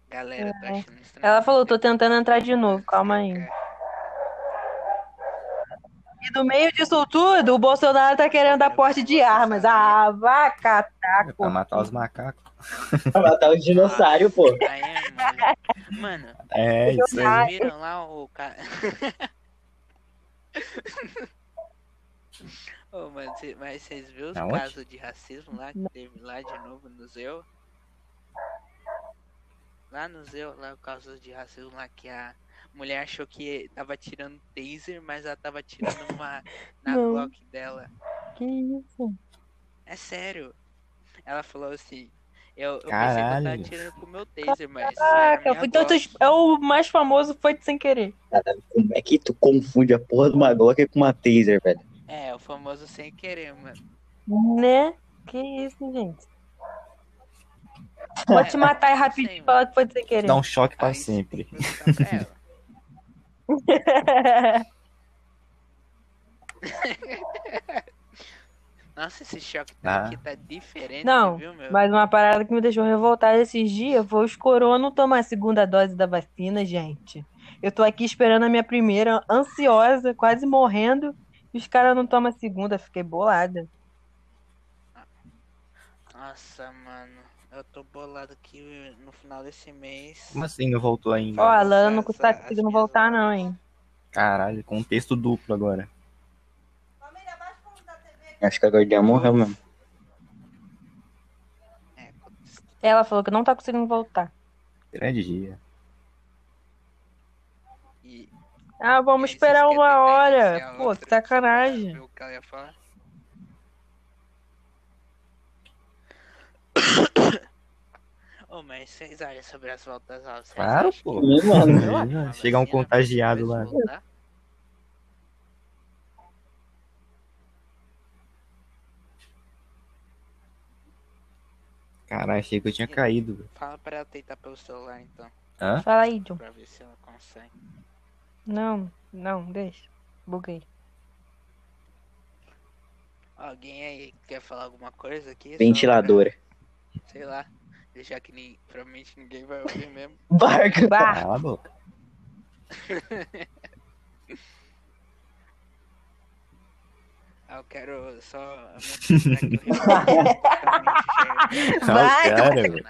[SPEAKER 2] Galera, tô achando estranho.
[SPEAKER 4] Ela falou, tô tentando entrar de novo, calma aí. E no meio disso tudo, o Bolsonaro tá querendo dar porte de armas. Ah, vá catar.
[SPEAKER 3] É pra matar os macacos.
[SPEAKER 5] Pra matar os dinossauros, pô.
[SPEAKER 2] Aí é, mano. Mano,
[SPEAKER 3] É, isso aí.
[SPEAKER 2] vocês viram lá o cara. Ô, mano, cê- mas vocês viram os
[SPEAKER 3] Aonde?
[SPEAKER 2] casos de racismo lá que teve lá de novo no Zeu? Lá no Zeu, lá o caso de racismo lá que a mulher achou que tava tirando taser, mas ela tava tirando uma na
[SPEAKER 4] Não.
[SPEAKER 2] Glock dela.
[SPEAKER 4] Que isso?
[SPEAKER 2] É sério. Ela falou assim. Eu, eu pensei que eu tava
[SPEAKER 3] Caralho.
[SPEAKER 2] atirando com o meu taser, mas. isso era
[SPEAKER 4] Caraca,
[SPEAKER 2] minha
[SPEAKER 4] então
[SPEAKER 2] bola.
[SPEAKER 4] tu- é o mais famoso foi sem querer.
[SPEAKER 5] Como é que tu confunde a porra de uma Glock com uma taser, velho?
[SPEAKER 2] É, o famoso sem querer, mano.
[SPEAKER 4] Né? Que isso, gente. Vou te matar aí
[SPEAKER 2] É,
[SPEAKER 4] rapidinho
[SPEAKER 2] sei,
[SPEAKER 4] e falar que foi sem querer.
[SPEAKER 3] Dá um choque pra
[SPEAKER 2] Aí você tem
[SPEAKER 3] sempre.
[SPEAKER 2] que perguntar pra ela. Nossa, esse choque tá
[SPEAKER 3] Ah.
[SPEAKER 2] aqui tá diferente,
[SPEAKER 4] Não,
[SPEAKER 2] viu, meu?
[SPEAKER 4] Mas uma parada que me deixou revoltada esses dias foi os coroa não tomar a segunda dose da vacina, gente. Eu tô aqui esperando a minha primeira, ansiosa, quase morrendo. E os caras não tomam a segunda, fiquei bolada.
[SPEAKER 2] Nossa, mano. Eu tô bolado que no final desse mês.
[SPEAKER 3] Como assim não voltou ainda?
[SPEAKER 4] Ó, a Lana não
[SPEAKER 2] Nossa,
[SPEAKER 4] tá
[SPEAKER 2] essa-
[SPEAKER 4] conseguindo
[SPEAKER 2] acho que
[SPEAKER 4] voltar,
[SPEAKER 2] essa-
[SPEAKER 4] não, hein?
[SPEAKER 3] Caralho, contexto duplo agora.
[SPEAKER 5] Acho que a gordinha morreu mesmo.
[SPEAKER 2] É,
[SPEAKER 4] Ela falou que não tá conseguindo voltar.
[SPEAKER 3] Grande dia.
[SPEAKER 2] e-
[SPEAKER 4] Ah, vamos
[SPEAKER 2] e aí,
[SPEAKER 4] esperar
[SPEAKER 2] vocês querem
[SPEAKER 4] uma
[SPEAKER 2] tentar
[SPEAKER 4] hora.
[SPEAKER 2] iniciar
[SPEAKER 4] Pô,
[SPEAKER 2] assim, é outra
[SPEAKER 4] que
[SPEAKER 2] pra
[SPEAKER 4] sacanagem.
[SPEAKER 2] ver o que ela ia falar? Ô, mas vocês olham sobre as voltas às aulas. vocês
[SPEAKER 3] Claro,
[SPEAKER 2] acham
[SPEAKER 3] pô.
[SPEAKER 2] que
[SPEAKER 5] Ih, mano.
[SPEAKER 2] a
[SPEAKER 3] Imagina, chegar
[SPEAKER 2] vacina
[SPEAKER 3] um
[SPEAKER 2] vai
[SPEAKER 3] contagiado lá.
[SPEAKER 2] voltar?
[SPEAKER 3] Caralho, achei que eu tinha caído. velho.
[SPEAKER 2] Fala pra ela tentar pelo celular, então,
[SPEAKER 3] Hã?
[SPEAKER 4] Fala aí, John.
[SPEAKER 2] pra ver se ela consegue.
[SPEAKER 4] Não, não, deixa. Buguei.
[SPEAKER 2] Alguém aí quer falar alguma coisa aqui? Só pra-
[SPEAKER 5] Ventiladora.
[SPEAKER 2] Sei lá, deixar que ni- provavelmente ninguém vai ouvir mesmo.
[SPEAKER 5] Barco.
[SPEAKER 4] Bah,
[SPEAKER 3] Cala a boca.
[SPEAKER 2] Ah, eu quero só... a minha- que eu realmente- totalmente cheio de
[SPEAKER 4] Vai,
[SPEAKER 3] Ah, cara, velho.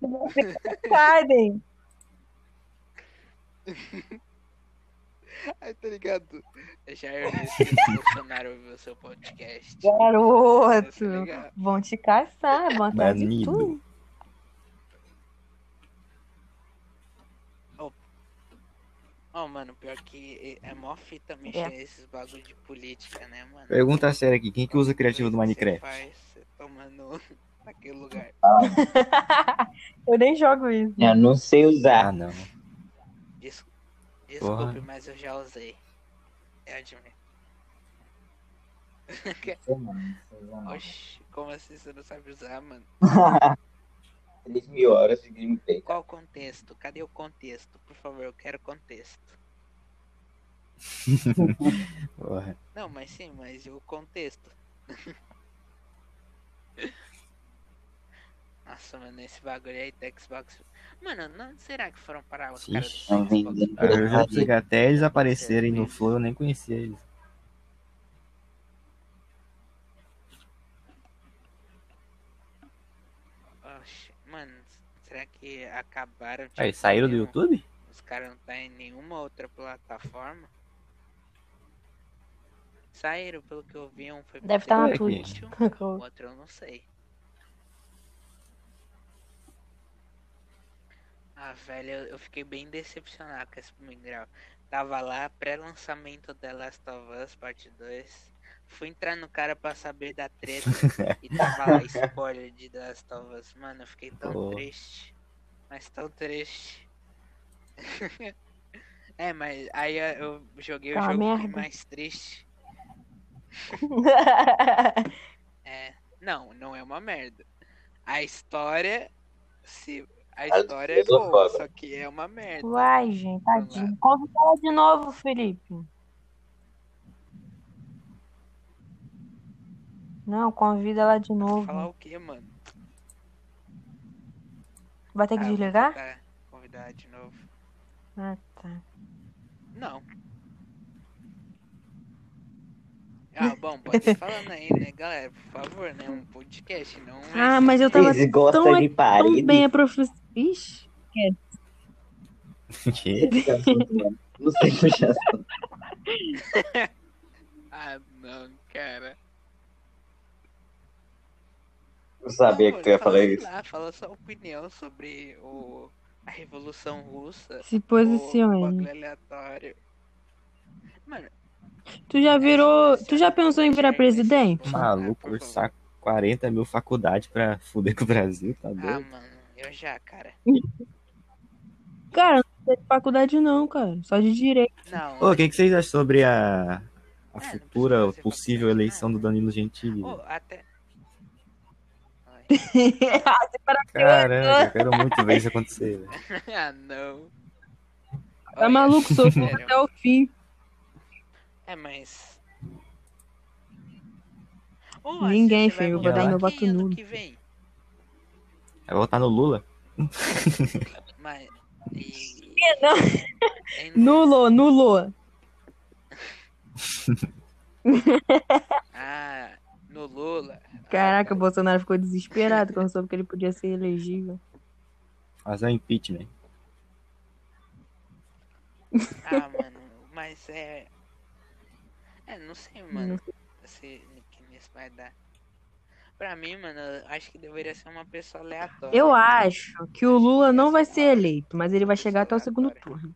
[SPEAKER 2] Bolsonaro.
[SPEAKER 4] Biden.
[SPEAKER 2] Ai, tá ligado? Jair disse que o Bolsonaro ouviu seu podcast. Tá
[SPEAKER 4] Garoto.
[SPEAKER 2] ligado?
[SPEAKER 4] Vão te caçar, vão atrás de
[SPEAKER 3] Banido.
[SPEAKER 4] tudo.
[SPEAKER 2] Ó, mano, pior que é mó fita mexer nesses bagulho de política, né, mano?
[SPEAKER 3] Pergunta séria aqui, quem que usa o criativo do
[SPEAKER 2] Coisa que
[SPEAKER 3] Minecraft?
[SPEAKER 2] Você faz, você toma no... naquele lugar.
[SPEAKER 4] Eu nem jogo isso.
[SPEAKER 5] Eu não sei usar.
[SPEAKER 3] Ah, não.
[SPEAKER 2] Des- Desculpe,
[SPEAKER 3] Porra.
[SPEAKER 2] mas eu já usei. Eu admito. Oxi, como assim você não sabe usar, mano?
[SPEAKER 5] 3 mil horas de gameplay.
[SPEAKER 2] Qual o contexto? Cadê o contexto? Por favor, eu quero contexto.
[SPEAKER 3] Porra.
[SPEAKER 2] Não, mas sim, mas e o contexto? Nossa, mano, esse bagulho aí do Xbox. Mano, não será que foram parar os caras do
[SPEAKER 3] Ixi,
[SPEAKER 5] não vem
[SPEAKER 2] Xbox?
[SPEAKER 5] dentro.
[SPEAKER 3] Ah, Eu já sei que até eles aparecerem no Flow, eu nem conhecia eles.
[SPEAKER 2] Oxe, mano, será que acabaram?
[SPEAKER 3] Aí,
[SPEAKER 2] tipo,
[SPEAKER 3] saíram do
[SPEAKER 2] mesmo?
[SPEAKER 3] YouTube?
[SPEAKER 2] Os caras não tá em nenhuma outra plataforma. Saíram, pelo que eu vi, um foi pro
[SPEAKER 4] Deve tá na
[SPEAKER 2] Twitch, um o outro eu não sei. Ah, velho, eu- eu fiquei bem decepcionado com esse Mingral. Tava lá, pré-lançamento da Last of Us Parte 2. Fui entrar no cara pra saber da treta e tava lá spoiler de The Last of Us. Mano, eu fiquei tão
[SPEAKER 3] Pô.
[SPEAKER 2] triste. Mas tão triste. é, mas aí eh, eu joguei o
[SPEAKER 4] Tá uma
[SPEAKER 2] jogo fiquei
[SPEAKER 4] merda.
[SPEAKER 2] mais triste. É. Não, não é uma merda. A história. Se... A
[SPEAKER 5] Ah,
[SPEAKER 2] história é
[SPEAKER 5] eu sou
[SPEAKER 2] boa,
[SPEAKER 5] foda.
[SPEAKER 2] só que é uma merda.
[SPEAKER 4] Vai, gente, tadinho. Convida ela de novo, Felipe. Não, convida ela de
[SPEAKER 2] Falar
[SPEAKER 4] novo.
[SPEAKER 2] o que, mano?
[SPEAKER 4] Vai ter
[SPEAKER 2] Ah,
[SPEAKER 4] que
[SPEAKER 2] eu vou
[SPEAKER 4] desligar?
[SPEAKER 2] tentar Convidar de novo.
[SPEAKER 4] Ah, tá.
[SPEAKER 2] Não. Ah, bom, pode ir falando aí, né, galera? Por favor, né? Um podcast, não. é-
[SPEAKER 4] Ah, mas eu tava
[SPEAKER 5] Eles gostam
[SPEAKER 4] tão-
[SPEAKER 5] de
[SPEAKER 4] tão
[SPEAKER 5] parede.
[SPEAKER 4] bem aprofundado. Ixi.
[SPEAKER 3] Que?
[SPEAKER 5] Não sei puxar assunto.
[SPEAKER 2] Ah, não, cara.
[SPEAKER 5] Eu sabia que tu ia falar isso.
[SPEAKER 2] Ah, fala sua opinião sobre o... a Revolução Russa.
[SPEAKER 4] Se
[SPEAKER 2] O
[SPEAKER 4] posicione.
[SPEAKER 2] bagulho aleatório. Mano,
[SPEAKER 4] Tu já virou. Tu já pensou em virar presidente?
[SPEAKER 3] Maluco,
[SPEAKER 2] Ah,
[SPEAKER 3] eu saco 40 mil faculdades pra fuder com o Brasil, tá
[SPEAKER 2] Ah,
[SPEAKER 3] doido?
[SPEAKER 2] mano, eu já, cara.
[SPEAKER 4] Cara, não tem faculdade não, cara. Só de direito.
[SPEAKER 2] Não.
[SPEAKER 3] Ô, o que, que vocês acham sobre a, a
[SPEAKER 2] não precisa
[SPEAKER 3] futura,
[SPEAKER 2] fazer
[SPEAKER 3] possível
[SPEAKER 2] faculdade,
[SPEAKER 3] eleição do
[SPEAKER 2] não.
[SPEAKER 3] Danilo Gentili?
[SPEAKER 2] Ô, até. Ai.
[SPEAKER 3] Caramba, eu quero muito ver isso acontecer. velho.
[SPEAKER 2] ah, não.
[SPEAKER 4] Tá maluco, sou
[SPEAKER 2] sério.
[SPEAKER 4] até o fim.
[SPEAKER 2] É, mas. Ô,
[SPEAKER 4] Ninguém,
[SPEAKER 2] você vai
[SPEAKER 4] filho, eu vou
[SPEAKER 2] votar
[SPEAKER 3] dar meu
[SPEAKER 2] em
[SPEAKER 4] voto
[SPEAKER 2] quem ano
[SPEAKER 4] nulo.
[SPEAKER 2] Que vem?
[SPEAKER 3] Vai votar no Lula?
[SPEAKER 2] Mas. E...
[SPEAKER 4] não.
[SPEAKER 2] em-
[SPEAKER 4] Nulo, nulo.
[SPEAKER 2] Ah, no Lula. Ah,
[SPEAKER 4] Caraca, o Bolsonaro ficou desesperado quando soube que ele podia ser elegível.
[SPEAKER 3] Fazer um impeachment.
[SPEAKER 2] Ah, mano, mas é. É, não sei, mano.
[SPEAKER 4] Uhum.
[SPEAKER 2] Se que nisso vai dar. Pra mim, mano, eu acho que deveria ser uma pessoa aleatória.
[SPEAKER 4] Eu acho que o Lula não vai ser eleito, mas ele vai chegar até o segundo turno.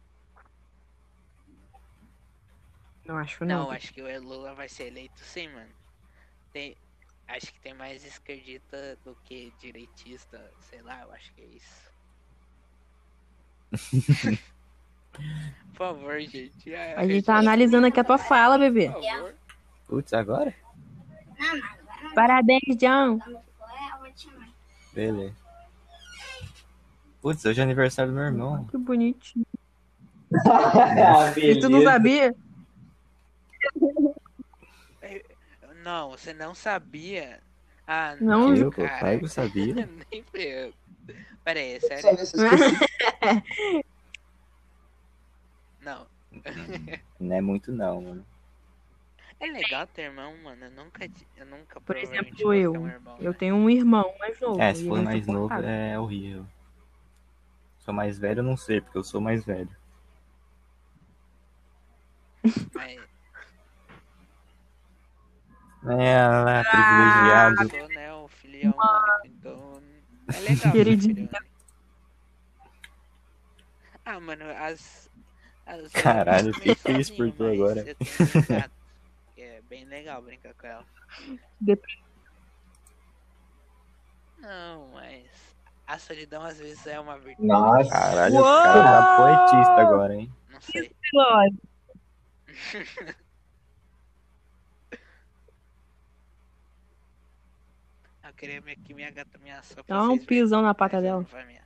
[SPEAKER 4] Não acho,
[SPEAKER 2] Não, é,
[SPEAKER 4] não.
[SPEAKER 2] acho que o Lula vai ser eleito sim, mano. Tem... Acho que tem mais esquerdista do que direitista, sei lá, eu acho que é isso. Por favor, gente.
[SPEAKER 4] A gente tá analisando aqui a tua fala, bebê.
[SPEAKER 2] Por favor.
[SPEAKER 3] Putz, agora?
[SPEAKER 4] Parabéns, John.
[SPEAKER 3] Beleza. Putz, hoje é aniversário do meu irmão.
[SPEAKER 4] Que bonitinho.
[SPEAKER 5] Ah,
[SPEAKER 4] E tu não
[SPEAKER 5] beleza.
[SPEAKER 4] sabia?
[SPEAKER 2] Não, você não sabia. Ah,
[SPEAKER 4] Não,
[SPEAKER 2] não,
[SPEAKER 3] Eu, pô,
[SPEAKER 2] cara.
[SPEAKER 3] pai, eu sabia.
[SPEAKER 2] Nem ferrando. Pera aí, é sério?
[SPEAKER 5] Só ver se eu esqueci.
[SPEAKER 2] Não.
[SPEAKER 3] Não é muito não, mano.
[SPEAKER 2] É legal ter irmão, mano. Eu nunca, ti- eu nunca
[SPEAKER 4] Por
[SPEAKER 2] provavelmente
[SPEAKER 4] exemplo,
[SPEAKER 2] vou ter
[SPEAKER 4] eu.
[SPEAKER 2] um irmão,
[SPEAKER 4] Eu
[SPEAKER 2] né?
[SPEAKER 4] tenho um irmão mais novo.
[SPEAKER 3] É, se
[SPEAKER 4] e
[SPEAKER 3] for
[SPEAKER 4] ele é
[SPEAKER 3] mais novo
[SPEAKER 4] insuportável.
[SPEAKER 3] é horrível. Sou mais velho, eu não sei, porque eu sou mais velho.
[SPEAKER 2] Mas
[SPEAKER 3] É, lá, privilegiado.
[SPEAKER 2] eu sou, né, o filhão único, então. É legal. ter
[SPEAKER 4] Queridinho.
[SPEAKER 2] filho único. Ah, mano, as. as
[SPEAKER 3] Caralho,
[SPEAKER 2] eu
[SPEAKER 3] fiquei
[SPEAKER 2] meio
[SPEAKER 3] feliz por
[SPEAKER 2] sozinho,
[SPEAKER 3] tu
[SPEAKER 2] mas
[SPEAKER 3] agora.
[SPEAKER 2] eu tenho um gato, que É bem legal brincar com ela.
[SPEAKER 4] Dep-
[SPEAKER 2] Não, mas. A solidão às vezes é uma virtude.
[SPEAKER 5] Nossa.
[SPEAKER 3] Caralho,
[SPEAKER 4] Uou!
[SPEAKER 3] o cara tá poetista agora, hein?
[SPEAKER 2] Não sei. Eu queria ver que minha gata me assou pra
[SPEAKER 4] Dá um
[SPEAKER 2] vocês verem,
[SPEAKER 4] pisão na pata
[SPEAKER 2] mas ela não
[SPEAKER 4] dela.
[SPEAKER 2] vai me-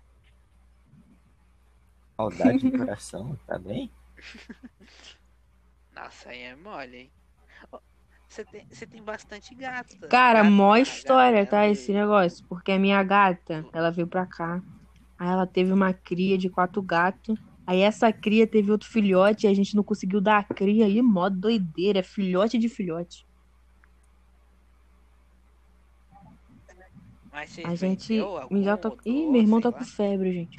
[SPEAKER 3] Saudade no coração, tá bem?
[SPEAKER 2] Nossa, aí é mole, hein? Ô, Você tem, você tem bastante gato.
[SPEAKER 4] Cara,
[SPEAKER 2] Gato,
[SPEAKER 4] mó
[SPEAKER 2] cara,
[SPEAKER 4] história,
[SPEAKER 2] gato,
[SPEAKER 4] tá?
[SPEAKER 2] né?
[SPEAKER 4] Esse negócio. Porque a minha gata, ela veio pra cá. Aí ela teve uma cria de quatro gatos. Aí essa cria teve outro filhote e a gente não conseguiu dar a cria. aí mó doideira. É filhote de filhote.
[SPEAKER 2] Mas vocês
[SPEAKER 4] A gente.
[SPEAKER 2] vendeu algum,
[SPEAKER 4] Miguel tá... Ih,
[SPEAKER 2] doou,
[SPEAKER 4] meu irmão
[SPEAKER 2] sei
[SPEAKER 4] tá
[SPEAKER 2] lá?
[SPEAKER 4] com febre, gente.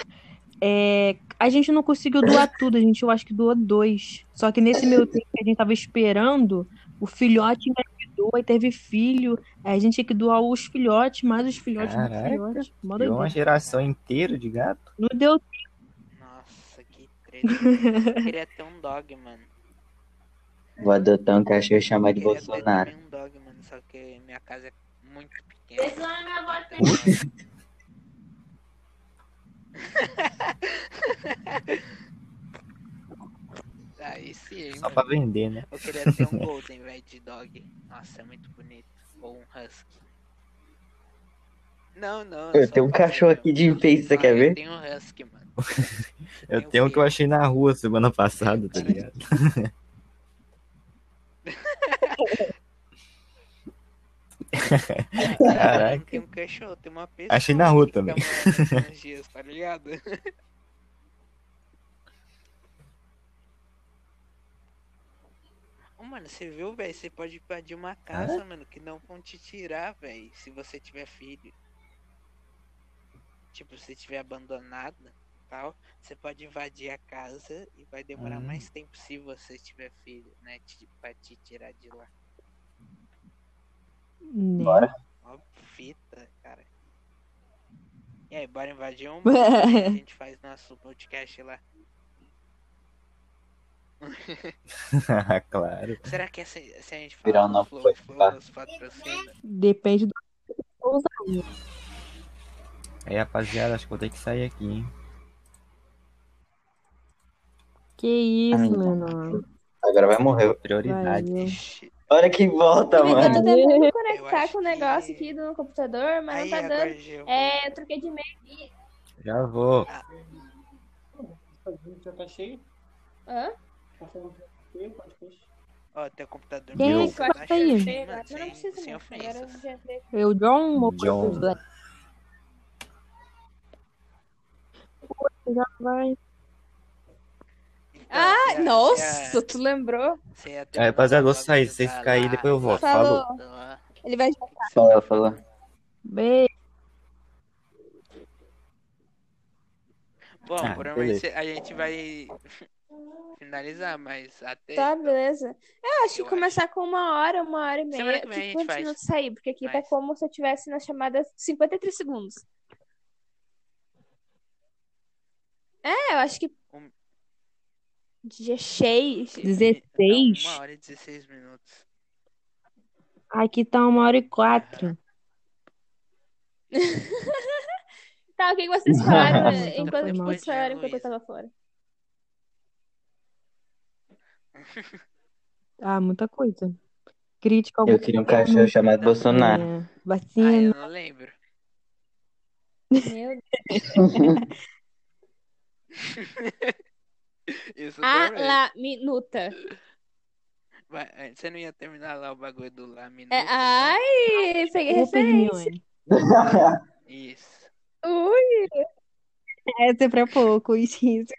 [SPEAKER 4] É, a gente não conseguiu doar tudo, a gente eu acho que doou dois. Só que nesse meio tempo que a gente tava esperando, o filhote engravidou e teve filho. Aí a gente tinha que doar os filhotes, mais os filhotes, mais os
[SPEAKER 3] Caraca,
[SPEAKER 4] filhotes. Mó
[SPEAKER 3] Deu uma
[SPEAKER 4] doideira.
[SPEAKER 3] geração inteira de gato?
[SPEAKER 4] Não deu
[SPEAKER 2] Nossa, que treta. Eu queria ter um dog, mano.
[SPEAKER 5] Vou adotar um cachorro chamado
[SPEAKER 2] Eu
[SPEAKER 5] de
[SPEAKER 2] queria ter
[SPEAKER 5] Bolsonaro.
[SPEAKER 2] também um dog, mano. Só que minha casa é muito pequena. Então, Aí sim, hein,
[SPEAKER 3] Só
[SPEAKER 2] mano.
[SPEAKER 3] pra vender, né?
[SPEAKER 2] Eu queria ter um Golden, velho, de dog. Nossa, é muito bonito. Ou um Husky. Não, não.
[SPEAKER 5] Eu
[SPEAKER 2] sou
[SPEAKER 5] tenho um
[SPEAKER 2] pobre,
[SPEAKER 5] cachorro
[SPEAKER 2] meu.
[SPEAKER 5] aqui de enfeite, você
[SPEAKER 2] Não,
[SPEAKER 5] quer
[SPEAKER 2] eu
[SPEAKER 5] ver?
[SPEAKER 2] tenho um Husky, mano. um
[SPEAKER 3] Eu tenho o que eu achei na rua semana passada, tá ligado? Caraca.
[SPEAKER 2] Tem um cachorro, tem uma pessoa.
[SPEAKER 3] Achei na rua
[SPEAKER 2] que fica
[SPEAKER 3] também.
[SPEAKER 2] morando nos dias, tá ligado? Ô, Mano, você viu, velho? Você pode invadir uma casa, mano, que não vão te tirar, velho, se você tiver filho. Tipo, se tiver abandonada, tal, você pode invadir a casa e vai demorar
[SPEAKER 3] Hum.
[SPEAKER 2] mais tempo se você tiver filho, né? Te, pra te tirar de lá.
[SPEAKER 4] Né.
[SPEAKER 3] Bora.
[SPEAKER 2] Ó, fita, cara. E aí, bora invadir um? a gente faz nosso podcast lá.
[SPEAKER 3] claro.
[SPEAKER 2] Será que essa, se a gente
[SPEAKER 10] Virar
[SPEAKER 2] falar
[SPEAKER 10] um
[SPEAKER 2] do
[SPEAKER 10] novo
[SPEAKER 2] Flow,
[SPEAKER 10] podcast.
[SPEAKER 2] Flow nos patrocina?
[SPEAKER 4] Depende do.
[SPEAKER 3] Aí, rapaziada, acho que vou ter que sair aqui, hein?
[SPEAKER 4] Que isso, né.
[SPEAKER 10] Amigo. é
[SPEAKER 4] mano.
[SPEAKER 10] Agora vai morrer.
[SPEAKER 3] Prioridade.
[SPEAKER 4] Valeu.
[SPEAKER 2] Ixi,
[SPEAKER 10] Olha que volta,
[SPEAKER 5] É.
[SPEAKER 1] Amigo, eu
[SPEAKER 10] mano.
[SPEAKER 1] tô tá tentando
[SPEAKER 2] Eu
[SPEAKER 1] conectar
[SPEAKER 2] acho
[SPEAKER 1] com o negócio
[SPEAKER 2] que-
[SPEAKER 1] aqui do computador, mas
[SPEAKER 2] Aí,
[SPEAKER 1] não tá dando.
[SPEAKER 2] agora eu vou-
[SPEAKER 1] É, eu troquei de e-mail.
[SPEAKER 3] Já vou.
[SPEAKER 7] Já tá cheio?
[SPEAKER 1] Hã?
[SPEAKER 7] Tá falando que tá cheio? Pode fechar.
[SPEAKER 2] Ó, teu computador.
[SPEAKER 4] Quem
[SPEAKER 3] é
[SPEAKER 2] meu,
[SPEAKER 1] que
[SPEAKER 2] tá
[SPEAKER 4] corta
[SPEAKER 2] cheio,
[SPEAKER 4] aí?
[SPEAKER 2] sem-
[SPEAKER 1] Agora
[SPEAKER 2] mano,
[SPEAKER 1] não
[SPEAKER 2] sem-
[SPEAKER 1] precisa
[SPEAKER 2] sem
[SPEAKER 1] não. Agora eu
[SPEAKER 2] ofensas.
[SPEAKER 1] já entrei.
[SPEAKER 4] Eu, John, ou
[SPEAKER 3] John.
[SPEAKER 4] Black? Já vai.
[SPEAKER 2] Então,
[SPEAKER 1] Ah,
[SPEAKER 2] você ia-
[SPEAKER 1] nossa,
[SPEAKER 2] É.
[SPEAKER 1] tu lembrou?
[SPEAKER 2] Você ia
[SPEAKER 3] Aí, rapaziada,
[SPEAKER 2] tá
[SPEAKER 3] vou sair. Se vocês ficarem aí, depois eu volto. Falou.
[SPEAKER 1] Ele vai
[SPEAKER 10] Falou, falou.
[SPEAKER 4] Beijo.
[SPEAKER 2] Bom,
[SPEAKER 3] Ah,
[SPEAKER 2] provavelmente a gente vai finalizar, mas até.
[SPEAKER 1] Tá, beleza. Eu acho que
[SPEAKER 2] Eu
[SPEAKER 1] começar com uma hora, uma hora e meia.
[SPEAKER 2] Semana que vem a
[SPEAKER 1] tipo,
[SPEAKER 2] gente
[SPEAKER 1] antes
[SPEAKER 2] faz.
[SPEAKER 1] de não sair, porque aqui tá
[SPEAKER 2] Faz.
[SPEAKER 1] como se eu tivesse na chamada 53 segundos. É, eu acho que.
[SPEAKER 2] Um-
[SPEAKER 1] Dia cheio.
[SPEAKER 4] Dezesseis?
[SPEAKER 2] 1 hora e 16 minutos.
[SPEAKER 4] Aqui tá uma hora e quatro.
[SPEAKER 1] Tá, o que que vocês falaram
[SPEAKER 4] Tá Foi
[SPEAKER 1] né, enquanto,
[SPEAKER 4] mal,
[SPEAKER 1] enquanto
[SPEAKER 2] tia
[SPEAKER 1] falaram enquanto eu
[SPEAKER 2] Luísa.
[SPEAKER 1] tava fora?
[SPEAKER 4] Ah, muita coisa. Crítica ao
[SPEAKER 10] Eu queria um cachorro chamado Bolsonaro.
[SPEAKER 4] É,
[SPEAKER 2] Ah,
[SPEAKER 4] Vacina.
[SPEAKER 1] né?
[SPEAKER 2] eu não lembro.
[SPEAKER 1] Meu Deus.
[SPEAKER 2] Isso
[SPEAKER 1] A
[SPEAKER 2] também.
[SPEAKER 1] la minuta. É,
[SPEAKER 2] Vai, eh, Você não ia terminar lá o bagulho do lá minuto,
[SPEAKER 1] É,
[SPEAKER 2] né?
[SPEAKER 1] ai, peguei
[SPEAKER 4] Desculpa,
[SPEAKER 1] referência. Uh,
[SPEAKER 4] Hermione.
[SPEAKER 2] Isso.
[SPEAKER 1] Ui.
[SPEAKER 4] Essa é pra poucos. Isso.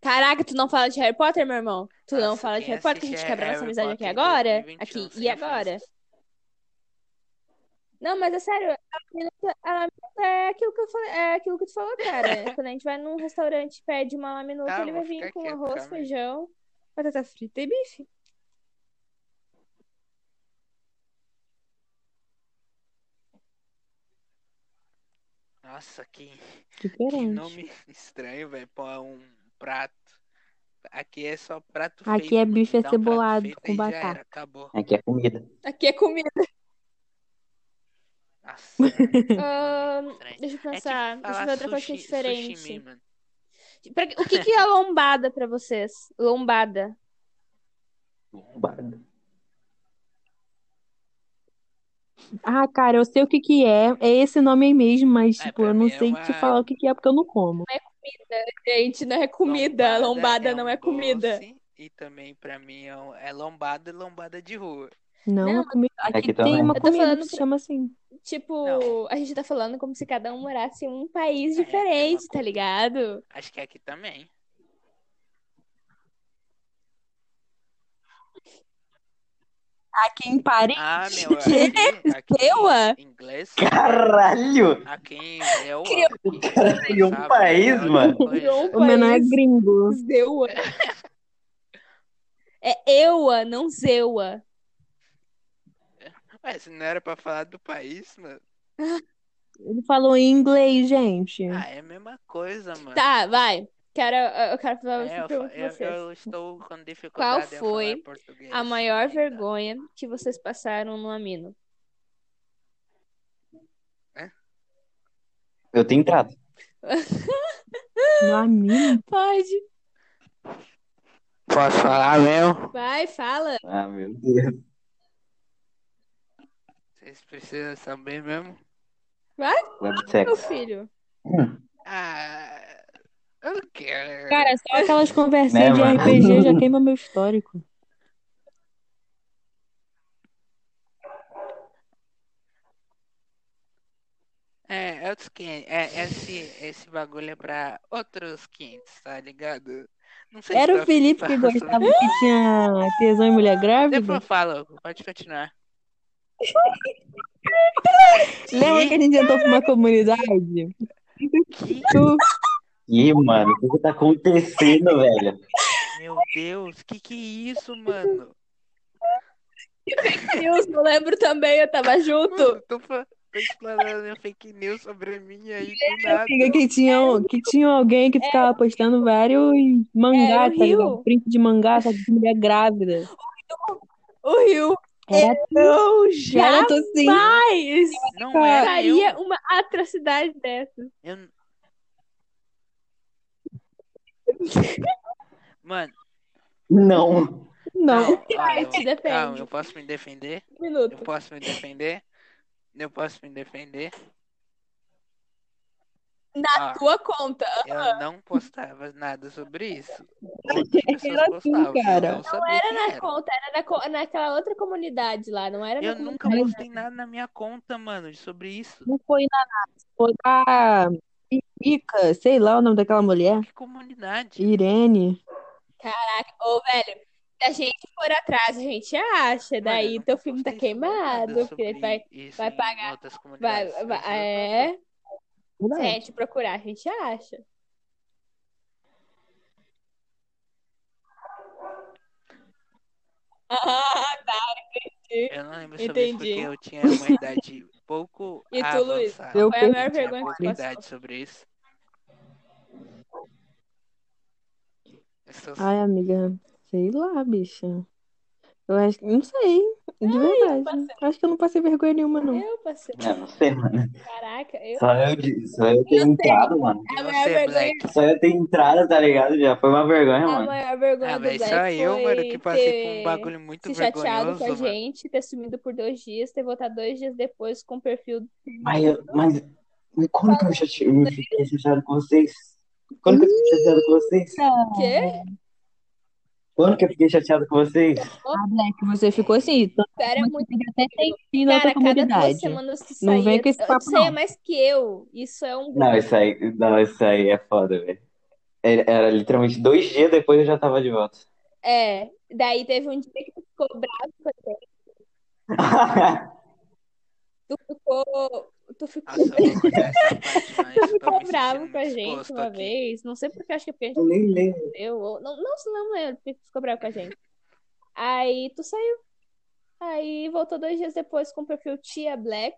[SPEAKER 1] Caraca, tu não fala de Harry Potter, meu irmão? Tu não
[SPEAKER 2] Nossa,
[SPEAKER 1] fala de
[SPEAKER 2] quem
[SPEAKER 1] Harry Potter, que a
[SPEAKER 2] assiste
[SPEAKER 1] gente quebra nossa
[SPEAKER 2] é, Harry
[SPEAKER 1] amizade aqui
[SPEAKER 2] Potter em
[SPEAKER 1] agora?
[SPEAKER 2] 2021,
[SPEAKER 1] Aqui e
[SPEAKER 2] sem
[SPEAKER 1] agora?
[SPEAKER 2] ofensas.
[SPEAKER 1] Não, mas é sério, a minuta, a minuta é aquilo que eu falei, é aquilo que tu falou, cara. Quando a gente vai num restaurante e pede uma lá minuta,
[SPEAKER 2] Tá,
[SPEAKER 1] ele
[SPEAKER 2] vou
[SPEAKER 1] vai vir
[SPEAKER 2] ficar
[SPEAKER 1] com
[SPEAKER 2] quieto,
[SPEAKER 1] arroz,
[SPEAKER 2] calma aí.
[SPEAKER 1] feijão, batata frita e bife.
[SPEAKER 2] Nossa, que, que
[SPEAKER 4] Diferente.
[SPEAKER 2] nome estranho, velho. Pô, é um prato. Aqui é só prato
[SPEAKER 4] Aqui
[SPEAKER 2] feito,
[SPEAKER 4] é
[SPEAKER 2] mano.
[SPEAKER 4] bife
[SPEAKER 2] Dá um prato
[SPEAKER 4] acebolado
[SPEAKER 2] feito
[SPEAKER 4] com
[SPEAKER 2] aí já
[SPEAKER 4] batata.
[SPEAKER 2] era, acabou.
[SPEAKER 10] Aqui é comida.
[SPEAKER 1] Aqui é comida.
[SPEAKER 2] Nossa, mano,
[SPEAKER 1] Ahn,
[SPEAKER 2] estranho.
[SPEAKER 1] deixa eu
[SPEAKER 2] É tipo
[SPEAKER 1] pensar, deixa eu
[SPEAKER 2] falar
[SPEAKER 1] ver outra coisa que é
[SPEAKER 2] sushi-
[SPEAKER 1] diferente.
[SPEAKER 2] sushimi, mano.
[SPEAKER 1] Pra- o que que é lombada pra vocês? Lombada.
[SPEAKER 10] Bombado.
[SPEAKER 4] Ah, cara, eu sei o que que é. É esse nome aí mesmo, mas,
[SPEAKER 2] É,
[SPEAKER 4] tipo,
[SPEAKER 2] pra
[SPEAKER 4] eu não
[SPEAKER 2] mim é
[SPEAKER 4] sei
[SPEAKER 2] uma-
[SPEAKER 4] te falar o que que é porque eu não como.
[SPEAKER 1] Gente, não é comida. Lombada, não
[SPEAKER 2] um
[SPEAKER 1] é comida.
[SPEAKER 2] doce, e também pra mim é, um- é lombada e lombada de rua.
[SPEAKER 4] Não,
[SPEAKER 1] Não,
[SPEAKER 4] é comida. Aqui tem
[SPEAKER 10] também.
[SPEAKER 4] uma
[SPEAKER 1] Eu tô
[SPEAKER 4] comida
[SPEAKER 1] falando
[SPEAKER 4] que se
[SPEAKER 1] pra-
[SPEAKER 4] chama assim.
[SPEAKER 1] Tipo,
[SPEAKER 2] Não.
[SPEAKER 1] a gente tá falando como se cada um morasse em um país
[SPEAKER 2] É,
[SPEAKER 1] diferente,
[SPEAKER 2] tem
[SPEAKER 1] tá
[SPEAKER 2] uma
[SPEAKER 1] ligado?
[SPEAKER 2] Acho que é aqui também.
[SPEAKER 4] Aqui em Paris?
[SPEAKER 2] Ah, meu,
[SPEAKER 1] é
[SPEAKER 2] aqui,
[SPEAKER 4] Que?
[SPEAKER 2] aqui
[SPEAKER 1] Creua?
[SPEAKER 2] em inglês.
[SPEAKER 10] Caralho!
[SPEAKER 2] Aqui em Creua.
[SPEAKER 10] O cara criou um país, mano.
[SPEAKER 1] Criou um
[SPEAKER 4] O meu não é
[SPEAKER 1] país.
[SPEAKER 4] gringo.
[SPEAKER 1] Zewa. É Eua, não Zewa.
[SPEAKER 2] Mas não era pra falar do país, mano.
[SPEAKER 4] Ele falou em inglês, gente.
[SPEAKER 2] Ah, é a mesma coisa, mano.
[SPEAKER 1] Tá, vai. Quero, eu quero falar
[SPEAKER 2] É,
[SPEAKER 1] uma
[SPEAKER 2] eu, fa-
[SPEAKER 1] pergunta pra
[SPEAKER 2] eu,
[SPEAKER 1] vocês.
[SPEAKER 2] eu estou com dificuldade em falar
[SPEAKER 1] foi
[SPEAKER 2] português.
[SPEAKER 1] A maior
[SPEAKER 2] ainda.
[SPEAKER 1] vergonha que vocês passaram no Amino.
[SPEAKER 10] Eu tenho entrado.
[SPEAKER 4] Meu amigo.
[SPEAKER 1] Pode.
[SPEAKER 2] Posso falar mesmo?
[SPEAKER 1] Vai, fala.
[SPEAKER 10] Ah, meu Deus.
[SPEAKER 2] Vocês precisam saber mesmo?
[SPEAKER 1] Meu
[SPEAKER 10] Websex.
[SPEAKER 1] filho.
[SPEAKER 2] Ah, eu não quero.
[SPEAKER 4] Cara, só aquelas conversinhas de
[SPEAKER 10] Né, mano?
[SPEAKER 4] RPG já queima meu histórico.
[SPEAKER 2] É, é outros 500. É, esse, esse bagulho é pra outros 500, tá ligado? Não sei
[SPEAKER 11] Era
[SPEAKER 2] se
[SPEAKER 11] o
[SPEAKER 2] tá-
[SPEAKER 11] Felipe que
[SPEAKER 2] tá-
[SPEAKER 11] gostava.
[SPEAKER 4] que tinha tesão em mulher grávida.
[SPEAKER 2] Depois eu falo, pode continuar.
[SPEAKER 4] Lembra que a gente tentou pra uma comunidade?
[SPEAKER 2] Que,
[SPEAKER 5] Ih, mano, o que que tá acontecendo, velho?
[SPEAKER 2] meu Deus, que que é isso, mano?
[SPEAKER 11] Deus, eu lembro também, eu tava junto.
[SPEAKER 2] Mano, tô, fa- tô explanando a fake news sobre mim aí do nada.
[SPEAKER 4] Amiga, que tinha, um, que tinha alguém que ficava postando vários mangá,
[SPEAKER 11] Era o
[SPEAKER 4] tá
[SPEAKER 11] Rio.
[SPEAKER 4] ligado? Print de mangá, só que de mulher grávida.
[SPEAKER 11] O Rio.
[SPEAKER 4] Era
[SPEAKER 11] Eu
[SPEAKER 4] Cara, eu tô assim.
[SPEAKER 1] Mas
[SPEAKER 2] Não era eu.
[SPEAKER 1] faria uma atrocidade dessa.
[SPEAKER 2] eu... Mano,
[SPEAKER 5] Não.
[SPEAKER 4] Não.
[SPEAKER 2] ah, eu-
[SPEAKER 1] te defende.
[SPEAKER 2] calma, eu posso me defender?
[SPEAKER 1] Um minuto.
[SPEAKER 2] Eu posso me defender? Eu posso me defender? Na
[SPEAKER 11] Tua conta.
[SPEAKER 2] Eu não postava nada sobre isso. Outras pessoas
[SPEAKER 4] assim,
[SPEAKER 2] postavam, eu
[SPEAKER 4] cara.
[SPEAKER 2] não sabia
[SPEAKER 1] era
[SPEAKER 2] quem
[SPEAKER 1] na
[SPEAKER 2] era.
[SPEAKER 1] conta, né? era na co- naquela outra comunidade lá, não era na
[SPEAKER 2] Eu
[SPEAKER 1] comunidade.
[SPEAKER 2] nunca postei nada na minha conta, mano, sobre isso.
[SPEAKER 4] Não foi na foi a Ica, sei lá o nome daquela mulher.
[SPEAKER 2] Que comunidade?
[SPEAKER 4] Irene.
[SPEAKER 1] Ô, velho, se a gente for atrás, a gente acha.
[SPEAKER 2] Mano, eu
[SPEAKER 1] Daí
[SPEAKER 2] nunca
[SPEAKER 1] teu filme tá
[SPEAKER 2] postei
[SPEAKER 1] queimado,
[SPEAKER 2] nada
[SPEAKER 1] filho.
[SPEAKER 2] sobre
[SPEAKER 1] Vai,
[SPEAKER 2] isso
[SPEAKER 1] vai
[SPEAKER 2] em
[SPEAKER 1] pagar-
[SPEAKER 2] outras
[SPEAKER 1] vai,
[SPEAKER 2] comunidades. Eu juro pra
[SPEAKER 1] vai, é. Se a gente procurar, a gente acha. Ah,
[SPEAKER 2] você. Eu não lembro sobre isso porque
[SPEAKER 1] Entendi.
[SPEAKER 2] eu tinha uma idade pouco
[SPEAKER 1] E tu, Luiz?
[SPEAKER 2] avançada.
[SPEAKER 4] Eu
[SPEAKER 1] foi a maior
[SPEAKER 2] Eu tinha
[SPEAKER 1] vergonha
[SPEAKER 2] pouca
[SPEAKER 1] que passou.
[SPEAKER 2] idade sobre isso. Eu sou-
[SPEAKER 4] Ai, amiga, sei lá, bicha. Eu acho que não sei,
[SPEAKER 1] É,
[SPEAKER 4] de verdade. Acho que eu não passei vergonha nenhuma, não.
[SPEAKER 1] Eu passei.
[SPEAKER 5] Ah, não sei, mano.
[SPEAKER 1] Caraca, eu.
[SPEAKER 5] Só eu, de- só eu ter entrado, mano.
[SPEAKER 2] E
[SPEAKER 1] A maior
[SPEAKER 2] você,
[SPEAKER 1] vergonha-
[SPEAKER 2] Black?
[SPEAKER 5] Só eu ter entrado, tá ligado? Já foi uma vergonha,
[SPEAKER 1] A
[SPEAKER 5] mano.
[SPEAKER 1] maior vergonha
[SPEAKER 2] Ah,
[SPEAKER 1] do
[SPEAKER 2] velho,
[SPEAKER 1] Black
[SPEAKER 2] só eu,
[SPEAKER 1] foi
[SPEAKER 2] mano, que passei por
[SPEAKER 1] ter
[SPEAKER 2] um bagulho muito
[SPEAKER 1] se chateado
[SPEAKER 2] vergonhoso,
[SPEAKER 1] com a
[SPEAKER 2] mano.
[SPEAKER 1] gente, ter sumido por dois dias, ter voltado dois dias depois com o perfil.
[SPEAKER 5] Mas, eu- mas, mas quando que eu me chate- eu me fiquei chateado com vocês? Quando que eu fiquei chateado com vocês?
[SPEAKER 4] Ah, é.
[SPEAKER 1] Quê?
[SPEAKER 5] Quando que eu fiquei chateado com vocês?
[SPEAKER 4] É Que você ficou assim, tanto
[SPEAKER 1] Sério, é muito
[SPEAKER 4] que até tem fim na
[SPEAKER 1] Cara,
[SPEAKER 4] outra
[SPEAKER 1] cada duas
[SPEAKER 4] comunidade.
[SPEAKER 1] semanas que
[SPEAKER 4] Não
[SPEAKER 1] saía,
[SPEAKER 4] vem com esse papo,
[SPEAKER 1] saía
[SPEAKER 4] não.
[SPEAKER 1] mais que eu. Isso é um
[SPEAKER 5] Não, isso aí, não, isso aí é foda, velho. Era, era literalmente dois dias depois eu já tava de volta.
[SPEAKER 1] É, daí teve um dia que tu ficou bravo, com a gente, tu ficou, tu ficou,
[SPEAKER 2] Nossa, eu vou cortar essa parte, mas
[SPEAKER 1] tu
[SPEAKER 2] eu tô me
[SPEAKER 1] ficou bravo
[SPEAKER 2] sentindo
[SPEAKER 1] com a gente
[SPEAKER 2] disposto
[SPEAKER 1] uma
[SPEAKER 2] aqui.
[SPEAKER 1] vez, não sei porque acho que é porque a gente
[SPEAKER 5] eu nem lembro.
[SPEAKER 1] deu, ou não, não, não lembro porque tu ficou bravo com a gente. Aí tu saiu, aí voltou dois dias depois com o perfil Tia Black,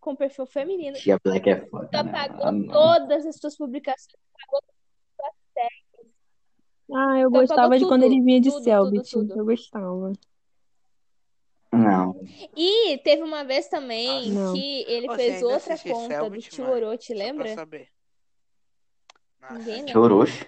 [SPEAKER 1] com o perfil feminino,
[SPEAKER 5] Tia Black é foda.
[SPEAKER 1] tu
[SPEAKER 5] né?
[SPEAKER 1] apagou
[SPEAKER 5] Ah, não.
[SPEAKER 1] todas as tuas publicações,
[SPEAKER 4] Ah, eu
[SPEAKER 1] Então,
[SPEAKER 4] gostava
[SPEAKER 1] pagou
[SPEAKER 4] de quando
[SPEAKER 1] tudo,
[SPEAKER 4] ele vinha de
[SPEAKER 1] tudo,
[SPEAKER 4] Selbit.
[SPEAKER 1] tudo, tudo.
[SPEAKER 4] Eu gostava.
[SPEAKER 5] Não.
[SPEAKER 1] e teve uma vez também
[SPEAKER 4] Nossa.
[SPEAKER 1] que ele
[SPEAKER 2] Você
[SPEAKER 1] fez
[SPEAKER 2] ainda
[SPEAKER 1] outra
[SPEAKER 2] assiste
[SPEAKER 1] conta do
[SPEAKER 2] Selbit,
[SPEAKER 1] Tio
[SPEAKER 2] mano?
[SPEAKER 1] Oro, te
[SPEAKER 2] Só pra
[SPEAKER 1] lembra?
[SPEAKER 2] saber. Nossa,
[SPEAKER 1] Ninguém lembra.
[SPEAKER 5] Tio Orochi?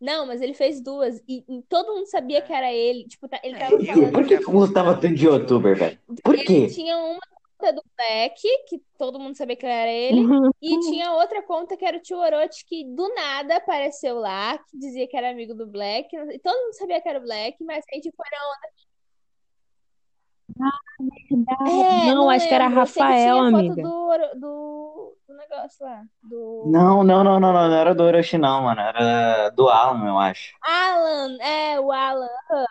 [SPEAKER 1] Não, mas ele fez duas. E, e todo mundo sabia que era ele. Tipo, tá- ele
[SPEAKER 2] É,
[SPEAKER 1] tava
[SPEAKER 5] Eu-
[SPEAKER 1] falando.
[SPEAKER 5] Por que que eu gostava tanto de youtuber, velho? Por
[SPEAKER 1] Ele
[SPEAKER 5] quê?
[SPEAKER 1] tinha uma conta do Black, que todo mundo sabia que era ele. E
[SPEAKER 4] Hum.
[SPEAKER 1] tinha outra conta que era o tio Orochi, que do nada apareceu lá, que dizia que era amigo do Black. E todo mundo sabia que era o Black, mas a gente foi na onda. É,
[SPEAKER 4] não, acho que era
[SPEAKER 1] lembro. Eu sei que
[SPEAKER 4] Rafael,
[SPEAKER 1] tinha foto
[SPEAKER 4] amiga.
[SPEAKER 1] do, Oro- do, do negócio lá. Do
[SPEAKER 5] Não, não, não, não, não, não era do Orochi, não, mano. Era do Alan, eu acho.
[SPEAKER 1] Alan. É, o Alan. aham.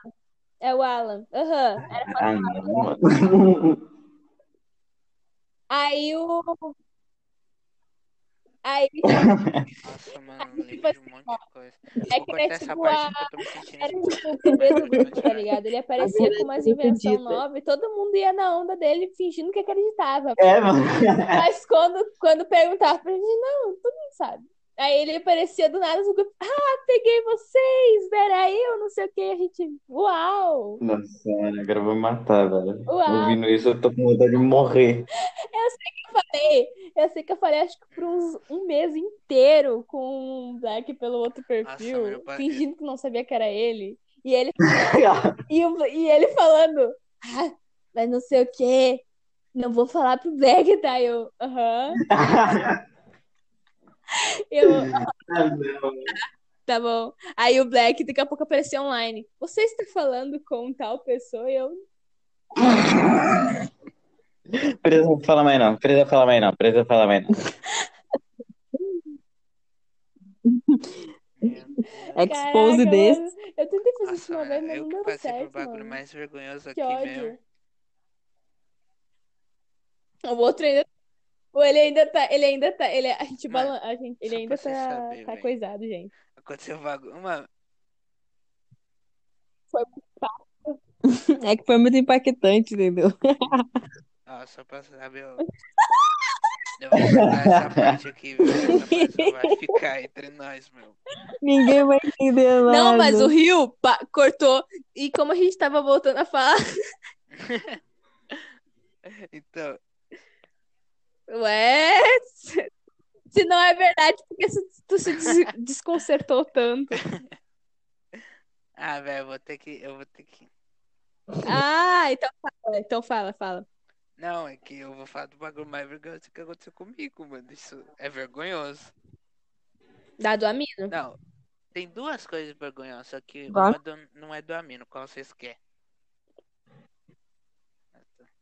[SPEAKER 1] É o Alan. Aham. Era
[SPEAKER 5] Ah, não.
[SPEAKER 1] Aí o. Aí
[SPEAKER 2] Nossa, mano, eu
[SPEAKER 1] Tipo
[SPEAKER 2] lembro de um monte de coisa.
[SPEAKER 1] é
[SPEAKER 2] Vou
[SPEAKER 1] que
[SPEAKER 2] cortar
[SPEAKER 1] era
[SPEAKER 2] essa
[SPEAKER 1] tipo
[SPEAKER 2] parte
[SPEAKER 1] a-
[SPEAKER 2] que eu tô me sentindo
[SPEAKER 1] era tipo o
[SPEAKER 2] disposto,
[SPEAKER 1] bebê
[SPEAKER 2] mas
[SPEAKER 1] do
[SPEAKER 2] pode
[SPEAKER 1] grupo, tá
[SPEAKER 2] continuar.
[SPEAKER 1] ligado? Ele aparecia com umas
[SPEAKER 4] não
[SPEAKER 1] invenções
[SPEAKER 4] acredita.
[SPEAKER 1] novas e todo mundo ia na onda dele fingindo que acreditava.
[SPEAKER 5] É, mano.
[SPEAKER 1] Mas quando, quando perguntava pra gente, não, todo mundo sabe. Aí ele aparecia do nada no grupo, ah, peguei vocês, era eu, não sei o que, a gente, uau!
[SPEAKER 5] Nossa, mano, agora eu vou me matar, velho.
[SPEAKER 1] Uau.
[SPEAKER 5] Ouvindo isso, eu tô com vontade de morrer.
[SPEAKER 1] Falei, eu sei que eu falei, acho que por uns, um mês inteiro com um Black pelo outro perfil,
[SPEAKER 2] meu pai-
[SPEAKER 1] fingindo que não sabia que era ele. E ele E, o- e ele falando, ah, mas não sei o quê, não vou falar pro Black, tá? Eu, aham. Eu,
[SPEAKER 5] Ah, não.
[SPEAKER 1] tá bom. Aí o Black daqui a pouco apareceu online. Você está falando com tal pessoa? E eu,
[SPEAKER 5] Presa não fala mais não, presa não fala mais não, presa não fala mais não.
[SPEAKER 4] É Expose
[SPEAKER 1] Caraca,
[SPEAKER 4] desse.
[SPEAKER 1] mano, Eu tentei fazer isso
[SPEAKER 2] Nossa,
[SPEAKER 1] uma vez,
[SPEAKER 2] mano,
[SPEAKER 1] mas
[SPEAKER 2] eu
[SPEAKER 1] não
[SPEAKER 2] que
[SPEAKER 1] deu
[SPEAKER 2] passei por
[SPEAKER 1] certo,
[SPEAKER 2] bagulho
[SPEAKER 1] mano.
[SPEAKER 2] mais vergonhoso
[SPEAKER 1] Que
[SPEAKER 2] aqui mesmo.
[SPEAKER 1] ódio. O outro ainda. Ou ele ainda tá. Ele ainda tá. Ele, a gente
[SPEAKER 2] Mano,
[SPEAKER 1] balan... a gente, ele
[SPEAKER 2] só
[SPEAKER 1] ainda
[SPEAKER 2] pra você
[SPEAKER 1] tá,
[SPEAKER 2] saber,
[SPEAKER 1] tá
[SPEAKER 2] velho.
[SPEAKER 1] coisado, gente.
[SPEAKER 2] Aconteceu um bagulho. Mano,
[SPEAKER 4] É que foi muito impactante, entendeu?
[SPEAKER 2] ó, só pra você saber. Eu... eu vou cortar essa parte aqui, viu? Essa parte só vai ficar entre nós, meu.
[SPEAKER 4] Ninguém vai entender nada.
[SPEAKER 1] Não, mas o Rio pa- cortou. E como a gente tava voltando a falar.
[SPEAKER 2] Então,
[SPEAKER 1] Ué! se- Se não é verdade, por que se- tu se des- desconcertou tanto?
[SPEAKER 2] ah, velho, eu vou ter que. Eu vou ter que.
[SPEAKER 1] Ah, então fala, então fala, fala.
[SPEAKER 2] Não, é que eu vou falar do bagulho mais vergonhoso que aconteceu comigo, mano. Isso é vergonhoso.
[SPEAKER 1] Da do Amino.
[SPEAKER 2] Não, tem duas coisas vergonhosas, só que
[SPEAKER 4] Vá.
[SPEAKER 2] uma do- não é do Amino, qual vocês querem?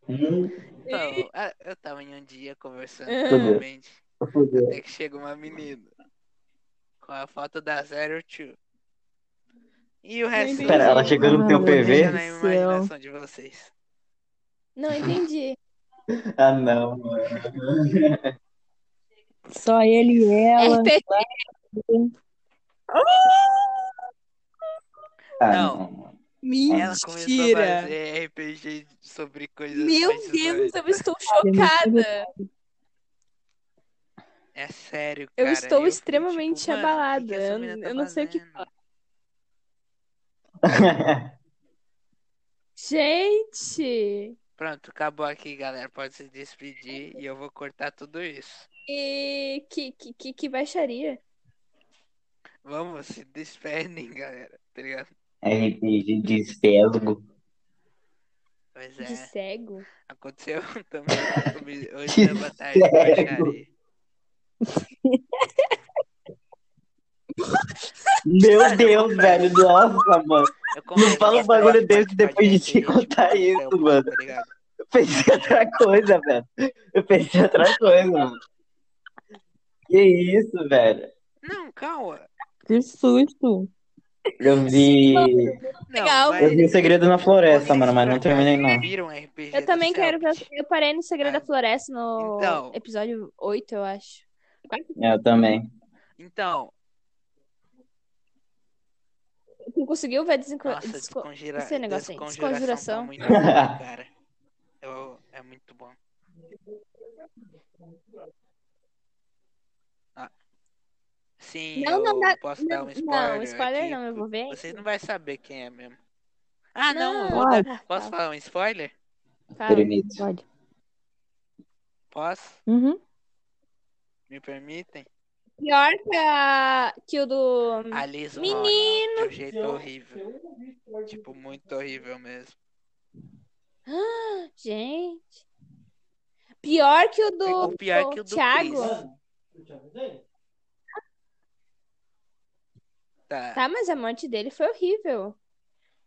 [SPEAKER 5] Hum,
[SPEAKER 2] Então, a- eu tava em um dia conversando
[SPEAKER 1] Ah.
[SPEAKER 2] normalmente,
[SPEAKER 5] fodeu.
[SPEAKER 2] até que chega uma menina com a foto da Zero Two. E o resto
[SPEAKER 5] Pera, ela chegou no
[SPEAKER 4] Ai,
[SPEAKER 5] teu
[SPEAKER 4] meu
[SPEAKER 2] deixa
[SPEAKER 4] Deus
[SPEAKER 2] na
[SPEAKER 4] do
[SPEAKER 5] PV?
[SPEAKER 4] céu.
[SPEAKER 2] imaginação de vocês.
[SPEAKER 1] Não entendi.
[SPEAKER 5] Ah, não, mano.
[SPEAKER 4] Só ele e ela.
[SPEAKER 1] RT
[SPEAKER 5] Ah,
[SPEAKER 2] Não.
[SPEAKER 5] não, mano.
[SPEAKER 2] Ela começou a
[SPEAKER 4] Mentira!
[SPEAKER 2] fazer RPG sobre coisas
[SPEAKER 1] Meu
[SPEAKER 2] mais
[SPEAKER 1] Deus,
[SPEAKER 2] zoadas.
[SPEAKER 1] eu estou
[SPEAKER 4] é muito
[SPEAKER 1] chocada.
[SPEAKER 2] É sério,
[SPEAKER 1] Eu
[SPEAKER 2] cara.
[SPEAKER 1] estou
[SPEAKER 2] fiquei
[SPEAKER 1] extremamente
[SPEAKER 2] tipo, mano, o que
[SPEAKER 1] abalada.
[SPEAKER 2] que essa
[SPEAKER 1] Eu-
[SPEAKER 2] mina tá
[SPEAKER 1] eu não sei o que
[SPEAKER 2] fazendo?
[SPEAKER 1] falar. Gente!
[SPEAKER 2] Pronto, acabou aqui, galera. Pode se despedir e eu vou cortar tudo isso.
[SPEAKER 1] E que, que, que, que baixaria?
[SPEAKER 2] Vamos, se despedem, galera. Tá ligado?
[SPEAKER 5] RPG de espelgo.
[SPEAKER 2] Pois
[SPEAKER 1] De
[SPEAKER 2] é,
[SPEAKER 1] cego?
[SPEAKER 2] aconteceu também comigo hoje na batalha de baixaria.
[SPEAKER 5] Meu Deus, velho. Nossa, mano.
[SPEAKER 2] Eu confesso
[SPEAKER 5] fala
[SPEAKER 2] que
[SPEAKER 5] um
[SPEAKER 2] essa
[SPEAKER 5] bagulho
[SPEAKER 2] parte
[SPEAKER 5] desse depois de te
[SPEAKER 2] baixaria, tipo, aconteceu,
[SPEAKER 5] contar isso, mano.
[SPEAKER 2] Tá ligado?
[SPEAKER 5] Eu pensei em outra coisa, velho. Eu pensei em outra coisa, mano. Que isso, velho.
[SPEAKER 2] Não, calma.
[SPEAKER 4] Que susto.
[SPEAKER 5] Eu vi.
[SPEAKER 2] Não,
[SPEAKER 1] Legal.
[SPEAKER 2] mas
[SPEAKER 5] Eu vi o Segredo na Floresta,
[SPEAKER 2] vocês
[SPEAKER 5] mano, mas não
[SPEAKER 2] por acaso
[SPEAKER 5] terminei, não.
[SPEAKER 2] viram RPG
[SPEAKER 1] Eu
[SPEAKER 2] do
[SPEAKER 1] também quero.
[SPEAKER 2] Selbit?
[SPEAKER 1] ver- Eu parei no Segredo
[SPEAKER 2] Ah,
[SPEAKER 1] da Floresta no
[SPEAKER 2] então.
[SPEAKER 1] episódio 8, eu acho.
[SPEAKER 5] Eu também.
[SPEAKER 2] Então,
[SPEAKER 1] Tu conseguiu ver desenco...
[SPEAKER 2] nossa,
[SPEAKER 1] desco-
[SPEAKER 2] descongira...
[SPEAKER 1] esse negócio aí, desconjuração.
[SPEAKER 2] desconjuração tá muito bom, cara. Eu- É muito bom. Ah, Sim,
[SPEAKER 1] Não, não
[SPEAKER 2] eu
[SPEAKER 1] dá-
[SPEAKER 2] posso
[SPEAKER 1] não,
[SPEAKER 2] dar um
[SPEAKER 1] não,
[SPEAKER 2] spoiler
[SPEAKER 1] spoiler
[SPEAKER 2] aqui,
[SPEAKER 1] não, eu vou ver
[SPEAKER 2] Vocês
[SPEAKER 1] isso.
[SPEAKER 2] não vão saber quem é mesmo. Ah, não, eu
[SPEAKER 1] Não.
[SPEAKER 2] vou
[SPEAKER 4] Uai.
[SPEAKER 2] dar- posso falar um spoiler?
[SPEAKER 4] Tá.
[SPEAKER 1] Fala.
[SPEAKER 5] Permito.
[SPEAKER 4] Pode.
[SPEAKER 2] Posso?
[SPEAKER 4] Uhum.
[SPEAKER 2] Me permitem?
[SPEAKER 1] Pior que, a... que o do.
[SPEAKER 2] A Liz morre
[SPEAKER 1] Hum. Menino!
[SPEAKER 2] de um jeito horrível. Tipo, muito horrível mesmo.
[SPEAKER 1] Ah, gente. Pior que o do.
[SPEAKER 2] É, O pior que o do
[SPEAKER 1] Thiago.
[SPEAKER 2] Chris. Tá.
[SPEAKER 1] Tá, mas a morte dele foi horrível.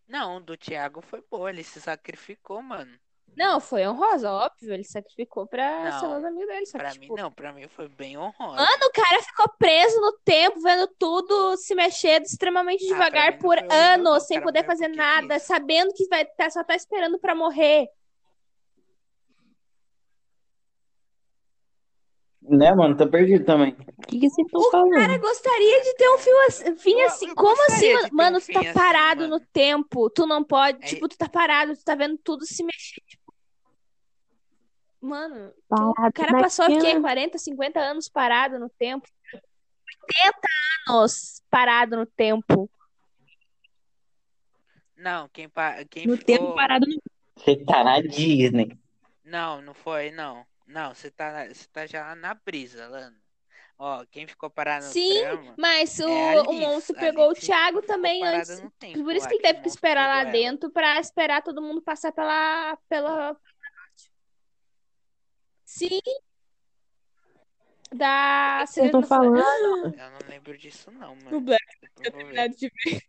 [SPEAKER 2] Não, o do Thiago foi boa, ele se sacrificou, mano.
[SPEAKER 1] Não, foi honrosa, óbvio. Ele sacrificou pra
[SPEAKER 2] Não,
[SPEAKER 1] salvar os amigos dele. Só que,
[SPEAKER 2] Pra mim,
[SPEAKER 1] tipo,
[SPEAKER 2] não, pra mim foi bem honrosa.
[SPEAKER 1] Mano, o cara ficou preso no tempo, vendo tudo se mexer extremamente
[SPEAKER 2] Ah, pra mim
[SPEAKER 1] devagar
[SPEAKER 2] não
[SPEAKER 1] por
[SPEAKER 2] foi horrível, não. O
[SPEAKER 1] anos, sem
[SPEAKER 2] cara
[SPEAKER 1] poder
[SPEAKER 2] morreu
[SPEAKER 1] fazer
[SPEAKER 2] por que
[SPEAKER 1] nada,
[SPEAKER 2] quis.
[SPEAKER 1] sabendo que vai tá, só tá esperando pra morrer.
[SPEAKER 5] Né, mano? Tô perdido também.
[SPEAKER 4] O que, que você tá
[SPEAKER 1] O
[SPEAKER 4] falando?
[SPEAKER 1] cara gostaria de ter um fim assim. fim
[SPEAKER 2] Eu-
[SPEAKER 1] assim.
[SPEAKER 2] eu
[SPEAKER 1] Como
[SPEAKER 2] gostaria
[SPEAKER 1] assim, mano?
[SPEAKER 2] de ter um
[SPEAKER 1] Mano, tu
[SPEAKER 2] fim
[SPEAKER 1] tá
[SPEAKER 2] assim,
[SPEAKER 1] parado
[SPEAKER 2] mano.
[SPEAKER 1] no tempo. Tu não pode.
[SPEAKER 2] É-
[SPEAKER 1] Tipo, tu tá parado, tu tá vendo tudo se mexer. tipo. Mano,
[SPEAKER 4] Parado
[SPEAKER 1] o cara passou aqui
[SPEAKER 4] naquela-
[SPEAKER 1] 40, 50 anos parado no tempo. 80 anos parado no tempo.
[SPEAKER 2] Não, quem, pa... quem
[SPEAKER 4] No
[SPEAKER 2] ficou.
[SPEAKER 4] tempo parado no
[SPEAKER 5] Você tá na Disney.
[SPEAKER 2] Não, não foi, não. Não, você tá, na- você tá já na brisa, Lano. Ó, quem ficou parado no
[SPEAKER 1] Sim,
[SPEAKER 2] trama
[SPEAKER 1] Mas o,
[SPEAKER 2] é a
[SPEAKER 1] o
[SPEAKER 2] Alice.
[SPEAKER 1] monstro
[SPEAKER 2] A
[SPEAKER 1] pegou o
[SPEAKER 2] Alice
[SPEAKER 1] Thiago
[SPEAKER 2] ficou
[SPEAKER 1] também
[SPEAKER 2] parada
[SPEAKER 1] antes.
[SPEAKER 2] no tempo
[SPEAKER 1] Por isso
[SPEAKER 2] lá
[SPEAKER 1] que ele
[SPEAKER 2] o
[SPEAKER 1] teve que
[SPEAKER 2] monstro
[SPEAKER 1] esperar lá
[SPEAKER 2] pegou ela.
[SPEAKER 1] dentro pra esperar todo mundo passar pela, pela. Sim. Da. Ah,
[SPEAKER 4] que eu tô falando.
[SPEAKER 2] Eu não lembro disso, não, mano.
[SPEAKER 1] No Black,
[SPEAKER 2] Depois eu vou ver.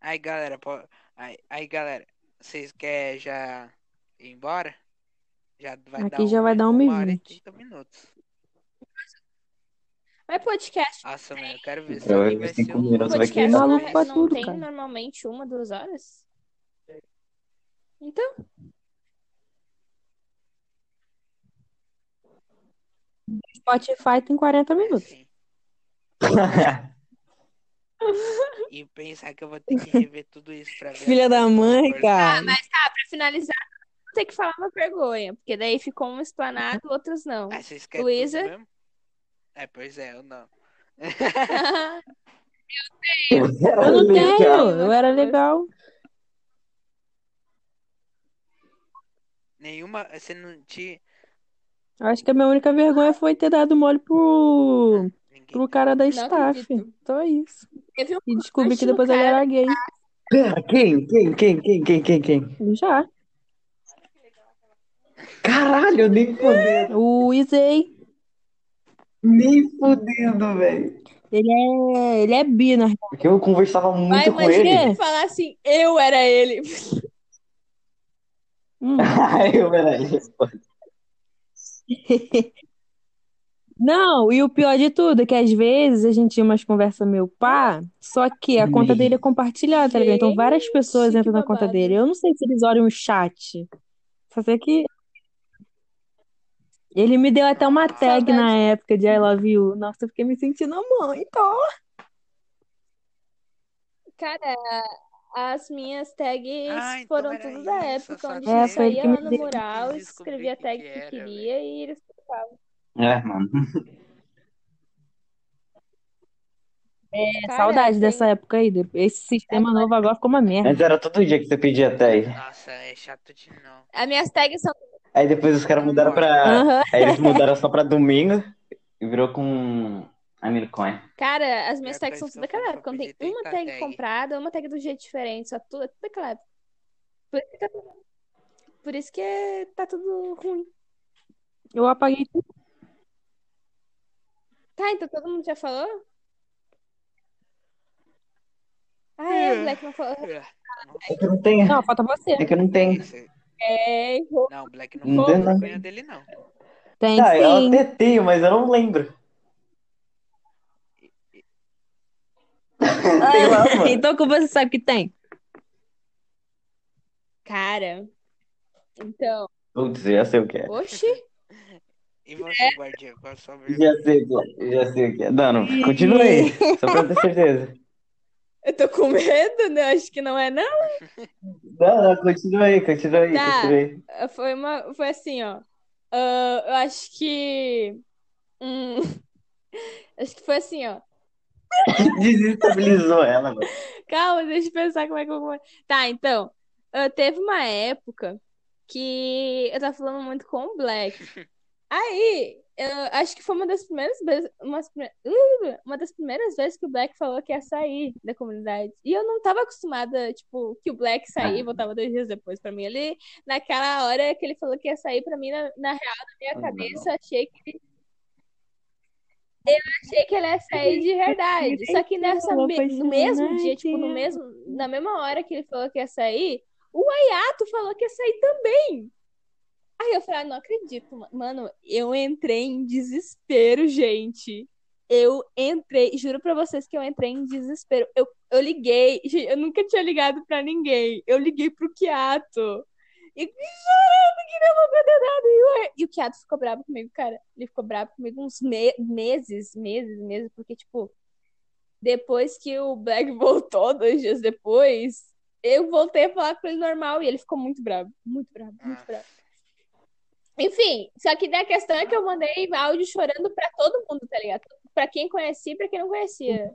[SPEAKER 2] Aí, galera, po- aí, aí, galera, vocês querem já ir embora? Já vai dar
[SPEAKER 4] Aqui já vai dar um
[SPEAKER 2] uma hora e
[SPEAKER 4] minuto.
[SPEAKER 2] 30 minutos.
[SPEAKER 1] Mas podcast.
[SPEAKER 2] Nossa, mano, eu quero ver se
[SPEAKER 5] Eu
[SPEAKER 2] alguém
[SPEAKER 5] vou
[SPEAKER 2] vai
[SPEAKER 5] ter
[SPEAKER 2] ser um
[SPEAKER 5] que combinar,
[SPEAKER 2] o...
[SPEAKER 5] você vai
[SPEAKER 1] podcast
[SPEAKER 5] querer.
[SPEAKER 4] maluco
[SPEAKER 1] não, é-
[SPEAKER 4] pra
[SPEAKER 1] não
[SPEAKER 4] tudo,
[SPEAKER 1] tem
[SPEAKER 4] cara.
[SPEAKER 1] normalmente uma, duas horas? Então,
[SPEAKER 4] Spotify tem 40 minutos.
[SPEAKER 2] Sim. assim. E pensar que eu vou ter que rever tudo isso pra ver.
[SPEAKER 4] Filha da mãe,
[SPEAKER 1] ah,
[SPEAKER 4] cara.
[SPEAKER 1] mas tá, pra finalizar, tem que falar uma vergonha, porque daí ficou um explanado, outros não.
[SPEAKER 2] Ah, vocês querem
[SPEAKER 1] Luísa?
[SPEAKER 2] tudo mesmo? É, pois é, eu não.
[SPEAKER 4] Eu não tenho,
[SPEAKER 5] Legal.
[SPEAKER 4] eu era legal.
[SPEAKER 2] Nenhuma. Você não te.
[SPEAKER 4] Eu Acho que a minha única vergonha foi ter dado mole pro,
[SPEAKER 2] Ninguém.
[SPEAKER 4] pro cara da staff.
[SPEAKER 1] acredito.
[SPEAKER 4] Então é isso.
[SPEAKER 1] Teve um
[SPEAKER 4] E descobri
[SPEAKER 1] crush
[SPEAKER 4] que
[SPEAKER 1] no
[SPEAKER 4] depois ele
[SPEAKER 1] cara.
[SPEAKER 4] era gay.
[SPEAKER 5] Pera, quem? Quem? Quem? Quem? Quem? Quem? Quem?
[SPEAKER 4] Já.
[SPEAKER 5] Caralho, eu nem fudendo.
[SPEAKER 4] O Izei,
[SPEAKER 5] Nem fudendo, velho.
[SPEAKER 4] ele é, ele é bi, na
[SPEAKER 5] Porque eu conversava muito
[SPEAKER 1] Vai,
[SPEAKER 5] com ele.
[SPEAKER 1] imagina falar assim, eu era ele.
[SPEAKER 4] Hum.
[SPEAKER 5] Ai, eu era ele.
[SPEAKER 4] Não, e o pior de tudo é que às vezes a gente tinha umas conversas meio pá, só que a conta dele é compartilhada, tá ligado? Então várias pessoas
[SPEAKER 1] Gente,
[SPEAKER 4] entram na
[SPEAKER 1] que
[SPEAKER 4] conta
[SPEAKER 1] babado.
[SPEAKER 4] dele. Eu não sei se eles olham o chat. Só sei que. Ele me deu até uma tag
[SPEAKER 1] Saudade.
[SPEAKER 4] na época de I Love You. Nossa, eu fiquei me sentindo a mãe, então.
[SPEAKER 1] Cara, as minhas tags
[SPEAKER 2] Ah, então
[SPEAKER 1] foram
[SPEAKER 2] era
[SPEAKER 1] tudo da
[SPEAKER 2] isso,
[SPEAKER 1] época,
[SPEAKER 2] só
[SPEAKER 1] onde
[SPEAKER 2] que
[SPEAKER 4] É,
[SPEAKER 1] eu
[SPEAKER 4] foi ele que
[SPEAKER 1] saía
[SPEAKER 4] me
[SPEAKER 1] lá no
[SPEAKER 4] deu-
[SPEAKER 1] mural,
[SPEAKER 2] quis descobrir
[SPEAKER 1] escrevia a
[SPEAKER 2] o que
[SPEAKER 1] tag
[SPEAKER 2] que
[SPEAKER 1] que
[SPEAKER 2] era,
[SPEAKER 1] queria e eles
[SPEAKER 5] É, mano.
[SPEAKER 4] É,
[SPEAKER 1] Cara,
[SPEAKER 4] saudade
[SPEAKER 1] tem-
[SPEAKER 4] dessa época aí. Esse sistema novo agora ficou uma merda.
[SPEAKER 5] Antes era todo dia que você pedia tag.
[SPEAKER 2] Nossa, é chato de não.
[SPEAKER 1] As minhas tags são
[SPEAKER 5] Aí depois os caras mudaram pra.
[SPEAKER 4] Aham.
[SPEAKER 5] Aí eles mudaram só pra domingo e virou com. Amircoin.
[SPEAKER 1] Cara, as minhas
[SPEAKER 2] Pior que
[SPEAKER 1] tags
[SPEAKER 2] eu
[SPEAKER 1] são tudo
[SPEAKER 2] estou
[SPEAKER 1] daquela
[SPEAKER 2] falando
[SPEAKER 1] época. Não
[SPEAKER 2] pra
[SPEAKER 1] tem
[SPEAKER 2] pedir
[SPEAKER 1] uma
[SPEAKER 2] tag.
[SPEAKER 1] tag comprada, uma tag do jeito diferente, só tudo, é tudo daquela época. Por isso que tá, por isso que tá tudo ruim.
[SPEAKER 4] Eu apaguei tudo.
[SPEAKER 1] Tá, então todo mundo já falou? Ah, é, o Black não falou.
[SPEAKER 5] É que não tem.
[SPEAKER 4] Não, falta você.
[SPEAKER 5] É que não tem.
[SPEAKER 2] Esse-
[SPEAKER 1] É, errou.
[SPEAKER 2] Não, o Black não
[SPEAKER 5] Não
[SPEAKER 2] falou
[SPEAKER 5] tem, né? não.
[SPEAKER 2] vergonha dele, não.
[SPEAKER 4] Tem
[SPEAKER 5] Tá, eu
[SPEAKER 4] sim.
[SPEAKER 5] até tenho, mas eu não lembro. Não tem lá, mano.
[SPEAKER 4] Então como você sabe que tem?
[SPEAKER 1] cara. Então,
[SPEAKER 5] Putz, eu já sei o que é.
[SPEAKER 1] oxi.
[SPEAKER 2] E
[SPEAKER 1] É.
[SPEAKER 2] você, guardião, qual a sua vergonha?
[SPEAKER 5] Já sei o que é. eu Já sei o que é. Não, não, continue aí. Só pra eu ter certeza.
[SPEAKER 1] Eu tô com medo, né? Acho que não é, não.
[SPEAKER 5] Não, não, continua aí, continua aí,
[SPEAKER 1] Tá.
[SPEAKER 5] continua aí.
[SPEAKER 1] Foi, uma, foi assim, ó. Ah, eu acho que. hum, acho que foi assim, ó.
[SPEAKER 5] Desestabilizou ela, mano.
[SPEAKER 1] Calma, deixa eu pensar como é que eu vou. Tá, então. ah, teve uma época que eu tava falando muito com o Black. Aí, eu acho que foi uma das primeiras vezes. umas prime- Uh, Uma das primeiras vezes que o Black falou que ia sair da comunidade. E eu não tava acostumada, tipo, que o Black
[SPEAKER 5] Ah.
[SPEAKER 1] saía e voltava dois dias depois pra mim. Ali, naquela hora que ele falou que ia sair pra mim, na, na real, na minha
[SPEAKER 5] Não,
[SPEAKER 1] cabeça, eu achei que ele. Eu achei que ele ia sair de verdade. Só que nessa, me- no mesmo dia, tipo, no mesmo, na mesma hora que ele falou que ia sair, o Ayato falou que ia sair também. Aí eu falei, ah, não acredito, ma- mano. Eu entrei em desespero, gente. Eu entrei, juro pra vocês que eu entrei em desespero. Eu, eu liguei, gente, eu nunca tinha ligado pra ninguém. Eu liguei pro Kiato. E chorando que não vou fazer nada. E o, Ay- e o Kiato ficou bravo comigo, cara. Ele ficou bravo comigo uns me- meses, meses, meses, porque, tipo, depois que o Black voltou, dois dias depois, eu voltei a falar com ele normal e ele ficou muito bravo, muito bravo, muito bravo. Enfim, só que daí a questão é que eu mandei áudio chorando pra todo mundo, tá ligado? Pra quem conhecia e pra quem não conhecia.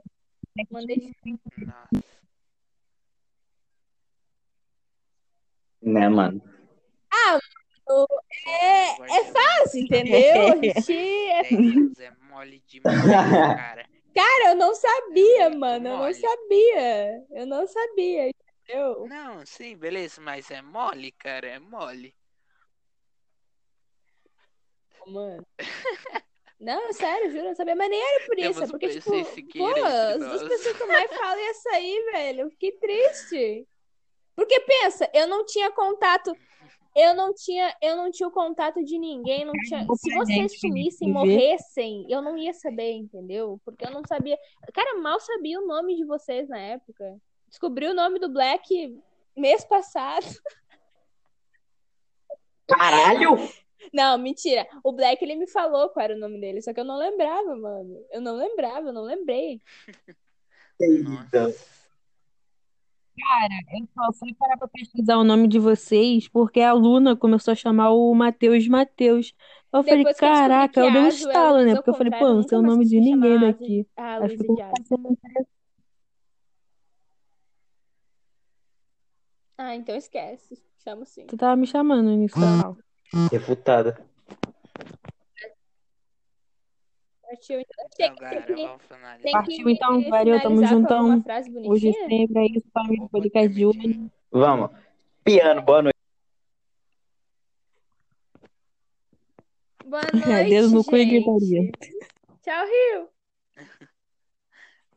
[SPEAKER 1] Mandei.
[SPEAKER 2] Nossa,
[SPEAKER 5] Né, mano?
[SPEAKER 1] É, é fácil, entendeu? A gente é-
[SPEAKER 2] É mole demais, cara.
[SPEAKER 1] Cara, eu não sabia, mano. Eu não sabia. Eu não sabia, entendeu?
[SPEAKER 2] Não, sim, beleza, mas é mole, cara, é mole.
[SPEAKER 1] Mano. Não, sério, juro, eu não sabia. Mas nem era por isso.
[SPEAKER 2] Temos
[SPEAKER 1] É porque,
[SPEAKER 2] um
[SPEAKER 1] tipo,
[SPEAKER 2] PC Siqueira
[SPEAKER 1] pô,
[SPEAKER 2] entre
[SPEAKER 1] as duas
[SPEAKER 2] nós.
[SPEAKER 1] pessoas que eu mais falo é ia sair, velho. Eu fiquei triste. Porque pensa, eu não tinha contato. eu não tinha, eu não tinha o contato de ninguém, não tinha. Se vocês sumissem, morressem, eu não ia saber, entendeu? Porque eu não sabia. Cara, mal sabia o nome de vocês na época. Descobri o nome do Black mês passado.
[SPEAKER 12] Caralho!
[SPEAKER 1] Não, mentira. O Black ele me falou qual era o nome dele, só que eu não lembrava, mano. Eu não lembrava, eu não lembrei.
[SPEAKER 5] Então,
[SPEAKER 12] Eita.
[SPEAKER 4] Cara, eu só fui parar pra pesquisar o nome de vocês porque a Luna começou a chamar o Matheus Matheus. Eu
[SPEAKER 1] Depois
[SPEAKER 4] falei,
[SPEAKER 1] que eu descobri
[SPEAKER 4] caraca,
[SPEAKER 1] que
[SPEAKER 4] eu dei um
[SPEAKER 1] Ágil é
[SPEAKER 4] estalo,
[SPEAKER 1] Luiz
[SPEAKER 4] né?
[SPEAKER 1] ao
[SPEAKER 4] Porque eu falei, pô,
[SPEAKER 1] contrário,
[SPEAKER 4] não sei o
[SPEAKER 1] nunca
[SPEAKER 4] nome
[SPEAKER 1] mais
[SPEAKER 4] de
[SPEAKER 1] consegui
[SPEAKER 4] ninguém
[SPEAKER 1] chamar
[SPEAKER 4] daqui.
[SPEAKER 1] a
[SPEAKER 4] Acho
[SPEAKER 1] Ah, Luiz
[SPEAKER 4] que
[SPEAKER 1] e
[SPEAKER 4] eu vou
[SPEAKER 1] Ágil.
[SPEAKER 4] ficar sendo interessante.
[SPEAKER 1] Ah, então esquece. Chamo sim.
[SPEAKER 4] Tu tava me chamando inicial.
[SPEAKER 5] Refutada.
[SPEAKER 1] Partiu, então.
[SPEAKER 2] Então,
[SPEAKER 1] Tem, tem
[SPEAKER 2] galera,
[SPEAKER 1] que,
[SPEAKER 2] vamos finalizar.
[SPEAKER 1] tem
[SPEAKER 4] Partiu
[SPEAKER 1] que
[SPEAKER 4] então,
[SPEAKER 1] eh,
[SPEAKER 4] valeu, tamo
[SPEAKER 1] finalizar com
[SPEAKER 4] juntão.
[SPEAKER 1] alguma frase
[SPEAKER 4] Hoje
[SPEAKER 1] bonitinha?
[SPEAKER 4] sempre é isso, família, do podcast de hoje.
[SPEAKER 5] Vamos. Piano, boa noite.
[SPEAKER 1] Boa
[SPEAKER 4] Dedo
[SPEAKER 1] noite,
[SPEAKER 4] no cu e
[SPEAKER 1] gente.
[SPEAKER 4] gritaria.
[SPEAKER 1] Tchau, Rio.